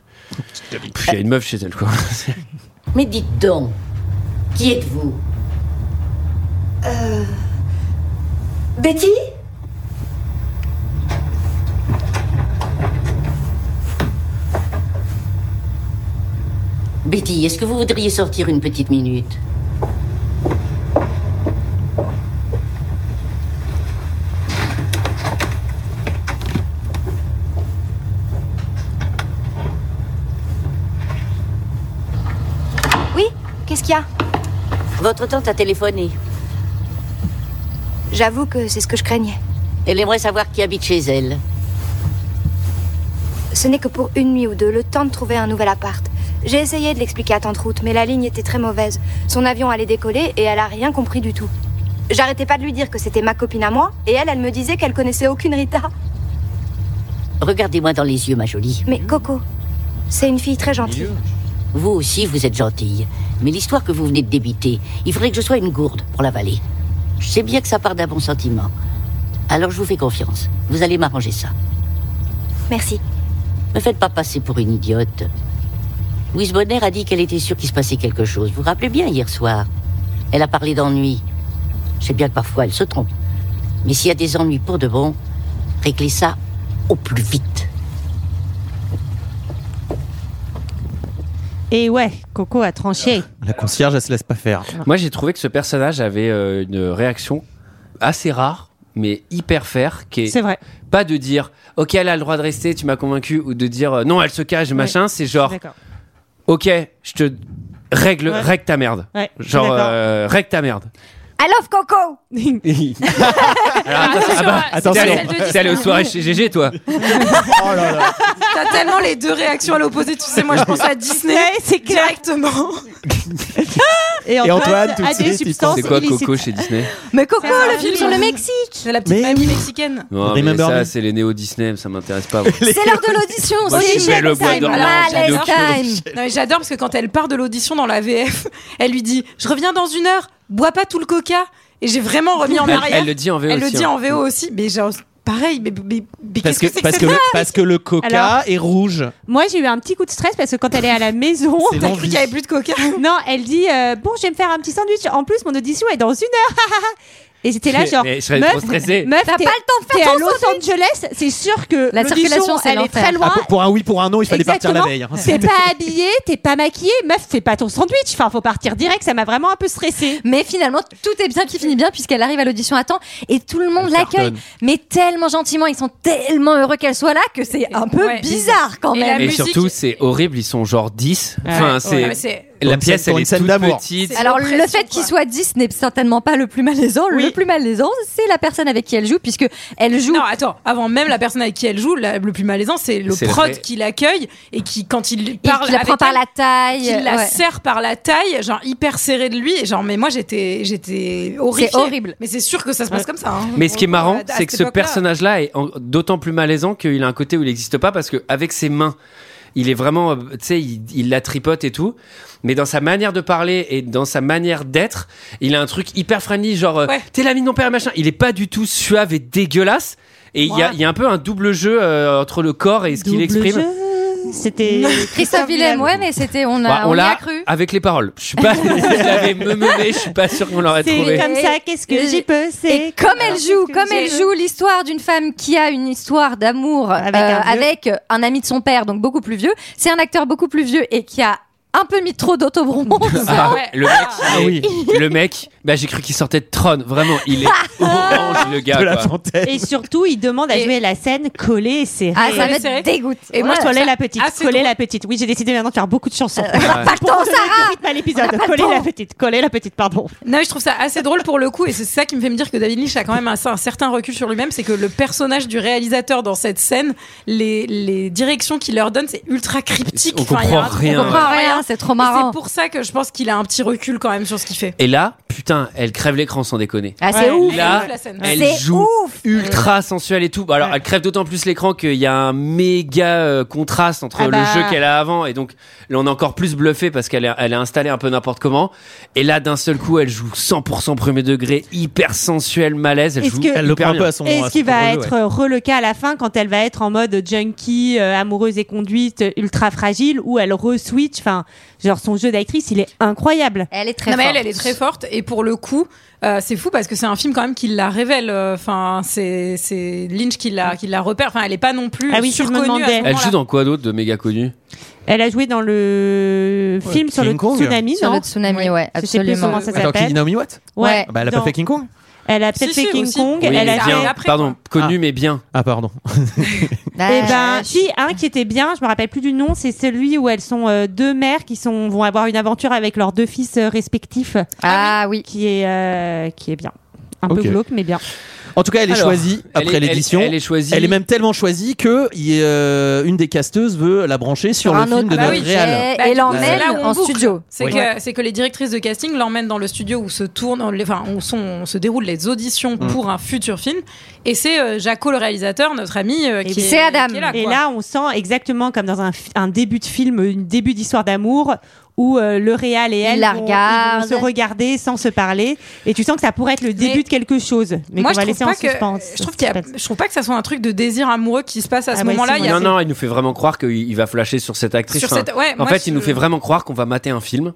Speaker 1: Pff, Il y a une meuf chez elle, quoi.
Speaker 13: Mais dites donc, qui êtes-vous
Speaker 12: Euh... Betty
Speaker 13: Betty, est-ce que vous voudriez sortir une petite minute
Speaker 8: Oui, qu'est-ce qu'il y a
Speaker 13: Votre tante a téléphoné.
Speaker 8: J'avoue que c'est ce que je craignais.
Speaker 13: Elle aimerait savoir qui habite chez elle.
Speaker 8: Ce n'est que pour une nuit ou deux, le temps de trouver un nouvel appart. J'ai essayé de l'expliquer à Tante Route, mais la ligne était très mauvaise. Son avion allait décoller et elle a rien compris du tout. J'arrêtais pas de lui dire que c'était ma copine à moi, et elle, elle me disait qu'elle connaissait aucune Rita.
Speaker 13: Regardez-moi dans les yeux, ma jolie.
Speaker 8: Mais Coco, c'est une fille très gentille.
Speaker 13: Vous aussi, vous êtes gentille. Mais l'histoire que vous venez de débiter, il faudrait que je sois une gourde pour la l'avaler. Je sais bien que ça part d'un bon sentiment. Alors je vous fais confiance. Vous allez m'arranger ça.
Speaker 8: Merci.
Speaker 13: Me faites pas passer pour une idiote. Louise Bonner a dit qu'elle était sûre qu'il se passait quelque chose. Vous vous rappelez bien hier soir Elle a parlé d'ennui. Je sais bien que parfois elle se trompe. Mais s'il y a des ennuis pour de bon, réglez ça au plus vite.
Speaker 11: Et ouais, Coco a tranché.
Speaker 7: La concierge, elle se laisse pas faire.
Speaker 9: Ah.
Speaker 1: Moi, j'ai trouvé que ce personnage avait euh, une réaction assez rare, mais hyper fair, qui est.
Speaker 11: C'est vrai.
Speaker 1: Pas de dire, ok, elle a le droit de rester, tu m'as convaincu, ou de dire, euh, non, elle se cache, machin. C'est Ah. genre,
Speaker 11: D'accord.
Speaker 1: ok, je te règle,
Speaker 6: Ouais.
Speaker 1: règle ta merde.
Speaker 11: Ouais, je suis
Speaker 1: Genre,
Speaker 6: d'accord.
Speaker 1: euh, règle ta merde.
Speaker 6: I love Coco.
Speaker 1: Alors,
Speaker 9: Ah,
Speaker 1: attention,
Speaker 7: attention.
Speaker 1: t'es allé-
Speaker 7: Celle de
Speaker 1: t'es allé aux
Speaker 7: Disney.
Speaker 1: soirées chez GG, toi.
Speaker 9: T'as tellement les deux réactions à l'opposé. Tu sais, moi, je pense à Disney
Speaker 11: c'est
Speaker 9: directement.
Speaker 11: Et
Speaker 1: Antoine, tout de
Speaker 9: a
Speaker 1: suite, il pense- C'est quoi, Coco, chez Disney
Speaker 9: Mais
Speaker 6: Coco, Oh, le film sur le Mexique.
Speaker 9: C'est la petite mamie mexicaine.
Speaker 1: Non, mais
Speaker 7: Remember
Speaker 1: ça,
Speaker 7: Me.
Speaker 1: c'est les néo-Disney, ça m'intéresse pas.
Speaker 6: C'est l'heure de l'audition.
Speaker 1: Moi, je
Speaker 6: c'est
Speaker 1: mets le bois dormant, c'est
Speaker 9: J'adore.
Speaker 1: le cul.
Speaker 9: Non, mais J'adore parce que quand elle part de l'audition dans la VF, elle lui dit Je reviens dans une heure, bois pas tout le coca. Et j'ai vraiment remis en
Speaker 1: Elle-
Speaker 9: arrière.
Speaker 1: elle le dit en VO
Speaker 9: Elle le
Speaker 1: aussi,
Speaker 9: dit
Speaker 1: hein.
Speaker 9: en VO aussi, mais genre, pareil, mais, mais- mais
Speaker 7: Parce
Speaker 9: qu'est-ce
Speaker 7: que,
Speaker 9: c'est
Speaker 7: parce,
Speaker 9: cette
Speaker 7: que le,
Speaker 9: blague
Speaker 7: parce que le coca
Speaker 11: Alors-
Speaker 7: est rouge.
Speaker 11: Moi, j'ai eu un petit coup de stress parce que quand elle est à la maison,
Speaker 7: C'est T'as cru l'envie. qu'il y avait
Speaker 9: plus de coca.
Speaker 11: Non, elle dit euh, bon, je vais me faire un petit sandwich. En plus, mon audition est dans une heure. Et j'étais là
Speaker 1: Mais-
Speaker 11: genre
Speaker 1: mais je serais
Speaker 11: meuf,
Speaker 1: trop stressée.
Speaker 11: meuf,
Speaker 6: T'as
Speaker 11: t'es-
Speaker 6: pas le temps de faire ton
Speaker 11: t'es à Los
Speaker 6: sandwich.
Speaker 11: Angeles, c'est sûr que
Speaker 6: La
Speaker 11: l'audition,
Speaker 6: circulation, c'est
Speaker 11: elle est
Speaker 6: l'enfer.
Speaker 11: très loin.
Speaker 7: Ah, pour, pour un oui, pour un non, il fallait partir la veille. hein.
Speaker 11: T'es pas habillée, t'es pas maquillée, meuf, fais pas ton sandwich. Enfin, faut partir direct, ça m'a vraiment un peu stressée.
Speaker 6: Mais finalement, tout est bien qui finit bien puisqu'elle arrive à l'audition à temps et tout le monde l'accueille.
Speaker 1: cartonne.
Speaker 6: Mais tellement gentiment, ils sont tellement heureux qu'elle soit là que c'est un peu
Speaker 9: Ouais.
Speaker 6: bizarre quand
Speaker 9: Et la
Speaker 6: même.
Speaker 1: Et
Speaker 9: musique-
Speaker 1: surtout, c'est horrible, ils sont genre 10. Enfin,
Speaker 9: Ouais,
Speaker 1: c'est.
Speaker 9: mais c'est-
Speaker 1: la pièce, elle est toute petite.
Speaker 6: Alors le fait qu'il soit 10 n'est certainement pas le plus malaisant. Le plus malaisant, c'est la personne avec qui elle joue, puisque elle joue.
Speaker 9: Non, attends, avant même la personne avec qui elle joue, la- le plus malaisant, c'est le
Speaker 6: C'est
Speaker 9: prod
Speaker 6: le fait.
Speaker 9: qui l'accueille et qui, quand il parle.
Speaker 6: qui la
Speaker 9: avec
Speaker 6: prend par
Speaker 9: elle,
Speaker 6: la taille,
Speaker 9: qui la
Speaker 6: ouais.
Speaker 9: serre par la taille, genre hyper serré de lui. Et genre, mais moi, j'étais j'étais horrifiée.
Speaker 6: horrible.
Speaker 9: Mais c'est sûr que ça se passe comme ça. hein.
Speaker 1: Mais ce qui est marrant,
Speaker 9: À- à
Speaker 1: c'est que
Speaker 9: cette
Speaker 1: ce
Speaker 9: époque-là.
Speaker 1: personnage-là est en- d'autant plus malaisant qu'il a un côté où il n'existe pas parce que avec ses mains, il est vraiment, euh, tu sais, il, il la tripote et tout. Mais dans sa manière de parler et dans sa manière d'être, il a un truc hyper friendly, genre euh, t'es l'ami de mon père, machin. Il est pas du tout suave et dégueulasse. Et il y, a- il y a un peu un double jeu euh, entre le corps et ce qu'il
Speaker 11: Double
Speaker 1: exprime.
Speaker 11: jeu. C'était
Speaker 6: Christophe Willem, ouais, mais c'était on
Speaker 1: Bah,
Speaker 6: a,
Speaker 1: on
Speaker 6: on y a
Speaker 1: l'a
Speaker 6: cru.
Speaker 1: avec les paroles. Je suis pas, je l'avais meumeumé, je suis pas sûr qu'on l'aurait trouvé.
Speaker 11: ça, qu'est-ce que j'y peux
Speaker 6: Et comme elle joue, comme elle joue l'histoire d'une femme qui a une histoire d'amour euh, avec,
Speaker 11: un
Speaker 6: un
Speaker 11: vieux.
Speaker 6: ami de son père, donc beaucoup plus vieux. C'est un acteur beaucoup plus vieux et qui a un peu mis trop d'autobronze.
Speaker 1: Ah, le mec, il est- le mec, bah, j'ai cru qu'il sortait de Tron, vraiment, il est orange le gars.
Speaker 7: De la
Speaker 1: quoi.
Speaker 11: Et surtout, il demande à jouer la scène collée et serrée.
Speaker 6: Ah, ça me Serrée. dégoûte.
Speaker 11: Et
Speaker 6: Ouais.
Speaker 11: moi, je collais
Speaker 6: Ça-
Speaker 11: la petite.
Speaker 6: Ah, c'est
Speaker 11: Collais
Speaker 6: drôle.
Speaker 11: la petite. Oui, j'ai décidé maintenant de faire beaucoup de chansons.
Speaker 9: on n'a Ouais. Euh, pas le
Speaker 11: Pour
Speaker 9: temps,
Speaker 11: donner
Speaker 9: Sarah
Speaker 11: rythme à
Speaker 9: On n'a
Speaker 11: l'épisode.
Speaker 9: pas le
Speaker 11: Collez la
Speaker 9: temps.
Speaker 11: petite. Collez la petite, pardon.
Speaker 9: Non, mais je trouve ça assez drôle pour le coup, et c'est ça qui me fait me dire que David Lynch a quand même un, un certain recul sur lui-même, c'est que le personnage du réalisateur dans cette scène, les, les directions qu'il leur donne, c'est ultra cryptique.
Speaker 1: On
Speaker 9: il y a un
Speaker 1: comprend
Speaker 9: truc-
Speaker 1: rien.
Speaker 9: on comprend
Speaker 6: Ouais.
Speaker 9: rien,
Speaker 6: c'est trop
Speaker 9: Et
Speaker 6: marrant.
Speaker 9: C'est pour ça que je pense qu'il a un petit recul quand même sur ce qu'il fait.
Speaker 1: Et là, putain, elle crève l'écran sans déconner.
Speaker 6: Ah, c'est Ouais. ouf.
Speaker 1: Là,
Speaker 9: Elle est ouf, la scène.
Speaker 1: elle
Speaker 9: C'est
Speaker 1: joue ultra sensuelle et tout. Bah, alors, elle crève d'autant plus l'écran qu'il y a un méga euh, contraste entre
Speaker 9: Ah bah.
Speaker 1: le jeu qu'elle a avant et donc là, on est encore plus bluffé parce qu'elle est, elle est installée un peu n'importe comment. Et là, d'un seul coup, elle joue 100% premier degré, hyper sensuelle, malaise. Elle
Speaker 11: Est-ce
Speaker 1: joue.
Speaker 11: que- Elle le
Speaker 1: hyper
Speaker 11: prend un
Speaker 1: bien.
Speaker 11: peu à son-
Speaker 7: euh,
Speaker 11: Est-ce qu'il va être re le cas à la fin quand elle va être en mode junkie, euh, amoureuse et conduite, euh, ultra fragile, où elle re-switch Enfin, genre son jeu d'actrice, il est incroyable.
Speaker 6: Elle est
Speaker 9: Non, mais elle, elle est très forte et pour le coup, euh, c'est fou parce que c'est un film quand même qui la révèle. Euh, Enfin, c'est c'est Lynch qui la qui la repère. Enfin, elle est pas non plus
Speaker 11: Ah oui, je me
Speaker 9: surconnue. à ce
Speaker 11: demandais.
Speaker 1: Elle
Speaker 9: moment-là.
Speaker 1: joue dans quoi d'autre de méga connu
Speaker 11: Elle a joué dans le
Speaker 1: Ouais,
Speaker 11: film sur le
Speaker 1: King Kong.
Speaker 11: tsunami,
Speaker 6: Sur
Speaker 11: non
Speaker 6: le tsunami, ouais,
Speaker 11: Je sais plus
Speaker 6: absolument.
Speaker 11: comment ça
Speaker 7: Attends,
Speaker 11: s'appelle.
Speaker 7: qui dit Naomi Watt
Speaker 11: Ouais.
Speaker 7: Ah bah, elle a pas
Speaker 11: Dans-
Speaker 7: fait King Kong
Speaker 11: Elle a peut-être
Speaker 9: Si,
Speaker 11: fait
Speaker 9: si,
Speaker 11: King
Speaker 9: aussi.
Speaker 11: Kong.
Speaker 1: Oui,
Speaker 11: elle a
Speaker 1: bien.
Speaker 11: fait-
Speaker 1: Pardon, connu mais bien.
Speaker 7: Ah pardon.
Speaker 11: Eh
Speaker 6: Ah,
Speaker 11: ben, si, un qui était bien, je me rappelle plus du nom, c'est celui où elles sont euh, deux mères qui sont, vont avoir une aventure avec leurs deux fils euh, respectifs.
Speaker 6: Ah oui.
Speaker 11: Qui est, euh, qui est bien. Un
Speaker 7: Ok.
Speaker 11: peu glauque, mais bien.
Speaker 7: En tout cas, elle est
Speaker 11: Alors,
Speaker 7: choisie
Speaker 1: elle est-
Speaker 7: après
Speaker 1: elle-
Speaker 7: l'édition.
Speaker 1: elle est choisie.
Speaker 7: même tellement choisie que il y a, euh, une des casteuses veut la brancher sur,
Speaker 6: Sur
Speaker 7: le
Speaker 6: un
Speaker 7: film
Speaker 6: autre Ah
Speaker 7: de
Speaker 6: projet.
Speaker 7: notre réal.
Speaker 9: Bah,
Speaker 6: et l'emmène
Speaker 9: c'est là où on
Speaker 6: en
Speaker 9: boucle.
Speaker 6: studio.
Speaker 9: C'est
Speaker 7: Oui.
Speaker 9: que c'est que les directrices de casting l'emmènent dans le studio où se tournent, enfin où, sont- où se déroulent les auditions
Speaker 1: Mm.
Speaker 9: pour un futur film. Et c'est euh, Jaco le réalisateur, notre ami, euh, qui, est, qui est là.
Speaker 11: Et
Speaker 9: quoi.
Speaker 11: là, on sent exactement comme dans un, fi- un début de film, un début d'histoire d'amour, où euh, le réal et elle
Speaker 6: la
Speaker 11: vont,
Speaker 6: regarde.
Speaker 11: ils vont se regarder sans se parler. Et tu sens que ça pourrait être le début de quelque chose. Mais
Speaker 9: Moi,
Speaker 11: qu'on
Speaker 9: je trouve
Speaker 11: va laisser
Speaker 9: pas
Speaker 11: en
Speaker 9: que-
Speaker 11: suspense.
Speaker 9: je trouve qu'il y a- je trouve pas que ça soit un truc de désir amoureux qui se passe à ce moment-là. Il y a-
Speaker 1: Non, non, il nous fait vraiment croire qu'il il va flasher sur cette actrice. hein.
Speaker 9: Sur cette- ouais,
Speaker 1: en
Speaker 9: moi,
Speaker 1: fait,
Speaker 9: je-
Speaker 1: il nous fait vraiment croire qu'on va mater un film.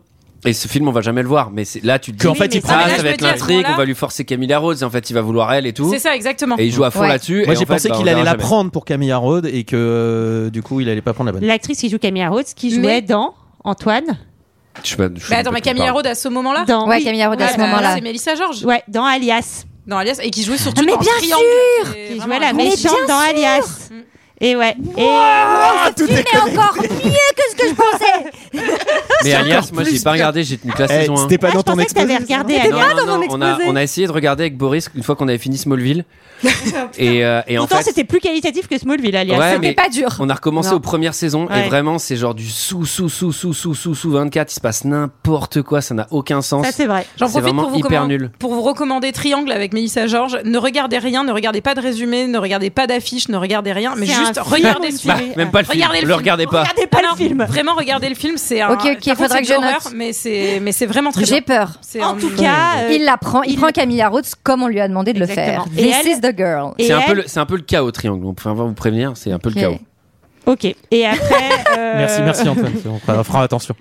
Speaker 1: Et ce film, on va jamais le voir. Mais c'est- là, tu te dis,
Speaker 7: Qu'en fait, il
Speaker 1: ah,
Speaker 7: prend-
Speaker 1: ça va être
Speaker 9: dis à ce
Speaker 1: l'intrigue,
Speaker 9: moment-là-
Speaker 1: on va lui forcer Camilla Rhodes, et en fait, il va vouloir elle et tout.
Speaker 9: C'est ça, exactement.
Speaker 1: Et il joue à fond
Speaker 9: Ouais.
Speaker 1: là-dessus.
Speaker 7: Moi,
Speaker 1: et
Speaker 7: j'ai
Speaker 1: en fait,
Speaker 7: pensé
Speaker 1: bah, on
Speaker 7: qu'il allait
Speaker 1: verra
Speaker 7: la
Speaker 1: jamais.
Speaker 7: prendre pour Camilla Rhodes et que euh, du coup, il allait pas prendre la bonne.
Speaker 11: L'actrice qui joue Camilla Rhodes, qui jouait
Speaker 9: Mais-
Speaker 11: dans Antoine.
Speaker 1: Je sais pas, je sais
Speaker 9: Mais
Speaker 1: pas
Speaker 9: Bah, attends,
Speaker 1: de
Speaker 9: mais
Speaker 1: quoi
Speaker 9: Camilla
Speaker 1: tu parles.
Speaker 9: Rhodes à ce moment-là.
Speaker 11: Dans- Ouais, oui. Camilla
Speaker 6: Rhodes à
Speaker 9: Ouais,
Speaker 6: ce
Speaker 9: bah,
Speaker 6: moment-là.
Speaker 9: C'est Melissa George.
Speaker 11: Ouais, dans Alias.
Speaker 9: Dans Alias et qui jouait surtout
Speaker 11: mais
Speaker 9: dans
Speaker 11: bien
Speaker 9: Triangle.
Speaker 11: sûr
Speaker 9: Et
Speaker 11: Qui
Speaker 9: vraiment
Speaker 11: jouait
Speaker 9: un
Speaker 11: la
Speaker 9: grand-
Speaker 11: méchante dans Alias. Et ouais. Et Ah,
Speaker 6: tout est encore mieux que ce que je pensais.
Speaker 1: Mais
Speaker 7: C'est
Speaker 1: alias,
Speaker 7: encore
Speaker 1: moi,
Speaker 7: plus,
Speaker 1: j'ai pas regardé, j'ai tenu que la
Speaker 7: Eh,
Speaker 1: saison 1.
Speaker 7: C'était pas dans ton
Speaker 11: Ah, que t'avais
Speaker 7: exposé.
Speaker 11: regardé
Speaker 1: Non,
Speaker 11: Alias.
Speaker 1: non, non, on, a, on a essayé de regarder avec Boris une fois qu'on avait fini Smallville. et, euh, et en
Speaker 11: Pourtant,
Speaker 1: fait,
Speaker 11: c'était plus qualitatif que Smallville, Alias.
Speaker 1: Ouais, mais
Speaker 11: c'était pas dur.
Speaker 1: On a recommencé
Speaker 11: Non.
Speaker 1: aux premières saisons
Speaker 11: Ouais.
Speaker 1: et vraiment c'est genre du sous sous sous sous sous sous sous 24, il se passe n'importe quoi, ça n'a aucun sens.
Speaker 11: Ça, c'est vrai.
Speaker 9: J'en
Speaker 1: C'est
Speaker 9: profite
Speaker 1: vraiment
Speaker 9: pour vous,
Speaker 1: hyper
Speaker 9: commen-
Speaker 1: nul.
Speaker 9: pour vous recommander Triangle avec Mélissa Georges. Ne regardez rien, ne regardez pas de résumé, ne regardez pas d'affiche, ne regardez rien, mais
Speaker 11: C'est un
Speaker 9: juste
Speaker 11: film,
Speaker 9: regardez
Speaker 11: une
Speaker 9: le film.
Speaker 11: série. Bah,
Speaker 1: même pas le film,
Speaker 9: Regardez
Speaker 1: le
Speaker 9: film.
Speaker 1: regardez pas.
Speaker 11: Regardez
Speaker 9: Ah
Speaker 11: pas le
Speaker 7: Bah.
Speaker 11: film.
Speaker 9: Vraiment, regardez le film, c'est un.
Speaker 6: Ok, ok,
Speaker 9: par contre,
Speaker 6: faudra
Speaker 9: c'est
Speaker 6: que
Speaker 9: de
Speaker 6: je
Speaker 9: l'horreur,
Speaker 6: note.
Speaker 9: Mais c'est, mais c'est vraiment très.
Speaker 6: J'ai
Speaker 9: bien.
Speaker 6: peur.
Speaker 9: C'est
Speaker 11: En
Speaker 9: un-
Speaker 11: tout cas, euh,
Speaker 6: il la prend, il, prend Camilla Rhodes comme on lui a demandé de
Speaker 11: Exactement.
Speaker 6: le faire.
Speaker 11: Et
Speaker 6: This
Speaker 11: elle-
Speaker 6: is the girl.
Speaker 1: C'est un peu le c'est un peu le chaos triangle. On peut vous prévenir, c'est un peu le
Speaker 6: Ok.
Speaker 1: chaos.
Speaker 11: Ok. Et après. euh,
Speaker 7: Merci, merci Antoine. On fera- on fera attention.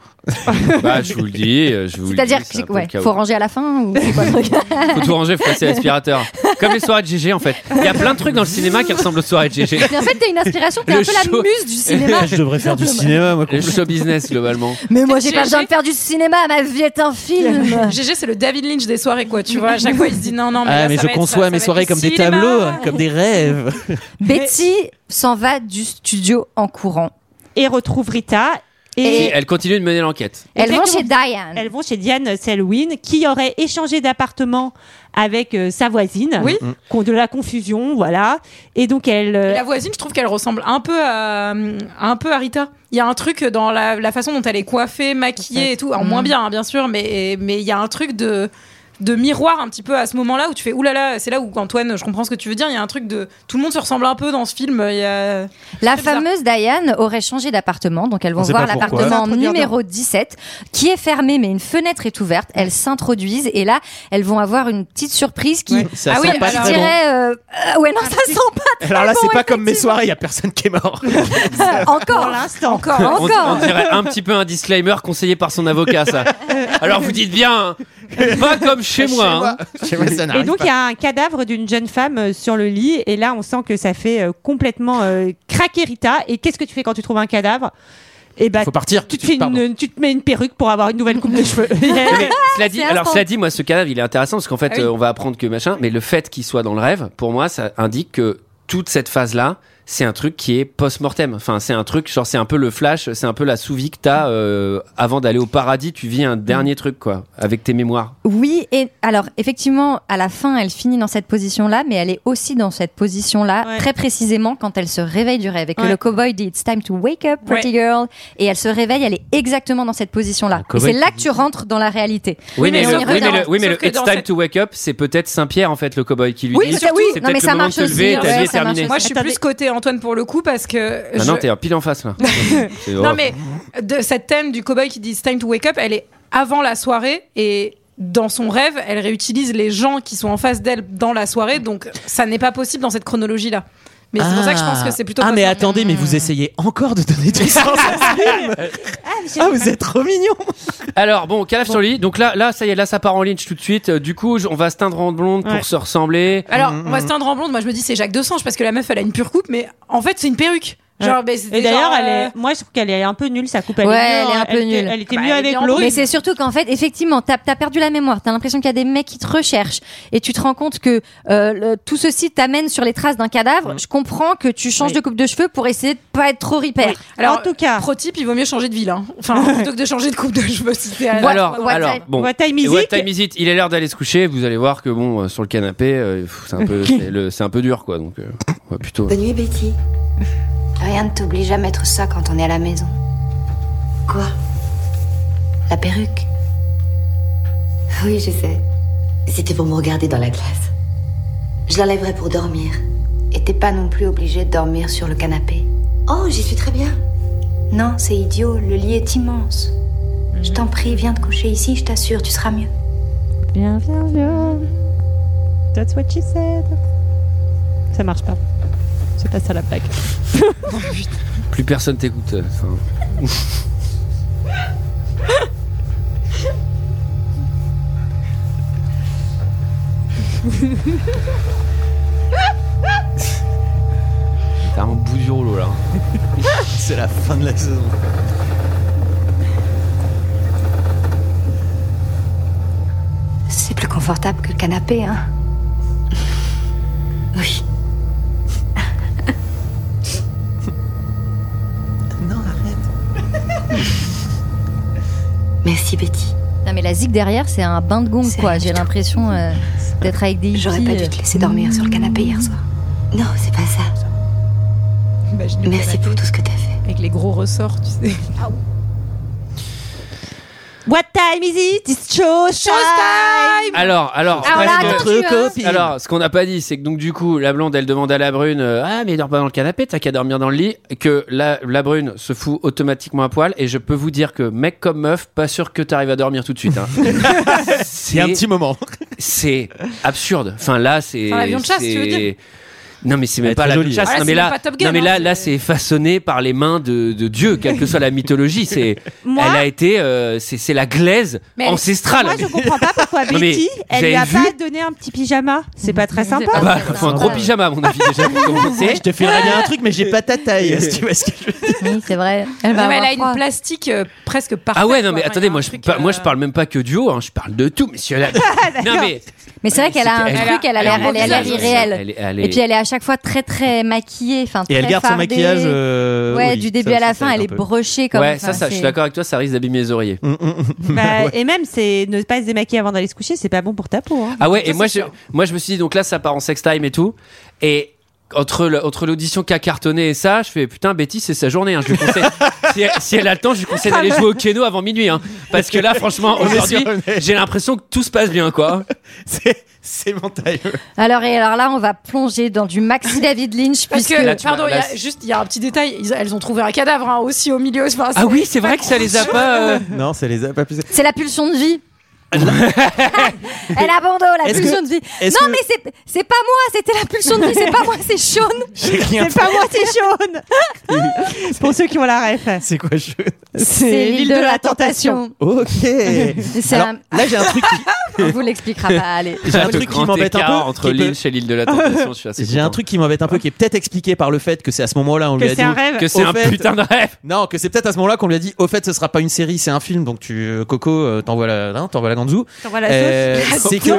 Speaker 1: bah, je vous le dis, euh, je vous le dis.
Speaker 6: C'est-à-dire
Speaker 1: c'est un
Speaker 6: que
Speaker 1: peu
Speaker 6: ouais,
Speaker 1: le chaos.
Speaker 6: faut ranger à la fin ou c'est quoi le truc
Speaker 1: Faut tout ranger, faut passer l'aspirateur. Comme les soirées de GG en fait. Il y a plein de trucs dans le cinéma qui ressemblent aux soirées de GG.
Speaker 6: Mais en fait, t'es une inspiration, t'es un
Speaker 1: Le
Speaker 6: peu
Speaker 1: show-
Speaker 6: la muse du cinéma.
Speaker 7: Je devrais faire du cinéma, moi.
Speaker 1: Le show business globalement.
Speaker 6: Mais moi, j'ai pas
Speaker 9: Gégé.
Speaker 6: besoin de faire du cinéma, ma vie est un film.
Speaker 9: GG, c'est le David Lynch des soirées, quoi. Tu vois, à chaque fois, il se dit non, non, mais.
Speaker 7: Ah,
Speaker 9: là,
Speaker 7: mais
Speaker 9: ça
Speaker 7: je
Speaker 9: va être ça,
Speaker 7: conçois
Speaker 9: ça
Speaker 7: mes
Speaker 9: va être
Speaker 7: soirées
Speaker 9: du
Speaker 7: comme des
Speaker 9: cinéma.
Speaker 7: tableaux, hein, comme des rêves.
Speaker 6: Betty s'en va du studio en courant.
Speaker 11: Et retrouve Rita.
Speaker 1: Et elle continue de mener l'enquête.
Speaker 6: Elles vont
Speaker 11: Exactement.
Speaker 6: chez Diane.
Speaker 11: Elles vont chez Diane Selwyn, qui aurait échangé d'appartement avec euh, sa voisine.
Speaker 9: Oui.
Speaker 11: Mm. Qu'on- De la confusion, voilà. Et donc elle.
Speaker 9: Et
Speaker 11: euh,
Speaker 9: la voisine, je trouve qu'elle ressemble un peu à, euh, un peu à Rita. Il y a un truc dans la, la façon dont elle est coiffée, maquillée et tout. Alors, moins bien, hein, bien sûr, mais mais il y a un truc de de miroir un petit peu à ce moment-là où tu fais oulala, c'est là où Antoine, je comprends ce que tu veux dire. Il y a un truc de tout le monde se ressemble un peu dans ce film. il y a-
Speaker 6: La fameuse Diane aurait changé d'appartement, donc elles vont
Speaker 9: On sait
Speaker 6: voir
Speaker 9: pas pourquoi.
Speaker 6: l'appartement
Speaker 9: S'introduire
Speaker 6: numéro 17, qui est fermé, mais une fenêtre est ouverte. Elles s'introduisent et là, elles vont avoir une petite surprise qui,
Speaker 7: Ouais, ça Ah sent oui, pas
Speaker 6: je
Speaker 7: très bon.
Speaker 6: dirais, euh, euh, ouais, non, ça sent pas.
Speaker 7: Alors là, c'est pas comme mes soirées, il y a personne qui est mort.
Speaker 6: très- encore, encore,
Speaker 1: On-
Speaker 6: encore.
Speaker 1: On, dirait un petit peu un disclaimer conseillé par son avocat, ça. Alors vous dites bien, hein, pas comme chez moi. hein.
Speaker 11: et donc il y a un cadavre d'une jeune femme euh, sur le lit et là on sent que ça fait euh, complètement euh, craquer Rita et qu'est-ce que tu fais quand tu trouves un cadavre et bah,
Speaker 1: Faut partir,
Speaker 11: tu te,
Speaker 1: tout de
Speaker 11: fais
Speaker 1: suite,
Speaker 11: une, tu te mets une perruque pour avoir une nouvelle coupe de cheveux
Speaker 1: hein. Mais cela dit,
Speaker 11: C'est
Speaker 1: alors
Speaker 11: instant.
Speaker 1: cela dit, moi ce cadavre il est intéressant parce qu'en fait
Speaker 11: Ah oui.
Speaker 1: euh, on va apprendre que machin, mais le fait qu'il soit dans le rêve, pour moi ça indique que toute cette phase là, c'est un truc qui est post-mortem. Enfin c'est un truc genre c'est un peu le flash, c'est un peu la sous-vie que t'as euh, avant d'aller au paradis, tu vis un dernier truc quoi avec tes mémoires.
Speaker 6: Oui, et alors effectivement, à la fin, elle finit dans cette position-là, mais elle est aussi dans cette position-là très précisément quand elle se réveille du rêve et que
Speaker 9: Ouais.
Speaker 6: le cowboy dit It's time to wake up, pretty girl, et elle se réveille, elle est exactement dans cette position-là. Et
Speaker 1: cowboy
Speaker 6: c'est là que tu rentres dans la réalité.
Speaker 1: Oui, mais,
Speaker 6: On
Speaker 1: le,
Speaker 6: y
Speaker 1: oui, mais
Speaker 6: revient.
Speaker 1: le- oui, mais
Speaker 6: Sauf
Speaker 1: le
Speaker 6: que
Speaker 1: It's
Speaker 6: dans
Speaker 1: time
Speaker 6: cette-
Speaker 1: to wake up, c'est peut-être Saint-Pierre en fait le cowboy qui lui
Speaker 9: Oui,
Speaker 1: dit.
Speaker 9: surtout. Oui,
Speaker 1: c'est
Speaker 9: non, mais
Speaker 1: peut-être
Speaker 9: ça
Speaker 1: le moment de
Speaker 9: marche
Speaker 1: te lever,
Speaker 9: aussi,
Speaker 1: ta
Speaker 9: ouais,
Speaker 1: vie est
Speaker 9: ça marche
Speaker 1: terminée.
Speaker 9: Moi, je suis plus côté Antoine pour le coup parce que.
Speaker 1: Ah
Speaker 9: je-
Speaker 1: non, t'es pile en face là. C'est
Speaker 9: Non,
Speaker 1: horrible.
Speaker 9: mais de cette thème du cowboy qui dit It's time to wake up, elle est avant la soirée et dans son rêve, elle réutilise les gens qui sont en face d'elle dans la soirée, donc ça n'est pas possible dans cette chronologie-là. Mais c'est pour ça que je pense que c'est plutôt.
Speaker 7: Ah,
Speaker 9: pas
Speaker 7: mais
Speaker 9: ça.
Speaker 7: attendez, mais vous essayez encore de donner du sens à ce film Ah, vous êtes trop mignon
Speaker 1: Alors bon, calaf sur le lit. Donc là, là, ça y est, là, ça part en lynch tout de suite. Euh, Du coup, j- on va se teindre en blonde
Speaker 9: Ouais.
Speaker 1: pour se ressembler.
Speaker 9: Alors, moi, c'est un grand blonde, moi je me dis c'est Jacques Dessange parce que la meuf elle a une pure coupe, mais en fait c'est une perruque. Genre,
Speaker 11: Ouais.
Speaker 9: ben, c'était
Speaker 11: et d'ailleurs,
Speaker 9: genre,
Speaker 11: elle est-
Speaker 9: euh,
Speaker 11: moi je trouve qu'elle est un peu nulle, sa coupe. Elle
Speaker 6: ouais,
Speaker 11: est
Speaker 6: elle
Speaker 11: nulle,
Speaker 6: est un peu
Speaker 11: hein. elle était-
Speaker 6: nulle.
Speaker 11: Bah, Elle était mieux avec l'autre.
Speaker 6: Mais c'est surtout qu'en fait, effectivement, t'as as perdu la mémoire. T'as l'impression qu'il y a des mecs qui te recherchent et tu te rends compte que euh, le- tout ceci t'amène sur les traces d'un cadavre. Je comprends que tu changes de coupe de cheveux pour essayer de pas être trop ripère.
Speaker 9: Alors, en tout cas, prototype, il vaut mieux changer de ville. hein. Enfin, plutôt que de changer de coupe de cheveux, si t'es à la-
Speaker 1: alors, alors, bon.
Speaker 11: Euh, what time is
Speaker 1: Et what
Speaker 11: it
Speaker 1: time is it Il est l'heure d'aller se coucher. Vous allez voir que bon, euh, sur le canapé, euh, pff, c'est un peu, c'est le- c'est un peu dur, quoi. Donc, euh, on va plutôt.
Speaker 8: Bonne nuit, Betty. Rien ne t'oblige à mettre ça quand on est à la maison. Quoi La perruque.
Speaker 12: Oui, je sais. C'était pour me regarder dans la glace.
Speaker 8: Je l'enlèverai pour dormir. Et t'es pas non plus obligée de dormir sur le canapé. Oh, j'y suis très bien. Non, c'est idiot. Le lit est immense. Je t'en prie, viens te coucher ici, je t'assure, tu seras mieux.
Speaker 11: Bien, bien, bien. That's what she said. Ça marche pas. C'est pas ça la plaque.
Speaker 1: Plus personne t'écoute. euh, enfin. T'as un bout du rouleau là.
Speaker 7: C'est la fin de la saison.
Speaker 8: C'est plus confortable que le canapé, hein Oui.
Speaker 7: Non,
Speaker 8: arrête. Merci, Betty.
Speaker 6: Non mais la zig derrière c'est un bain de gong quoi. J'ai l'impression euh, d'être avec des hippies. euh, J'aurais pas dû te laisser dormir sur le canapé hier soir.
Speaker 8: Non, c'est pas ça. Merci pour tout ce que t'as fait.
Speaker 9: Avec les gros ressorts, tu sais.
Speaker 11: What time is it It's show time.
Speaker 1: Alors, alors,
Speaker 11: Alors là,
Speaker 1: presque-
Speaker 11: attends, Entre tu vois. copines.
Speaker 1: alors, ce qu'on n'a pas dit, c'est que donc du coup, la blonde, elle demande à la brune, euh, ah mais dors pas dans le canapé, t'as qu'à dormir dans le lit, que la, la brune se fout automatiquement à poil, et je peux vous dire que mec comme meuf, pas sûr que t'arrives à dormir tout de suite. Hein. c'est un petit
Speaker 7: moment.
Speaker 1: C'est absurde. Enfin là, c'est.
Speaker 9: Enfin, l'avion de chasse,
Speaker 1: c'est-
Speaker 9: tu veux dire
Speaker 1: Non mais c'est
Speaker 7: Elle est
Speaker 1: même pas
Speaker 7: très
Speaker 1: la
Speaker 7: jolie.
Speaker 1: chasse.
Speaker 9: Ah, là,
Speaker 1: non,
Speaker 9: c'est
Speaker 1: mais
Speaker 9: même
Speaker 1: là,
Speaker 9: pas Top Gun,
Speaker 1: non mais
Speaker 9: hein,
Speaker 1: là, là c'est façonné par les mains de, de Dieu, quelle que soit la mythologie. C'est,
Speaker 11: Moi-
Speaker 1: elle a été, euh, c'est c'est la glaise
Speaker 11: Mais
Speaker 1: ancestrale.
Speaker 11: Moi, je comprends pas pourquoi
Speaker 1: Non, mais
Speaker 11: Betty, elle
Speaker 1: vous avez
Speaker 11: lui a
Speaker 1: vu
Speaker 11: pas donné un petit pyjama. C'est pas très sympa.
Speaker 1: Ah bah, faut un gros pyjama, à mon avis, déjà, pour commencer.
Speaker 7: Eh, Je te ferai bien un truc, mais j'ai pas ta taille. si tu vois ce que je veux dire.
Speaker 6: Oui c'est vrai. Elle,
Speaker 9: Non,
Speaker 6: va
Speaker 9: mais elle
Speaker 6: avoir
Speaker 9: a une
Speaker 6: froid.
Speaker 9: plastique euh, presque parfaite.
Speaker 1: Ah ouais, non,
Speaker 9: quoi.
Speaker 1: mais
Speaker 9: Enfin,
Speaker 1: attendez, moi je, par-
Speaker 9: euh,
Speaker 1: moi, je parle même pas que du haut, hein, je parle de tout, messieurs. dames. non, mais.
Speaker 6: Mais c'est vrai qu'elle a un
Speaker 1: Elle-
Speaker 6: truc, elle a l'air,
Speaker 1: elle-
Speaker 6: elle a l'air
Speaker 1: elle-
Speaker 6: irréelle.
Speaker 1: elle- elle est-
Speaker 6: Et puis elle est à chaque chaque fois très très maquillée. Enfin,
Speaker 7: Et elle
Speaker 6: très
Speaker 7: garde son
Speaker 6: fardée.
Speaker 7: maquillage, euh,
Speaker 6: ouais,
Speaker 7: oui,
Speaker 6: du
Speaker 7: ça
Speaker 6: début à
Speaker 7: aussi,
Speaker 6: la
Speaker 7: ça
Speaker 6: fin,
Speaker 7: aide
Speaker 6: elle
Speaker 7: un
Speaker 6: est
Speaker 7: peu.
Speaker 6: brochée comme.
Speaker 1: Ouais, ça,
Speaker 6: enfin,
Speaker 1: ça je
Speaker 6: c'est-
Speaker 1: suis d'accord avec toi, ça risque d'abîmer les oreillers.
Speaker 11: Bah, Et même, c'est ne pas se démaquiller avant d'aller se coucher, c'est pas bon pour ta peau. hein.
Speaker 1: Ah ouais, et moi je, moi je me suis dit, donc là ça part en sex time et tout. Et entre le- entre l'audition qui a cartonné et ça, je fais putain, Betty, c'est sa journée. hein. Je lui conseille, si, elle, si elle a le temps, je lui conseille d'aller jouer au kéno avant minuit. hein. Parce que là, franchement,
Speaker 7: On est
Speaker 1: aujourd'hui,
Speaker 7: sur une-
Speaker 1: j'ai l'impression que tout se passe bien, quoi.
Speaker 7: C'est montailleux.
Speaker 6: Alors et alors là, on va plonger dans du Maxi David Lynch
Speaker 9: Parce
Speaker 6: puisque.
Speaker 9: que, pardon, il y a, juste, il y a un petit détail. ils- elles ont trouvé un cadavre hein, aussi au milieu. Enfin,
Speaker 1: Ah oui, c'est vrai que ça les a pas. euh,
Speaker 7: Non, ça les a pas plus.
Speaker 6: C'est la pulsion de vie. Elle a bandeau, la
Speaker 7: Est-ce
Speaker 6: pulsion
Speaker 7: que-
Speaker 6: de vie.
Speaker 7: est-ce
Speaker 6: Non,
Speaker 7: que-
Speaker 6: mais c'est- c'est pas moi, c'était la pulsion de vie, c'est pas moi, c'est Sean.
Speaker 7: J'ai rien
Speaker 11: C'est pas moi, c'est Sean. pour ceux qui ont la ref.
Speaker 7: C'est quoi, je
Speaker 6: C'est l'île de la tentation.
Speaker 7: Ok.
Speaker 6: C'est
Speaker 7: Alors,
Speaker 6: un-
Speaker 7: Là, j'ai un truc.
Speaker 6: On vous l'expliquera pas, allez.
Speaker 7: J'ai un
Speaker 1: Le
Speaker 7: truc qui
Speaker 1: grand
Speaker 7: m'embête un peu.
Speaker 1: écart entre
Speaker 7: qui peut-
Speaker 1: Lynch et l'île de la Tentation, je suis assez
Speaker 7: J'ai un
Speaker 1: content.
Speaker 7: truc qui m'embête un peu, qui est peut-être expliqué par le fait que c'est à ce moment-là on
Speaker 11: Que
Speaker 7: lui a
Speaker 11: c'est
Speaker 7: dit
Speaker 11: un rêve.
Speaker 1: Que c'est
Speaker 7: au
Speaker 1: un putain de rêve.
Speaker 7: Non, que c'est peut-être à ce moment-là qu'on lui a dit. Au fait, ce sera pas une série, c'est un film. Donc tu, euh, Coco, euh, t'envoies la, hein, t'envoies la ganzou.
Speaker 11: T'envoies la
Speaker 7: Euh,
Speaker 11: sauce.
Speaker 7: c'est que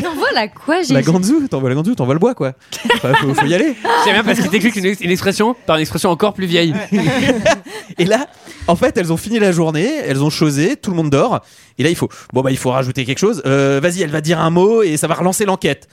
Speaker 6: T'en vois la quoi, j'ai.
Speaker 7: la ganzou, t'envoies la ganzou, t'envoies le bois quoi. Enfin, faut, faut y aller.
Speaker 1: J'aime bien parce qu'il t'explique une, ex- une expression par une expression encore plus vieille.
Speaker 7: Et là, en fait, elles ont fini la journée, elles ont chausé, tout le monde dort. Et là, il faut, bon bah, il faut rajouter quelque chose. Euh, Vas-y, elle va dire un mot et ça va relancer l'enquête.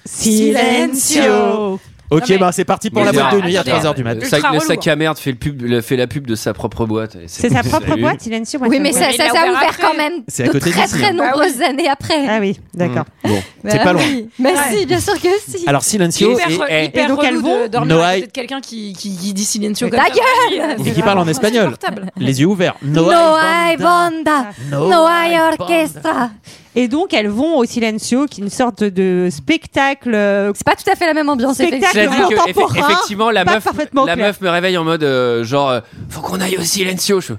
Speaker 11: Silencio.
Speaker 7: Ok,
Speaker 9: Non, mais-
Speaker 7: bah c'est parti pour
Speaker 1: Mais
Speaker 7: la boîte de
Speaker 1: genre,
Speaker 7: nuit à
Speaker 1: attendez,
Speaker 7: 3h du mat.
Speaker 1: Le sac,
Speaker 9: Ultra
Speaker 1: le
Speaker 9: relou,
Speaker 1: sac à merde fait, le pub, le- fait la pub de sa propre boîte. Et
Speaker 11: C'est sa propre
Speaker 1: salut.
Speaker 11: boîte, Silencio. moi,
Speaker 6: Oui,
Speaker 11: ça
Speaker 6: mais
Speaker 11: me-
Speaker 6: ça,
Speaker 9: il
Speaker 6: ça
Speaker 9: l'a
Speaker 6: ça a
Speaker 9: ouvert
Speaker 6: ouvert
Speaker 9: après.
Speaker 6: quand même
Speaker 7: C'est à
Speaker 6: de
Speaker 7: côté
Speaker 6: très
Speaker 7: d'ici.
Speaker 6: très
Speaker 7: Bah
Speaker 6: nombreuses années après.
Speaker 11: Ah oui, d'accord.
Speaker 7: Bon,
Speaker 6: Bah
Speaker 7: c'est pas loin. Eh.
Speaker 6: oui. Mais si, bien sûr que si.
Speaker 7: Alors Silencio
Speaker 9: hyper,
Speaker 7: et,
Speaker 9: re-
Speaker 1: et-
Speaker 9: hyper
Speaker 11: et donc
Speaker 9: relou
Speaker 11: elles vont-
Speaker 9: de dormir à
Speaker 7: Noailles.
Speaker 9: côté de quelqu'un qui, qui, qui dit silencio
Speaker 6: Mais
Speaker 9: comme
Speaker 6: ta
Speaker 9: ça.
Speaker 6: gueule
Speaker 7: et qui parle en espagnol,
Speaker 9: insupportable.
Speaker 7: les yeux ouverts. Noël.
Speaker 6: No hay banda, no hay orchestra.
Speaker 11: Et donc, elles vont au Silencio, qui est une sorte de spectacle. euh,
Speaker 6: C'est pas tout à fait la même ambiance,
Speaker 11: Spectacle.
Speaker 6: effectivement.
Speaker 1: Cela dit que, effe-
Speaker 11: Contemporain,
Speaker 1: effectivement, la
Speaker 11: pas
Speaker 1: meuf,
Speaker 11: parfaitement
Speaker 1: la
Speaker 11: clair.
Speaker 1: meuf me réveille en mode euh, genre, euh, faut qu'on aille au silencio. Je fais,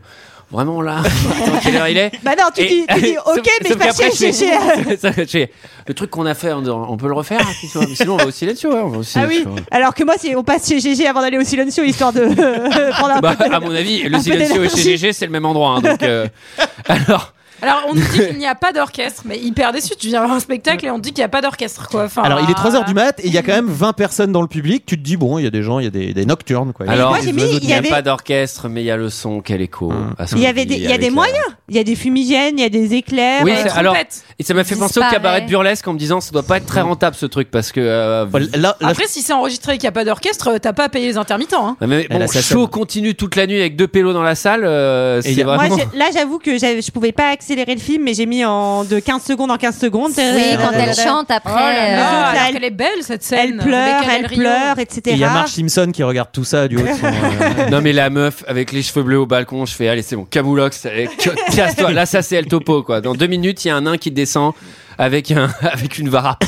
Speaker 1: vraiment là, attends, quelle heure il est
Speaker 11: Bah non, tu,
Speaker 1: Et-
Speaker 11: dis, tu dis
Speaker 1: Sauf-
Speaker 11: ok, mais
Speaker 1: sauf
Speaker 11: pas
Speaker 1: qu'après,
Speaker 11: chez, chez,
Speaker 1: je fais-
Speaker 11: chez.
Speaker 1: ça, je fais, Le truc qu'on a fait, on, on peut le refaire si tu vois. Mais Sinon, on va au silencio. ouais, on va au
Speaker 11: Ah oui,
Speaker 1: silencio.
Speaker 11: alors que moi, si on passe chez GG avant d'aller au Silencio, histoire de prendre un
Speaker 1: Bah,
Speaker 11: peu de-
Speaker 1: à mon avis, le
Speaker 11: Un peu
Speaker 1: silencio et chez
Speaker 11: d'énergie.
Speaker 1: GG, c'est le même endroit. hein, donc, euh, alors,
Speaker 9: Alors, on nous dit qu'il n'y a pas d'orchestre, mais hyper déçu. Tu viens voir un spectacle et on te dit qu'il n'y a pas d'orchestre, quoi. Enfin, euh,
Speaker 7: Alors il est 3h du mat et il y a quand même 20 personnes dans le public. Tu te dis bon, il y a des gens, il y a des, des nocturnes quoi.
Speaker 1: alors,
Speaker 11: moi, j'ai
Speaker 1: il
Speaker 11: mis, il
Speaker 1: n'y
Speaker 11: y
Speaker 1: a
Speaker 11: avait-
Speaker 1: pas d'orchestre, mais il y a le son qu'elle écho. à ce
Speaker 11: Il y
Speaker 1: qu'on
Speaker 11: avait des,
Speaker 1: dit
Speaker 11: il y a
Speaker 1: avec
Speaker 11: des
Speaker 1: la-
Speaker 11: moyens, il y a des fumigènes, il y a des éclairs.
Speaker 1: Oui,
Speaker 11: euh,
Speaker 1: c'est- alors, et ça m'a fait penser au
Speaker 6: Disparaît.
Speaker 1: cabaret de burlesque en me disant ça doit pas être très rentable ce truc parce que. euh,
Speaker 7: Là, là,
Speaker 9: Après, si c'est enregistré et qu'il n'y a pas d'orchestre, euh, t'as pas à payer les intermittents. Hein.
Speaker 1: Ouais, mais
Speaker 7: Elle
Speaker 1: bon,
Speaker 7: a sa
Speaker 1: chaud
Speaker 7: somme.
Speaker 1: continue toute la nuit avec deux pélos dans la salle, euh,
Speaker 7: Et y
Speaker 1: c'est
Speaker 7: a-
Speaker 11: Moi,
Speaker 1: vraiment.
Speaker 11: j'ai- là, j'avoue que j'avais- je pouvais pas accélérer le film, mais j'ai mis en de 15 secondes en 15 secondes.
Speaker 6: Oui, quand elle chante
Speaker 9: Oh là
Speaker 6: après.
Speaker 9: là,
Speaker 11: euh,
Speaker 9: alors
Speaker 11: elle-
Speaker 9: qu'elle est belle cette scène.
Speaker 11: Elle pleure,
Speaker 9: Rebecca
Speaker 11: elle
Speaker 9: Del Rio.
Speaker 11: pleure, etc.
Speaker 7: Et il y a Marge Simpson qui regarde tout ça du haut de son. euh,
Speaker 1: Non mais la meuf avec les cheveux bleus au balcon, je fais allez c'est bon, Kaboulox, allez, que- casse-toi. Là ça c'est El Topo quoi. Dans deux minutes il y a un nain qui descend avec un avec une vara,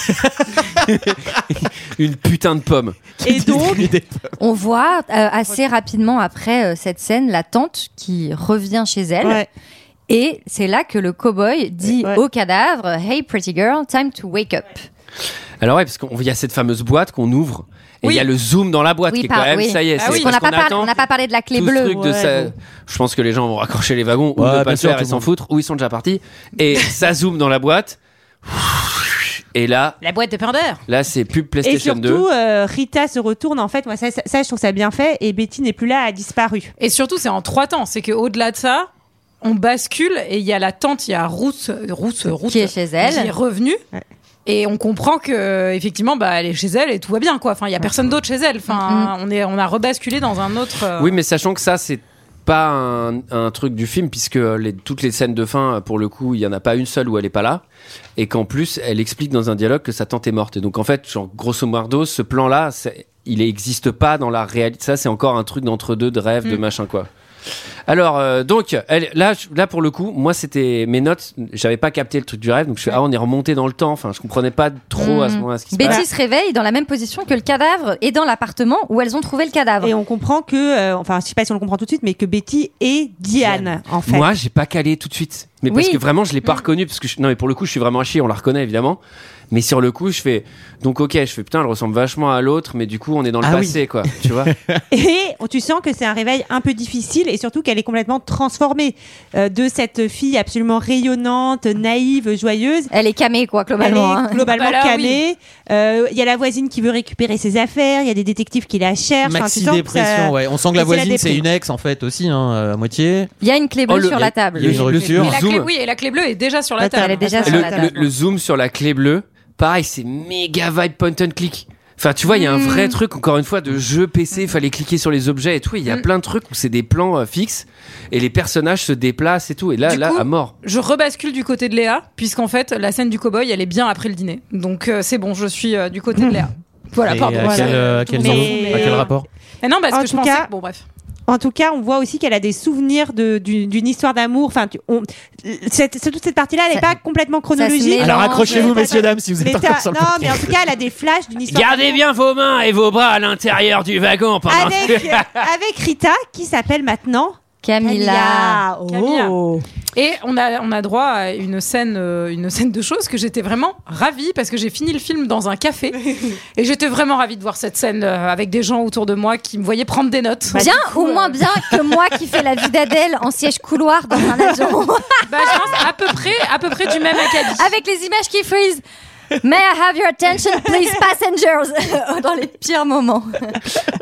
Speaker 1: une putain de pomme.
Speaker 11: Et donc,
Speaker 6: On voit euh, assez rapidement après euh, cette scène la tante qui revient chez elle.
Speaker 11: ouais.
Speaker 6: Et c'est là que le cowboy dit
Speaker 11: Ouais.
Speaker 6: au cadavre Hey pretty girl, time to wake up.
Speaker 1: Alors ouais parce qu'il y a cette fameuse boîte qu'on ouvre et il
Speaker 9: Oui.
Speaker 1: y a le zoom dans la boîte qui est quand
Speaker 6: par-
Speaker 1: même
Speaker 6: oui.
Speaker 1: ça y est,
Speaker 9: Ah
Speaker 1: c'est
Speaker 9: oui.
Speaker 6: On
Speaker 1: parce
Speaker 6: n'a
Speaker 1: qu'on
Speaker 6: pas, parlé-
Speaker 1: attend
Speaker 6: on n'a pas parlé de la clé
Speaker 1: tout ce
Speaker 6: bleue.
Speaker 1: truc de
Speaker 11: Ouais,
Speaker 1: ça-
Speaker 11: bon.
Speaker 1: Je pense que les gens vont raccrocher les wagons ou
Speaker 7: Ouais,
Speaker 1: ne pas
Speaker 7: bien
Speaker 1: le
Speaker 7: sûr,
Speaker 1: faire et
Speaker 7: tout le
Speaker 1: s'en
Speaker 7: monde.
Speaker 1: foutre ou ils sont déjà partis et ça zoome dans la boîte et là
Speaker 9: La boîte de Pandore.
Speaker 1: là c'est pub
Speaker 11: Et
Speaker 1: PlayStation 2.
Speaker 11: surtout, euh, Rita se retourne. En fait, moi, ça, ça- ça, je trouve ça bien fait. Et Betty n'est plus là, a disparu.
Speaker 9: Et surtout, c'est en trois temps. C'est qu'au-delà de ça, on bascule et il y a la tante, il y a Ruth, Ruth, Ruth
Speaker 6: Qui est chez elle.
Speaker 9: qui est revenue.
Speaker 11: Ouais.
Speaker 9: Et on comprend que effectivement, bah, elle est chez elle et tout va bien, quoi. Enfin, il y a personne d'autre chez elle. Enfin, on est, on a rebasculé dans un autre. euh,
Speaker 1: Oui, mais sachant que ça, c'est pas un, un truc du film, puisque euh, les- toutes les scènes de fin, euh, pour le coup, il y en a pas une seule où elle est pas là, et qu'en plus, elle explique dans un dialogue que sa tante est morte. Et donc, en fait, genre, grosso modo, ce plan-là, c'est- il n'existe pas dans la réalité. Ça, c'est encore un truc d'entre-deux, de rêve, de machin, quoi. Alors, euh, donc, elle- là, je- là, pour le coup, moi, c'était mes notes, j'avais pas capté le truc du rêve, donc je suis, ah, on est remonté dans le temps, enfin, je comprenais pas trop à ce
Speaker 6: Mhm.
Speaker 1: moment-là ce qui se
Speaker 6: Betty
Speaker 1: passait.
Speaker 6: se réveille dans la même position que le cadavre et dans l'appartement où elles ont trouvé le cadavre.
Speaker 11: Et on comprend que, euh, enfin, je sais pas si on le comprend tout de suite, mais que Betty est Diane, en fait.
Speaker 1: Moi, j'ai pas calé tout de suite. mais parce
Speaker 6: Oui.
Speaker 1: que vraiment, je l'ai
Speaker 9: Mm.
Speaker 1: pas reconnu. Parce que je- non, mais pour le coup, je suis vraiment à chier, on la reconnaît évidemment. Mais sur le coup, je fais donc ok, je fais putain, elle ressemble vachement à l'autre, mais du coup, on est dans le
Speaker 7: Ah oui.
Speaker 1: passé, quoi. Tu vois
Speaker 11: Et on- tu sens que c'est un réveil un peu difficile et surtout qu'elle est complètement transformée euh, de cette fille absolument rayonnante, naïve, joyeuse.
Speaker 6: Elle est camée, quoi, globalement,
Speaker 11: Elle
Speaker 6: hein.
Speaker 11: est globalement
Speaker 6: Bah là,
Speaker 11: camée. Euh, Il y a la voisine qui veut récupérer ses affaires, il y a des détectives qui la cherchent. Enfin, tu
Speaker 7: Maxi
Speaker 11: sens que
Speaker 7: dépression,
Speaker 11: ça-
Speaker 7: ouais. On sent que la
Speaker 11: Et c'est
Speaker 7: voisine, c'est
Speaker 11: déprime.
Speaker 7: une ex en fait aussi, hein, à moitié.
Speaker 6: Il y a une clé bleue
Speaker 7: Oh, le-
Speaker 6: sur
Speaker 7: il y a-
Speaker 6: la table.
Speaker 7: il y a une rupture.
Speaker 9: Et la clé,
Speaker 1: Zoom.
Speaker 9: oui, et la clé bleue est déjà sur la
Speaker 6: Attends,
Speaker 9: table.
Speaker 6: elle est déjà
Speaker 9: Attends.
Speaker 1: le, le- le zoom sur la clé bleue, pareil, c'est méga vibe point and click. Enfin, tu vois, il y a un
Speaker 9: Mm.
Speaker 1: vrai truc, encore une fois, de jeu PC, fallait cliquer sur les objets et tout. et
Speaker 9: Mm.
Speaker 1: Il y a plein de trucs où c'est des plans euh, fixes et les personnages se déplacent et tout. Et là,
Speaker 9: Du
Speaker 1: là,
Speaker 9: coup,
Speaker 1: à mort.
Speaker 9: Je rebascule du côté de Léa, puisqu'en fait, la scène du cowboy, elle est bien après le dîner. Donc euh, c'est bon, je suis euh, du côté de Léa. Voilà,
Speaker 7: Mm. Et
Speaker 9: pardon.
Speaker 7: à
Speaker 9: voilà.
Speaker 7: quel, euh, à quel
Speaker 9: Tout le monde
Speaker 7: niveau-
Speaker 9: s'en fout, mais,
Speaker 7: à quel
Speaker 9: euh,
Speaker 7: rapport
Speaker 9: mais non, parce
Speaker 11: En
Speaker 9: que je
Speaker 11: tout
Speaker 9: pensais.
Speaker 11: cas-
Speaker 9: que- Bon, bref.
Speaker 11: En tout cas, on voit aussi qu'elle a des souvenirs de- du- d'une histoire d'amour. Enfin, tu- on- cette- cette- toute cette partie-là, elle n'est pas complètement chronologique.
Speaker 7: Alors accrochez-vous, messieurs, dames, si vous
Speaker 11: Mais
Speaker 7: êtes
Speaker 11: t'as-
Speaker 7: encore sur le
Speaker 11: Non, mais en tout cas, elle a des flashs d'une histoire.
Speaker 1: Gardez bien vos mains et vos bras à l'intérieur du wagon
Speaker 9: Ah,
Speaker 1: pendant
Speaker 11: avec, euh, avec Rita, qui s'appelle maintenant
Speaker 9: Camilla.
Speaker 11: Camilla. Oh.
Speaker 9: Et on a, on a droit à une scène, euh, une scène de choses que j'étais vraiment ravie parce que j'ai fini le film dans un café et j'étais vraiment ravie de voir cette scène euh, avec des gens autour de moi qui me voyaient prendre des notes.
Speaker 11: Bah,
Speaker 6: Bien ou
Speaker 11: euh,
Speaker 6: moins bien que moi qui fais la vie d'Adèle en siège couloir dans un avion.
Speaker 9: bah, je pense à peu près, à peu près du même acabit.
Speaker 6: Avec les images qui freeze. May I have your attention, please, passengers? Dans les pires moments.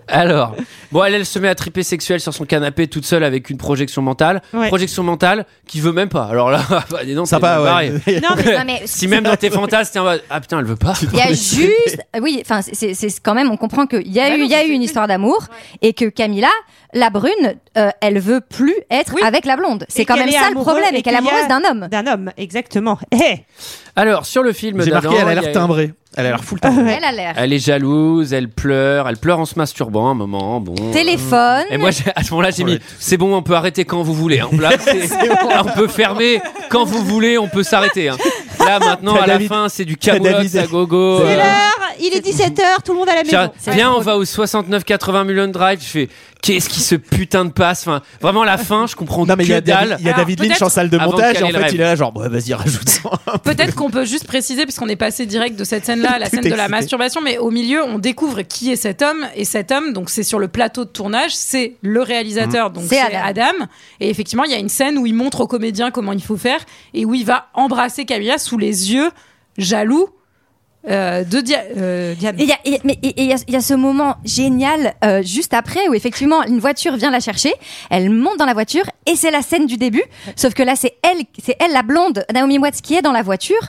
Speaker 1: Alors, bon, elle, elle se met à triper sexuelle sur son canapé toute seule avec une projection mentale.
Speaker 6: Ouais.
Speaker 1: Projection mentale qui veut même pas. Alors là, bah, dis donc,
Speaker 7: Ça
Speaker 1: t'es mal
Speaker 7: va, ouais.
Speaker 1: barré.
Speaker 6: Non, mais- non, mais-
Speaker 1: si même dans tes fantasmes, t'es en mode, ah putain, elle veut pas.
Speaker 6: Il y a juste, oui, enfin, c'est- c'est c'est quand même, on comprend qu'il y
Speaker 11: Bah
Speaker 6: a eu, il y a eu une histoire d'amour et que Camilla, la brune, euh, elle veut plus être avec la blonde. C'est
Speaker 11: Et
Speaker 6: quand
Speaker 11: qu'elle
Speaker 6: même
Speaker 11: est
Speaker 6: ça le
Speaker 11: amoureuse
Speaker 6: problème
Speaker 11: et
Speaker 6: et qu'elle est
Speaker 11: qu'il y a-
Speaker 6: amoureuse d'un homme.
Speaker 11: D'un homme, exactement. Eh. Hé
Speaker 1: Alors, sur le film
Speaker 7: J'ai
Speaker 1: d'Adam,
Speaker 7: marqué, elle a
Speaker 1: il y
Speaker 7: l'air timbrée. Elle a l'air full timbrée.
Speaker 6: Elle a l'air.
Speaker 1: Elle est jalouse, elle pleure, elle pleure en se masturbant à un moment. Bon.
Speaker 6: Téléphone.
Speaker 1: Et moi, j'ai- à ce moment-là,
Speaker 7: Oh,
Speaker 1: j'ai mis c'est bon, on peut arrêter quand vous voulez. hein. Là, c'est- là, on peut fermer quand vous voulez, on peut s'arrêter. hein. Là, maintenant,
Speaker 7: T'as
Speaker 1: à la
Speaker 7: David-
Speaker 1: fin, c'est du
Speaker 7: t'as
Speaker 1: Camelot,
Speaker 7: David-
Speaker 1: à gogo.
Speaker 11: C'est
Speaker 1: euh,
Speaker 11: l'heure, il est 17h, tout le monde à la
Speaker 1: Tiens,
Speaker 11: maison.
Speaker 1: viens, on va au 69-80 Mulholland Drive. Je fais, qu'est-ce qui se putain de passe enfin, Vraiment, à la fin, je comprends
Speaker 7: Non, mais il y a
Speaker 1: que dalle.
Speaker 7: David, il y a David Lynch en salle de
Speaker 1: Avant de
Speaker 7: montage et en
Speaker 1: caler le
Speaker 7: fait
Speaker 1: rêve.
Speaker 7: il est là genre bah, vas-y rajoute ça.
Speaker 9: Peut-être qu'on peut juste préciser, puisqu'on est passé direct de cette scène-là à la
Speaker 7: Tout
Speaker 9: scène de la
Speaker 7: excité.
Speaker 9: masturbation, mais au milieu, on découvre qui est cet homme. Et cet homme, donc c'est sur le plateau de tournage, c'est le réalisateur,
Speaker 7: Mmh.
Speaker 9: donc c'est
Speaker 6: C'est
Speaker 9: Adam. Et effectivement, il y a une scène où il montre aux comédiens comment il faut faire et où il va embrasser Camilla sous les yeux jaloux euh, de Dia- euh, Diane.
Speaker 6: Et il y a- et- mais- et- et il y, a- il y a ce moment génial euh, juste après où effectivement une voiture vient la chercher, elle monte dans la voiture et c'est la scène du début. Sauf que là c'est elle, c'est elle la blonde Naomi Watts qui est dans la voiture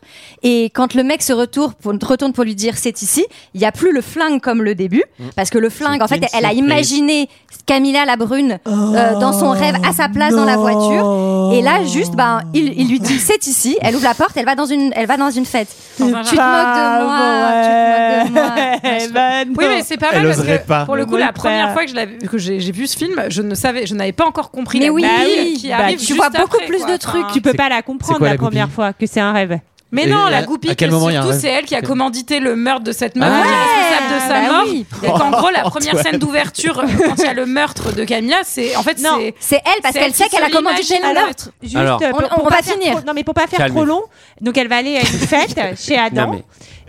Speaker 6: et quand le mec se retourne pour, retourne pour lui dire c'est ici, il y a plus le flingue comme le début parce que le flingue en
Speaker 12: Mm. C'est
Speaker 6: fait
Speaker 12: une
Speaker 6: elle a
Speaker 12: surprise. Oh,
Speaker 6: imaginé Camilla la brune euh, dans son rêve à sa place dans la voiture et là juste ben il, il lui dit c'est ici, elle ouvre la porte, elle va dans une elle va dans une fête. Tu te moques de moi, tu te moques de moi.
Speaker 9: Oui, mais c'est pas
Speaker 7: Elle
Speaker 9: mal parce
Speaker 7: oserait
Speaker 9: que
Speaker 7: pas.
Speaker 9: pour le coup,
Speaker 7: Elle
Speaker 9: la
Speaker 7: oserait
Speaker 9: première
Speaker 7: pas.
Speaker 9: fois que je l'avais- que j'ai j'ai vu ce film, je ne savais, je n'avais pas encore compris.
Speaker 6: Mais
Speaker 9: la
Speaker 6: oui,
Speaker 9: goupille qui
Speaker 6: bah,
Speaker 9: arrive
Speaker 6: tu
Speaker 9: juste
Speaker 6: vois beaucoup
Speaker 9: après,
Speaker 6: plus
Speaker 9: quoi.
Speaker 6: de trucs,
Speaker 9: Enfin,
Speaker 11: Tu peux pas la comprendre
Speaker 7: quoi,
Speaker 11: la,
Speaker 7: la goupille
Speaker 11: première fois que c'est un rêve.
Speaker 9: Mais
Speaker 7: Et
Speaker 9: non,
Speaker 7: à-
Speaker 9: la
Speaker 7: à
Speaker 9: goupille,
Speaker 7: quel
Speaker 9: c'est
Speaker 7: moment il y a un
Speaker 9: surtout,
Speaker 7: rêve
Speaker 9: c'est elle qui a
Speaker 7: Ok.
Speaker 9: commandité le meurtre de cette meuf,
Speaker 7: Ah.
Speaker 9: qui est responsable de sa
Speaker 6: Bah
Speaker 9: mort.
Speaker 6: oui.
Speaker 9: Et
Speaker 7: Oh,
Speaker 9: qu'en gros, la première
Speaker 7: Antoine.
Speaker 9: scène d'ouverture, euh, quand il y a le meurtre de Camilla, c'est en fait
Speaker 11: Non,
Speaker 9: c'est
Speaker 6: C'est elle parce
Speaker 9: c'est
Speaker 6: qu'elle sait
Speaker 9: qui
Speaker 6: qu'elle a
Speaker 9: se
Speaker 6: commandité
Speaker 9: l'imagine.
Speaker 6: le
Speaker 11: Alors,
Speaker 6: meurtre.
Speaker 11: Juste
Speaker 1: Alors.
Speaker 11: euh, pour-
Speaker 6: On- on
Speaker 11: pour
Speaker 6: va
Speaker 11: pas faire
Speaker 6: finir.
Speaker 11: trop- non, mais pour pas faire
Speaker 1: Calmez.
Speaker 11: trop long. Donc elle va aller à une fête chez Adam.
Speaker 1: Non, mais-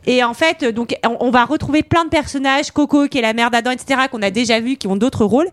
Speaker 11: Et en fait, euh, donc on, on va retrouver plein de personnages, Coco qui est la mère d'Adam, etc., qu'on a déjà vu, qui ont d'autres rôles.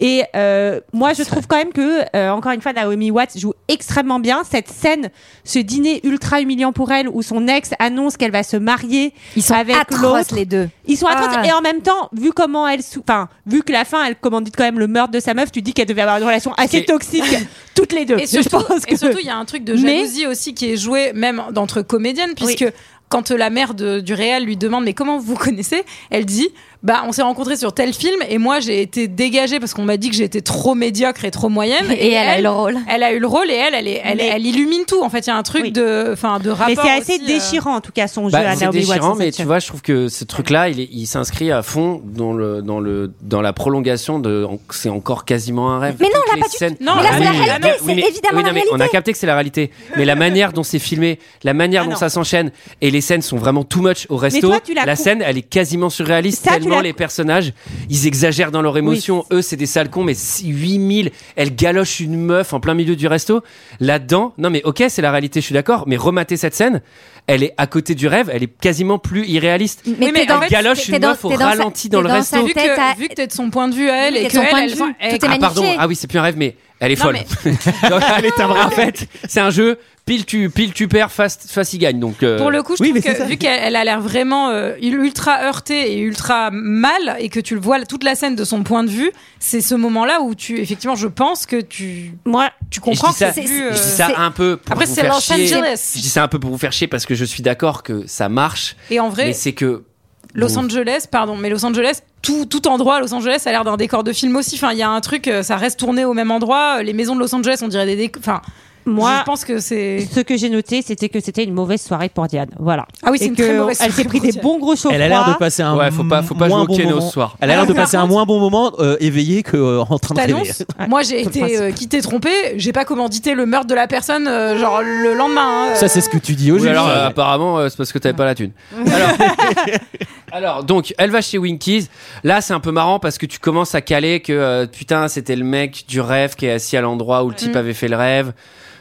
Speaker 11: Et euh, moi, je trouve quand même que, euh, encore une fois, Naomi Watts joue extrêmement bien cette scène, ce dîner ultra humiliant pour elle, où son ex annonce qu'elle va se marier
Speaker 6: Ils sont
Speaker 11: avec
Speaker 6: atroces
Speaker 11: l'autre.
Speaker 6: les deux.
Speaker 11: Ils sont atroces.
Speaker 6: Ah.
Speaker 11: Et en même temps, vu comment elle, sou- enfin, vu que la fin, elle commandite quand même le meurtre de sa meuf, tu dis qu'elle devait avoir une relation assez
Speaker 1: Et-
Speaker 11: toxique, toutes les deux.
Speaker 9: Et surtout,
Speaker 11: je pense
Speaker 9: et
Speaker 11: que-
Speaker 9: surtout, il y a un truc de
Speaker 11: Mais-
Speaker 9: jalousie aussi qui est joué même d'entre comédiennes, puisque quand euh, la mère de- du réel lui demande mais comment vous vous connaissez, elle dit bah on s'est rencontrés sur tel film et moi j'ai été dégagée parce qu'on m'a dit que j'étais trop médiocre et trop moyenne.
Speaker 6: Et elle a eu le rôle.
Speaker 9: Elle a eu le rôle et elle elle est- elle,
Speaker 11: Mais-
Speaker 9: elle illumine tout. En fait, il y a un truc de enfin de rapport.
Speaker 11: Mais c'est assez
Speaker 9: aussi, euh,
Speaker 11: déchirant en tout cas son jeu
Speaker 1: Bah,
Speaker 11: à
Speaker 1: c'est
Speaker 11: Naomi
Speaker 1: déchirant,
Speaker 11: Watts.
Speaker 1: mais tu vois, je trouve que ce truc-là, il, est- il s'inscrit à fond dans le dans le dans la prolongation de. en- C'est encore quasiment un rêve.
Speaker 6: Mais non,
Speaker 1: Toutes
Speaker 6: là,
Speaker 1: les
Speaker 6: pas du-
Speaker 1: scènes-
Speaker 9: Non, mais là,
Speaker 1: Ah
Speaker 9: c'est la
Speaker 1: oui,
Speaker 6: réalité,
Speaker 1: mais-
Speaker 6: c'est
Speaker 1: oui, mais-
Speaker 6: évidemment
Speaker 1: oui, non,
Speaker 6: la
Speaker 1: mais On a
Speaker 6: réalité.
Speaker 1: capté que c'est la réalité, mais la manière dont c'est filmé, la manière dont ça s'enchaîne et les scènes sont vraiment too much au resto.
Speaker 11: toi, tu l'as
Speaker 1: la
Speaker 11: com-
Speaker 1: scène, elle est quasiment surréaliste
Speaker 11: Ça, tu
Speaker 1: tellement
Speaker 11: l'as-
Speaker 1: les personnages, ils exagèrent dans leurs émotions. Eux, c'est des sales cons, mais si 8000, elle galoche une meuf en plein milieu du resto. Là-dedans, non mais ok, c'est la réalité, je suis d'accord, mais remater cette scène, elle est à côté du rêve, elle est quasiment plus irréaliste.
Speaker 9: Oui, mais
Speaker 1: elle
Speaker 9: en fait,
Speaker 1: galoche
Speaker 9: t'es
Speaker 1: une
Speaker 9: dans-
Speaker 1: meuf au
Speaker 9: t'es dans sa-
Speaker 1: ralenti dans
Speaker 9: t'es
Speaker 1: le
Speaker 9: dans
Speaker 1: resto.
Speaker 9: sa- Vu que, vu que t'es de son point de vue à elle
Speaker 6: Oui,
Speaker 9: et
Speaker 6: t'es
Speaker 9: que
Speaker 6: de son
Speaker 9: elle,
Speaker 6: point de
Speaker 9: elle-
Speaker 6: vue,
Speaker 9: elle-
Speaker 6: tout est
Speaker 1: Ah pardon,
Speaker 6: magnifié.
Speaker 1: ah oui, c'est plus un rêve, mais elle est
Speaker 9: Non,
Speaker 1: folle. Donc, elle est un vrai-
Speaker 9: Non.
Speaker 1: en fait, c'est un jeu, pile tu, pile tu perds, face, face il gagne. Donc, euh,
Speaker 9: Pour le coup, je trouve que vu qu'elle elle a l'air vraiment euh, ultra heurtée et ultra mal, et que tu le vois toute la scène de son point de vue, c'est ce moment-là où tu, effectivement, je pense que tu,
Speaker 11: moi,
Speaker 9: tu
Speaker 1: Et
Speaker 9: comprends
Speaker 1: je dis ça,
Speaker 9: que c'est
Speaker 1: je dis ça un peu pour
Speaker 9: Après,
Speaker 1: vous
Speaker 9: c'est
Speaker 1: faire
Speaker 9: Los
Speaker 1: chier.
Speaker 9: Angeles.
Speaker 1: Je dis ça un peu pour vous faire chier parce que je suis d'accord que ça marche.
Speaker 9: Et en vrai,
Speaker 1: mais c'est que
Speaker 9: Los
Speaker 1: Bon.
Speaker 9: Angeles, pardon, mais Los Angeles, tout, tout endroit à Los Angeles a l'air d'un décor de film aussi. Enfin, il y a un truc, euh, ça reste tourné au même endroit. Euh, Les maisons de Los Angeles, on dirait des décors. Enfin,
Speaker 11: Moi,
Speaker 9: je pense que c'est.
Speaker 11: Ce que j'ai noté, c'était que c'était une mauvaise soirée pour Diane. Voilà.
Speaker 9: Ah oui, c'est
Speaker 11: Et
Speaker 9: une
Speaker 11: que
Speaker 9: très mauvaise
Speaker 11: Elle s'est
Speaker 9: soirée
Speaker 11: pris
Speaker 9: pour
Speaker 11: des
Speaker 9: Diane.
Speaker 11: bons gros chauds
Speaker 7: Elle a l'air de
Speaker 11: froids.
Speaker 7: passer un
Speaker 1: Ouais, faut pas- faut pas
Speaker 7: moins
Speaker 1: jouer au
Speaker 7: bon
Speaker 1: piano
Speaker 7: moment.
Speaker 1: ce soir. Ah,
Speaker 7: Elle a l'air de
Speaker 9: Alors, par
Speaker 7: passer un moins bon moment euh, éveillé que euh, en train de rêver.
Speaker 9: T'annonces, moi j'ai
Speaker 11: c'est le
Speaker 9: été
Speaker 11: principe.
Speaker 9: euh, quittée trompée, j'ai pas commandité le meurtre de la personne euh, genre le lendemain. hein.
Speaker 7: Ça c'est ce que tu dis
Speaker 1: Oui,
Speaker 7: aujourd'hui.
Speaker 1: alors euh, apparemment euh, c'est parce que t'avais pas la thune. Alors, alors, donc elle va chez Winkies. Là c'est un peu marrant parce que tu commences à caler que euh, putain c'était le mec du rêve qui est assis à l'endroit où le type
Speaker 9: Mm.
Speaker 1: avait fait le rêve.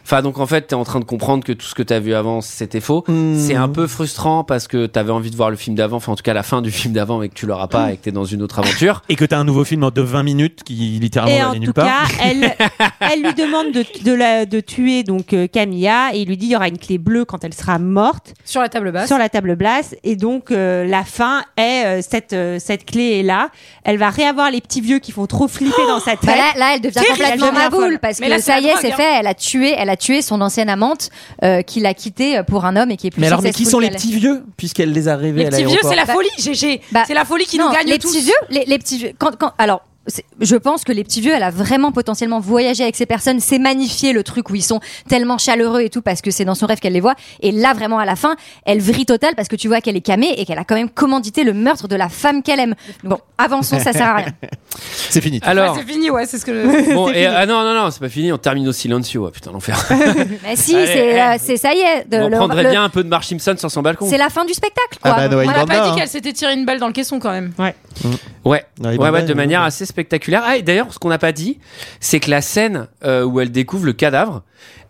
Speaker 1: Enfin donc en fait t'es en train de comprendre que tout ce que t'as vu avant c'était faux.
Speaker 7: Mm. Hmm.
Speaker 1: C'est un peu frustrant parce que t'avais envie de voir le film d'avant, enfin en tout cas la fin du film d'avant mais que tu l'auras
Speaker 9: Mm.
Speaker 1: pas et que t'es dans une autre aventure.
Speaker 7: Et que t'as un nouveau film de 20 minutes qui littéralement
Speaker 11: Et
Speaker 7: va
Speaker 11: en
Speaker 7: aller nulle
Speaker 11: tout
Speaker 7: part.
Speaker 11: cas, elle, elle lui demande de, de, la, de tuer donc euh, Camilla et il lui dit il y aura une clé bleue quand elle sera morte
Speaker 9: Sur la table basse.
Speaker 11: sur la table basse. Et donc euh, la fin est euh, cette euh, cette clé est là. Elle va réavoir les petits vieux qui font trop flipper dans sa tête.
Speaker 6: Bah là, là, elle devient
Speaker 11: Terrible,
Speaker 6: complètement
Speaker 11: elle devient
Speaker 6: maboule
Speaker 11: folle.
Speaker 6: parce que
Speaker 11: Mais là, c'est
Speaker 6: ça y
Speaker 11: la
Speaker 6: est,
Speaker 11: drogue,
Speaker 6: c'est
Speaker 11: hein.
Speaker 6: fait. Elle a tué, elle a tué son ancienne amante euh, qui l'a quittée pour un homme et qui est plus.
Speaker 7: Mais alors, mais qui
Speaker 6: successful
Speaker 7: sont les
Speaker 6: qu'elle.
Speaker 7: petits vieux puisqu'elle les a rêvés
Speaker 9: Les
Speaker 7: à
Speaker 9: petits vieux,
Speaker 7: l'aéroport
Speaker 9: c'est la folie, GG.
Speaker 6: Bah,
Speaker 9: c'est la folie qui
Speaker 6: non,
Speaker 9: nous gagne
Speaker 6: les
Speaker 9: tous.
Speaker 6: Petits vieux, les, les petits vieux. Quand, quand, alors. c'est- Je pense que les petits vieux, elle a vraiment potentiellement voyagé avec ces personnes, c'est magnifié le truc où ils sont tellement chaleureux et tout parce que c'est dans son rêve qu'elle les voit. Et là, vraiment à la fin, elle vrille totale parce que tu vois qu'elle est camée et qu'elle a quand même commandité le meurtre de la femme qu'elle aime. Bon, avançons, ça sert à rien.
Speaker 7: C'est fini.
Speaker 1: Alors
Speaker 9: Ouais, c'est fini, ouais, c'est ce que je.
Speaker 1: bon
Speaker 9: C'est
Speaker 1: et,
Speaker 9: fini.
Speaker 1: ah non non non c'est pas fini on termine au silencio Ah, putain l'enfer.
Speaker 6: Mais si,
Speaker 1: Allez,
Speaker 6: c'est
Speaker 1: eh.
Speaker 6: euh, c'est- ça y est. de-
Speaker 1: On
Speaker 6: le-
Speaker 1: prendrait
Speaker 6: le-
Speaker 1: bien Ah un peu de Marge Simpson sur son balcon.
Speaker 6: C'est la fin du spectacle, quoi.
Speaker 1: bah,
Speaker 9: On n'a pas dit qu'elle s'était tirée une balle dans le caisson quand même.
Speaker 11: Ouais.
Speaker 1: Ouais,
Speaker 7: Non,
Speaker 1: ouais,
Speaker 7: Ah, il est
Speaker 1: ouais,
Speaker 7: bien, il
Speaker 1: de
Speaker 7: est
Speaker 1: manière
Speaker 7: bien.
Speaker 1: assez spectaculaire. Ah, et d'ailleurs, ce qu'on n'a pas dit, c'est que la scène euh, où elle découvre le cadavre,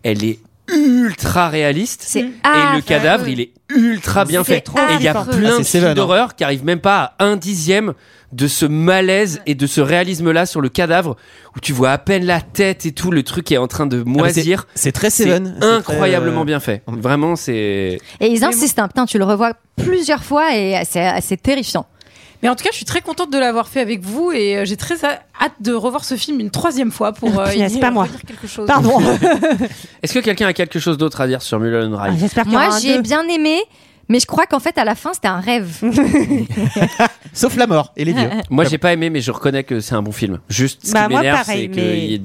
Speaker 1: elle est ultra réaliste.
Speaker 6: C'est
Speaker 1: Et le
Speaker 6: affreux.
Speaker 1: cadavre, il est ultra bien
Speaker 6: C'est
Speaker 1: fait.
Speaker 6: trop
Speaker 1: Et il y a
Speaker 6: affreux.
Speaker 1: plein
Speaker 7: Ah, c'est
Speaker 1: de
Speaker 7: Seven,
Speaker 1: films
Speaker 7: hein.
Speaker 1: d'horreur qui arrivent même pas à un dixième de ce malaise et de ce réalisme-là sur le cadavre, où tu vois à peine la tête et tout, le truc qui est en train de
Speaker 7: Ah, mais c'est-
Speaker 1: moisir.
Speaker 7: C'est très
Speaker 1: C'est
Speaker 7: Seven. C'est
Speaker 1: incroyablement
Speaker 7: très, euh,
Speaker 1: bien fait. Vraiment, c'est...
Speaker 6: Et ils insistent, hein, putain, tu le revois plusieurs fois et c'est c'est terrifiant.
Speaker 9: Mais en tout cas, je suis très contente de l'avoir fait avec vous et euh, j'ai très ha- hâte de revoir ce film une troisième fois pour euh,
Speaker 11: Oh, Ah, Punaise,
Speaker 9: y
Speaker 11: pas moi.
Speaker 9: redire quelque chose.
Speaker 11: Pardon.
Speaker 1: Est-ce que quelqu'un a quelque chose d'autre à dire sur Mulholland
Speaker 11: Ah,
Speaker 1: Drive
Speaker 11: J'espère qu'il y aura
Speaker 6: Moi,
Speaker 11: un
Speaker 6: j'ai
Speaker 11: deux.
Speaker 6: bien aimé, mais je crois qu'en fait, à la fin, c'était un rêve.
Speaker 7: Sauf la mort et les vieux.
Speaker 1: Moi, j'ai pas aimé, mais je reconnais que c'est un bon film. Juste, ce
Speaker 11: Bah,
Speaker 1: qui
Speaker 11: moi,
Speaker 1: m'énerve,
Speaker 11: pareil,
Speaker 1: c'est que
Speaker 11: mais-
Speaker 1: il y a-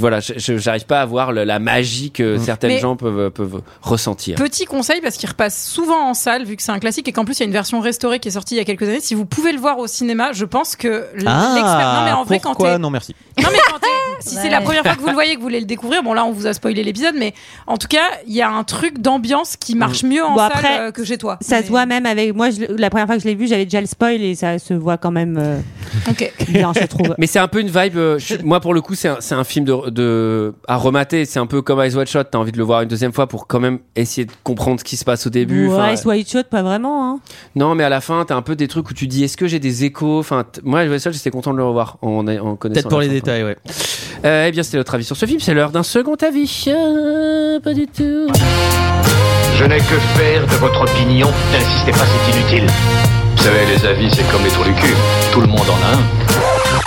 Speaker 1: voilà, je- je- j'arrive pas à voir le- la magie que
Speaker 7: Mm.
Speaker 1: certaines
Speaker 9: Mais-
Speaker 1: gens peuvent, peuvent ressentir.
Speaker 9: Petit conseil parce qu'il repasse souvent en salle vu que c'est un classique et qu'en plus il y a une version restaurée qui est sortie il y a quelques années. Si vous pouvez le voir au cinéma, je pense que l-
Speaker 7: Ah,
Speaker 9: l'expérience. Non mais en vrai quand
Speaker 7: pourquoi
Speaker 9: t'es-
Speaker 7: non merci.
Speaker 9: Non, mais quand t'es- si c'est la première fois que vous le voyez, que vous voulez le découvrir, bon là on vous a spoilé l'épisode, mais en tout cas il y a un truc d'ambiance qui marche mieux en
Speaker 11: Bon,
Speaker 9: salle
Speaker 11: après,
Speaker 9: euh, que chez toi.
Speaker 11: Ça
Speaker 9: Mais-
Speaker 11: se voit même avec moi. je l'ai- la première fois que je l'ai vu, j'avais déjà le spoil et ça se voit quand même euh,
Speaker 9: Ok.
Speaker 11: bien, je trouve.
Speaker 1: Mais c'est un peu une vibe. euh, je- moi, pour le coup, c'est un, c'est un film de, de- à remater. C'est un peu comme Eyes Wide Shut. T'as envie de le voir une deuxième fois pour quand même essayer de comprendre ce qui se passe au début. Enfin,
Speaker 11: ouais, soit White Shot, pas vraiment. Hein.
Speaker 1: non, mais à la fin, t'as un peu des trucs où tu dis est-ce que j'ai des échos Enfin, t- moi, Eyes Wide Shut, j'étais content de le revoir en, en connaissant.
Speaker 7: Peut-être pour
Speaker 1: la
Speaker 7: les
Speaker 1: fin.
Speaker 7: détails, ouais.
Speaker 1: Euh, eh bien, c'était notre avis sur ce film. C'est l'heure d'un second avis. Euh, pas du tout.
Speaker 14: Je n'ai que faire de votre opinion. N'insistez pas, c'est inutile. Vous savez, les avis, c'est comme les trous du cul. Tout le monde en a un.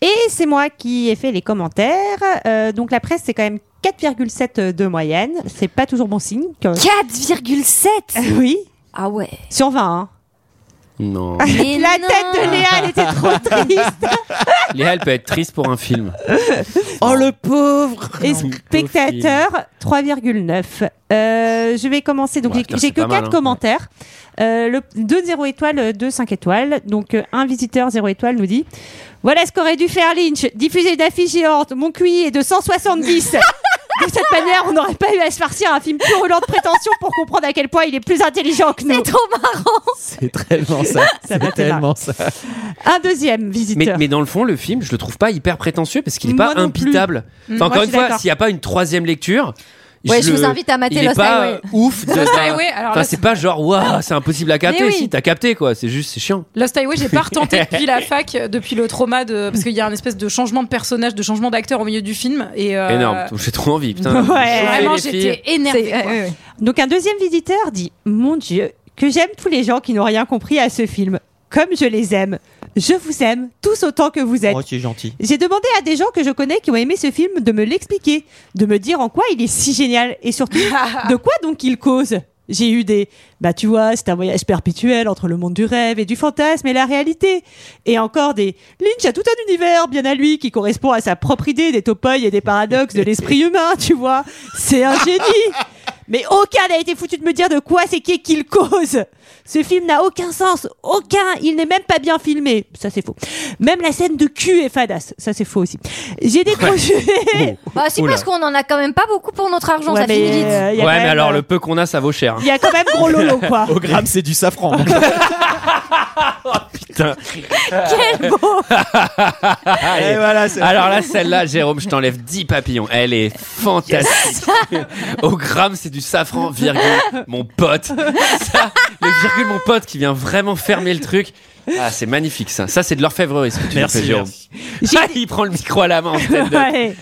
Speaker 11: Et c'est moi qui ai fait les commentaires. Euh, donc la presse, c'est quand même 4,7 euh, de moyenne. C'est pas toujours bon signe. quand-
Speaker 6: 4,7
Speaker 11: Oui,
Speaker 6: Ah ouais.
Speaker 11: sur 20. hein.
Speaker 1: Non.
Speaker 6: Mais
Speaker 11: la
Speaker 6: non.
Speaker 11: tête de Léa, elle était trop triste.
Speaker 1: Léa, elle peut être triste pour un film.
Speaker 7: Oh le pauvre.
Speaker 11: Et spectateur, 3,9. Euh, je vais commencer. Donc
Speaker 1: Ouais,
Speaker 11: j'ai-
Speaker 1: putain,
Speaker 11: j'ai
Speaker 1: c'est
Speaker 11: que
Speaker 1: pas
Speaker 11: 4
Speaker 1: mal, hein.
Speaker 11: commentaires. Euh, le, 2 0 étoiles, 2 5 étoiles. Donc euh, un visiteur 0 étoiles nous dit Voilà ce qu'aurait dû faire Lynch. Diffuser d'affiches géantes. Mon QI est de 170. de cette manière, on n'aurait pas eu à se farcir un film purulent de prétention pour comprendre à quel point il est plus intelligent que nous. C'est trop marrant.
Speaker 7: C'est tellement ça.
Speaker 11: Ça m'a
Speaker 7: C'est
Speaker 11: fait
Speaker 7: tellement ça.
Speaker 11: Un deuxième
Speaker 1: Mais,
Speaker 11: visiteur.
Speaker 1: mais dans le fond, le film, je le trouve pas hyper prétentieux parce qu'il est
Speaker 11: Moi
Speaker 1: pas
Speaker 11: non plus.
Speaker 1: impitable.
Speaker 11: Mm,
Speaker 1: Enfin,
Speaker 11: moi,
Speaker 1: encore
Speaker 11: je
Speaker 1: une
Speaker 11: suis
Speaker 1: fois,
Speaker 11: d'accord.
Speaker 1: s'il n'y a pas une troisième lecture.
Speaker 15: Ouais, je
Speaker 1: le-
Speaker 15: vous invite à mater
Speaker 1: il est
Speaker 15: Lost
Speaker 1: pas
Speaker 15: Highway.
Speaker 1: euh, ouf. de-
Speaker 9: Lost
Speaker 1: d'un-
Speaker 9: Highway, alors
Speaker 1: Enfin,
Speaker 9: là,
Speaker 1: c'est pas genre waouh, c'est impossible à capter.
Speaker 9: Mais oui.
Speaker 1: Si t'as capté quoi, c'est juste c'est chiant.
Speaker 9: Lost Highway, j'ai pas retenté depuis la fac, euh, depuis le trauma de. Parce qu'il y a un espèce de changement de personnage, de changement d'acteur au milieu du film. Et euh,
Speaker 1: Énorme. J'ai trop envie. Putain.
Speaker 11: Ouais.
Speaker 9: Vraiment,
Speaker 1: les filles.
Speaker 9: j'étais énervée.
Speaker 11: C'est- euh,
Speaker 9: quoi.
Speaker 11: ouais, ouais, ouais. Eh, Donc un deuxième visiteur dit Mon Dieu, que j'aime tous les gens qui n'ont rien compris à ce film. Comme je les aime. Je vous aime tous autant que vous êtes.
Speaker 7: Oh, tu es gentil.
Speaker 11: J'ai demandé à des gens que je connais qui ont aimé ce film de me l'expliquer, de me dire en quoi il est si génial et surtout de quoi donc il cause. J'ai eu des bah tu vois, c'est un voyage perpétuel entre le monde du rêve et du fantasme et la réalité et encore des Lynch a tout un univers bien à lui qui correspond à sa propre idée des topoïs et des paradoxes de l'esprit humain, tu vois. C'est un génie. Mais aucun n'a été foutu de me dire de quoi c'est qui qu'il cause. Ce film n'a aucun sens, aucun. Il n'est même pas bien filmé. Ça c'est faux. Même la scène de cul est fadasse. Ça c'est faux aussi. J'ai décroché.
Speaker 7: Oh.
Speaker 15: Bah, si,
Speaker 1: Oula.
Speaker 15: parce qu'on en a quand même pas beaucoup pour notre argent,
Speaker 11: Ouais,
Speaker 15: ça
Speaker 11: mais,
Speaker 15: finit vite.
Speaker 11: euh, y
Speaker 1: ouais,
Speaker 11: a quand
Speaker 1: mais
Speaker 11: même,
Speaker 1: alors
Speaker 11: euh,
Speaker 1: le peu qu'on a, ça vaut cher. hein.
Speaker 11: Il y a quand même gros lolo quoi.
Speaker 7: Au gramme, c'est du safran.
Speaker 1: Putain.
Speaker 11: Quel beau. Ah,
Speaker 1: Allez.
Speaker 7: Et voilà, c'est-
Speaker 1: Alors là, celle-là, Jérôme, je t'enlève 10 papillons. Elle est fantastique. Au gramme, c'est du safran, virgule, mon pote. Ça, le virgule, mon pote, qui vient vraiment fermer le truc. Ah, c'est magnifique ça. Ça, c'est de l'orfèvrerie, ce que tu nous
Speaker 7: Merci,
Speaker 1: fais, Jérôme. Ah, il prend le micro à la main. en stand-up.
Speaker 11: Ouais.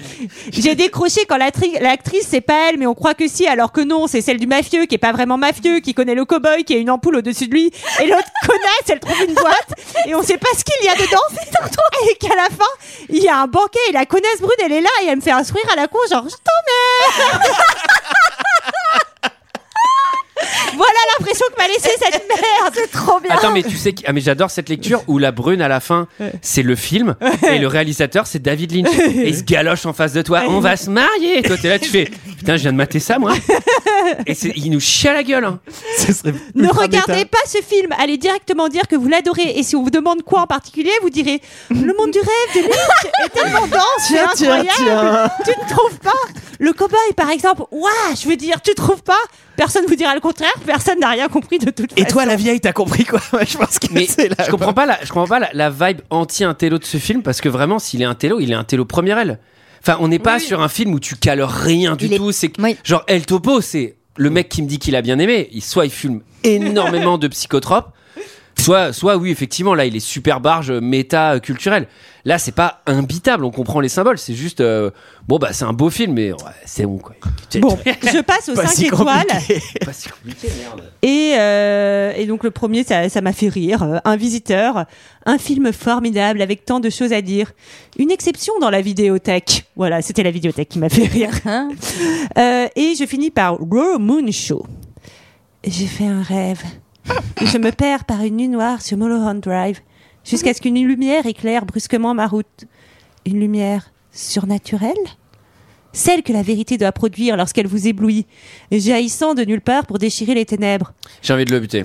Speaker 11: J'ai décroché quand l'attri- l'actrice, c'est pas elle, mais on croit que si, alors que non, c'est celle du mafieux qui est pas vraiment mafieux, qui connaît le cow-boy, qui a une ampoule au-dessus de lui, et l'autre connasse, elle trouve une boîte, et on sait pas ce qu'il y a dedans, et qu'à la fin, il y a un banquet, et la connasse brune, elle est là, et elle me fait un sourire à la con, genre, je t'emmerde Voilà l'impression que m'a laissé cette merde C'est trop bien
Speaker 1: Attends, mais tu sais, qui- ah, mais j'adore cette lecture où la brune à la fin, c'est le film et le réalisateur, c'est David Lynch. Et il se galoche en face de toi. On va se marier. Et toi, t'es là, tu fais putain, je viens de mater ça, moi. Et c'est- il nous chie à la gueule. hein.
Speaker 11: Ne regardez pas ce film, allez directement dire que vous l'adorez. Et si on vous demande quoi en particulier, vous direz Le monde du rêve de Lynch est tellement dense, c'est
Speaker 4: Tiens, tiens,
Speaker 11: incroyable. Tu ne trouves pas Le cowboy, par exemple, waouh, je veux dire, tu trouves pas Personne vous dira le contraire, personne n'a rien compris de toute façon.
Speaker 7: Et toi, la vieille, t'as compris quoi Je pense que
Speaker 1: Mais
Speaker 7: c'est la.
Speaker 1: je comprends pas la, je comprends pas la, la vibe anti-intello de ce film parce que vraiment, s'il est intello, il est intello première aile. Enfin, on n'est pas sur un film où tu cales rien du tout. C'est que- genre El Topo, c'est le mec qui me dit qu'il a bien aimé. Il, soit il fume énormément de psychotropes, soit, soit oui, effectivement, là, il est super barge euh, méta euh, culturel. Là, c'est pas imbitable. On comprend les symboles. C'est juste euh, bon, bah, c'est un beau film, mais ouais, c'est bon quoi.
Speaker 11: Bon, je passe aux
Speaker 1: Pas
Speaker 11: 5
Speaker 1: si
Speaker 11: étoiles.
Speaker 1: Pas si compliqué, merde.
Speaker 11: Et, euh, et donc le premier, ça ça m'a fait rire. Euh, Un visiteur, un film formidable avec tant de choses à dire. Une exception dans la vidéothèque. Voilà, c'était la vidéothèque qui m'a fait rire. Euh, et je finis par Raw Moon Show. J'ai fait un rêve. Je me perds par une nuit noire sur Mulholland Drive jusqu'à ce qu'une lumière éclaire brusquement ma route. Une lumière surnaturelle celle que la vérité doit produire lorsqu'elle vous éblouit, jaillissant de nulle part pour déchirer les ténèbres.
Speaker 1: J'ai envie de le buter.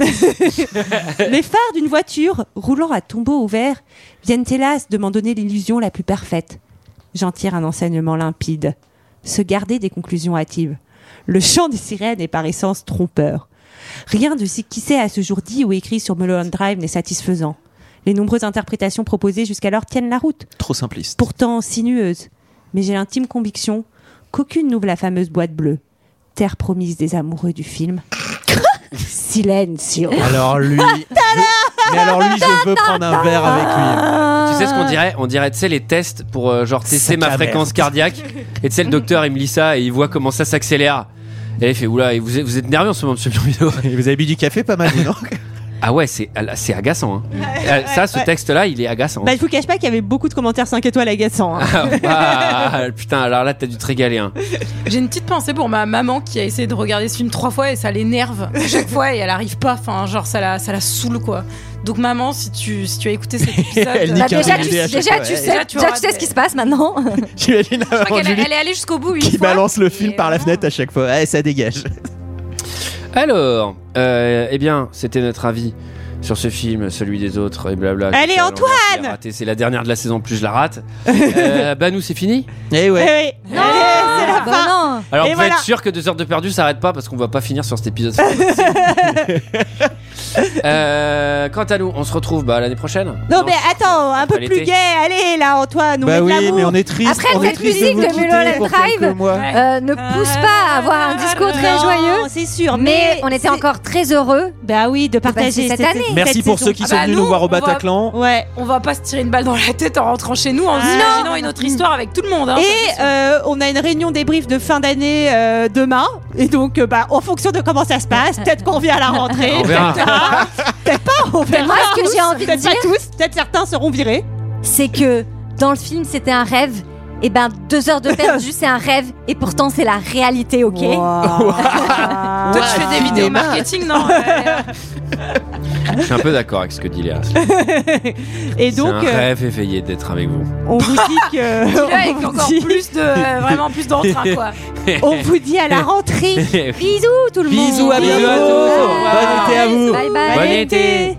Speaker 11: les phares d'une voiture, roulant à tombeau ouvert, viennent hélas de m'en donner l'illusion la plus parfaite. J'en tire un enseignement limpide. Se garder des conclusions hâtives. Le chant des sirènes est par essence trompeur. Rien de ce qui s'est à ce jour dit ou écrit sur Mulholland Drive n'est satisfaisant. Les nombreuses interprétations proposées jusqu'alors tiennent la route
Speaker 7: Trop simpliste.
Speaker 11: pourtant sinueuse, mais j'ai l'intime conviction qu'aucune n'ouvre la fameuse boîte bleue, terre promise des amoureux du film. Silencio.
Speaker 7: Alors lui. je- Mais alors lui, je veux prendre un verre avec lui.
Speaker 1: Tu sais ce
Speaker 11: Ah.
Speaker 1: qu'on dirait On dirait, tu sais, les tests pour euh, genre tester
Speaker 7: Sac
Speaker 1: ma
Speaker 7: à
Speaker 1: fréquence
Speaker 7: merde.
Speaker 1: cardiaque. Et tu sais, le docteur, il me lit ça et il voit comment ça s'accélère. Et il fait Oula, et vous êtes, vous êtes nerveux en ce moment, monsieur Bienvenido.
Speaker 7: Vous avez bu du café pas mal, dis donc
Speaker 1: Ah ouais, c'est c'est agaçant. hein. Ah, ça, ce
Speaker 11: ouais.
Speaker 1: texte-là, il est agaçant.
Speaker 11: Bah, je vous cache pas qu'il y avait beaucoup de commentaires 5 étoiles agaçants. hein.
Speaker 1: Ah, ah, putain, alors là, t'as dû te régaler. hein.
Speaker 9: J'ai une petite pensée pour ma maman qui a essayé de regarder ce film trois fois et ça l'énerve à chaque fois et elle arrive pas. Enfin, genre, ça la, ça la saoule quoi. Donc, maman, si tu, si tu as écouté cet épisode,
Speaker 7: Elle nique Bah, un déjà, peu tu- l'idée à chaque déjà, fois. tu sais-
Speaker 15: déjà, tu sais ce qui se passe maintenant.
Speaker 7: J'imagine avant
Speaker 9: qu'elle-
Speaker 7: Julie
Speaker 9: elle est allée jusqu'au bout. Une
Speaker 7: qui
Speaker 9: fois.
Speaker 7: balance le film par la fenêtre à chaque fois. Eh, ça dégage.
Speaker 1: Alors, euh, eh bien, c'était notre avis sur ce film, celui des autres, et blabla.
Speaker 11: Allez,
Speaker 1: Tout ça,
Speaker 11: Antoine
Speaker 1: on l'a raté. C'est la dernière de la saison, plus je la rate. Euh, bah, nous, c'est fini
Speaker 7: Eh ouais.
Speaker 6: bah
Speaker 11: Eh oui. Eh, c'est la fin. Putain.
Speaker 1: Alors,
Speaker 11: Et
Speaker 1: vous
Speaker 11: voilà.
Speaker 1: être sûr que deux heures de perdu s'arrête pas parce qu'on va pas finir sur cet épisode. Euh, quant à nous, on se retrouve bah, l'année prochaine.
Speaker 11: Non, mais attends, un peu
Speaker 1: pas
Speaker 11: plus
Speaker 1: l'été.
Speaker 11: gay, allez là Antoine, on
Speaker 1: Bah
Speaker 11: met de
Speaker 1: oui,
Speaker 11: l'amour.
Speaker 1: mais on est triste,
Speaker 6: Après cette musique de Mulholland Drive euh, ne pousse pas à avoir un discours très
Speaker 11: Euh, Non,
Speaker 6: joyeux.
Speaker 11: C'est sûr,
Speaker 6: mais on était encore très heureux.
Speaker 11: Bah oui, de
Speaker 6: partager cette année.
Speaker 7: Merci pour ceux qui
Speaker 11: Ah
Speaker 7: sont venus nous voir au Bataclan.
Speaker 11: Ouais.
Speaker 9: On va pas se tirer une balle dans la tête en rentrant chez nous en
Speaker 11: Ah.
Speaker 9: imaginant une autre histoire avec tout le monde. hein, ça, c'est
Speaker 11: Et
Speaker 9: sûr.
Speaker 11: euh, on a une réunion débrief de fin d'année euh, demain. Et donc, euh, bah, en fonction de comment ça se passe, peut-être qu'on vient à la rentrée.
Speaker 1: On verra.
Speaker 11: Peut-être pas. Peut-être pas, on verra.
Speaker 6: Moi, ce que j'ai
Speaker 11: tous.
Speaker 6: envie de
Speaker 11: Peut-être
Speaker 6: dire,
Speaker 11: pas tous, peut-être certains seront virés.
Speaker 6: c'est que dans le film, c'était un rêve. Et ben, deux heures de perdu, c'est un rêve. Et pourtant, c'est la réalité, ok
Speaker 9: Toi, tu
Speaker 11: Ah.
Speaker 9: fais des vidéos marketing, non euh,
Speaker 1: Je suis un peu d'accord avec ce que dit Léa.
Speaker 11: Et
Speaker 1: C'est
Speaker 11: donc,
Speaker 1: un
Speaker 11: euh,
Speaker 1: rêve éveillé d'être avec vous.
Speaker 11: on vous dit que.
Speaker 9: Dis-le
Speaker 11: on
Speaker 9: avec
Speaker 11: vous
Speaker 9: encore
Speaker 11: dit-
Speaker 9: plus de. euh, vraiment plus d'entrain, quoi.
Speaker 11: On vous dit à la rentrée.
Speaker 1: Bisous
Speaker 6: tout le monde.
Speaker 7: Bisous, à bientôt. Bon été à vous.
Speaker 6: Bye bye.
Speaker 7: Bon été.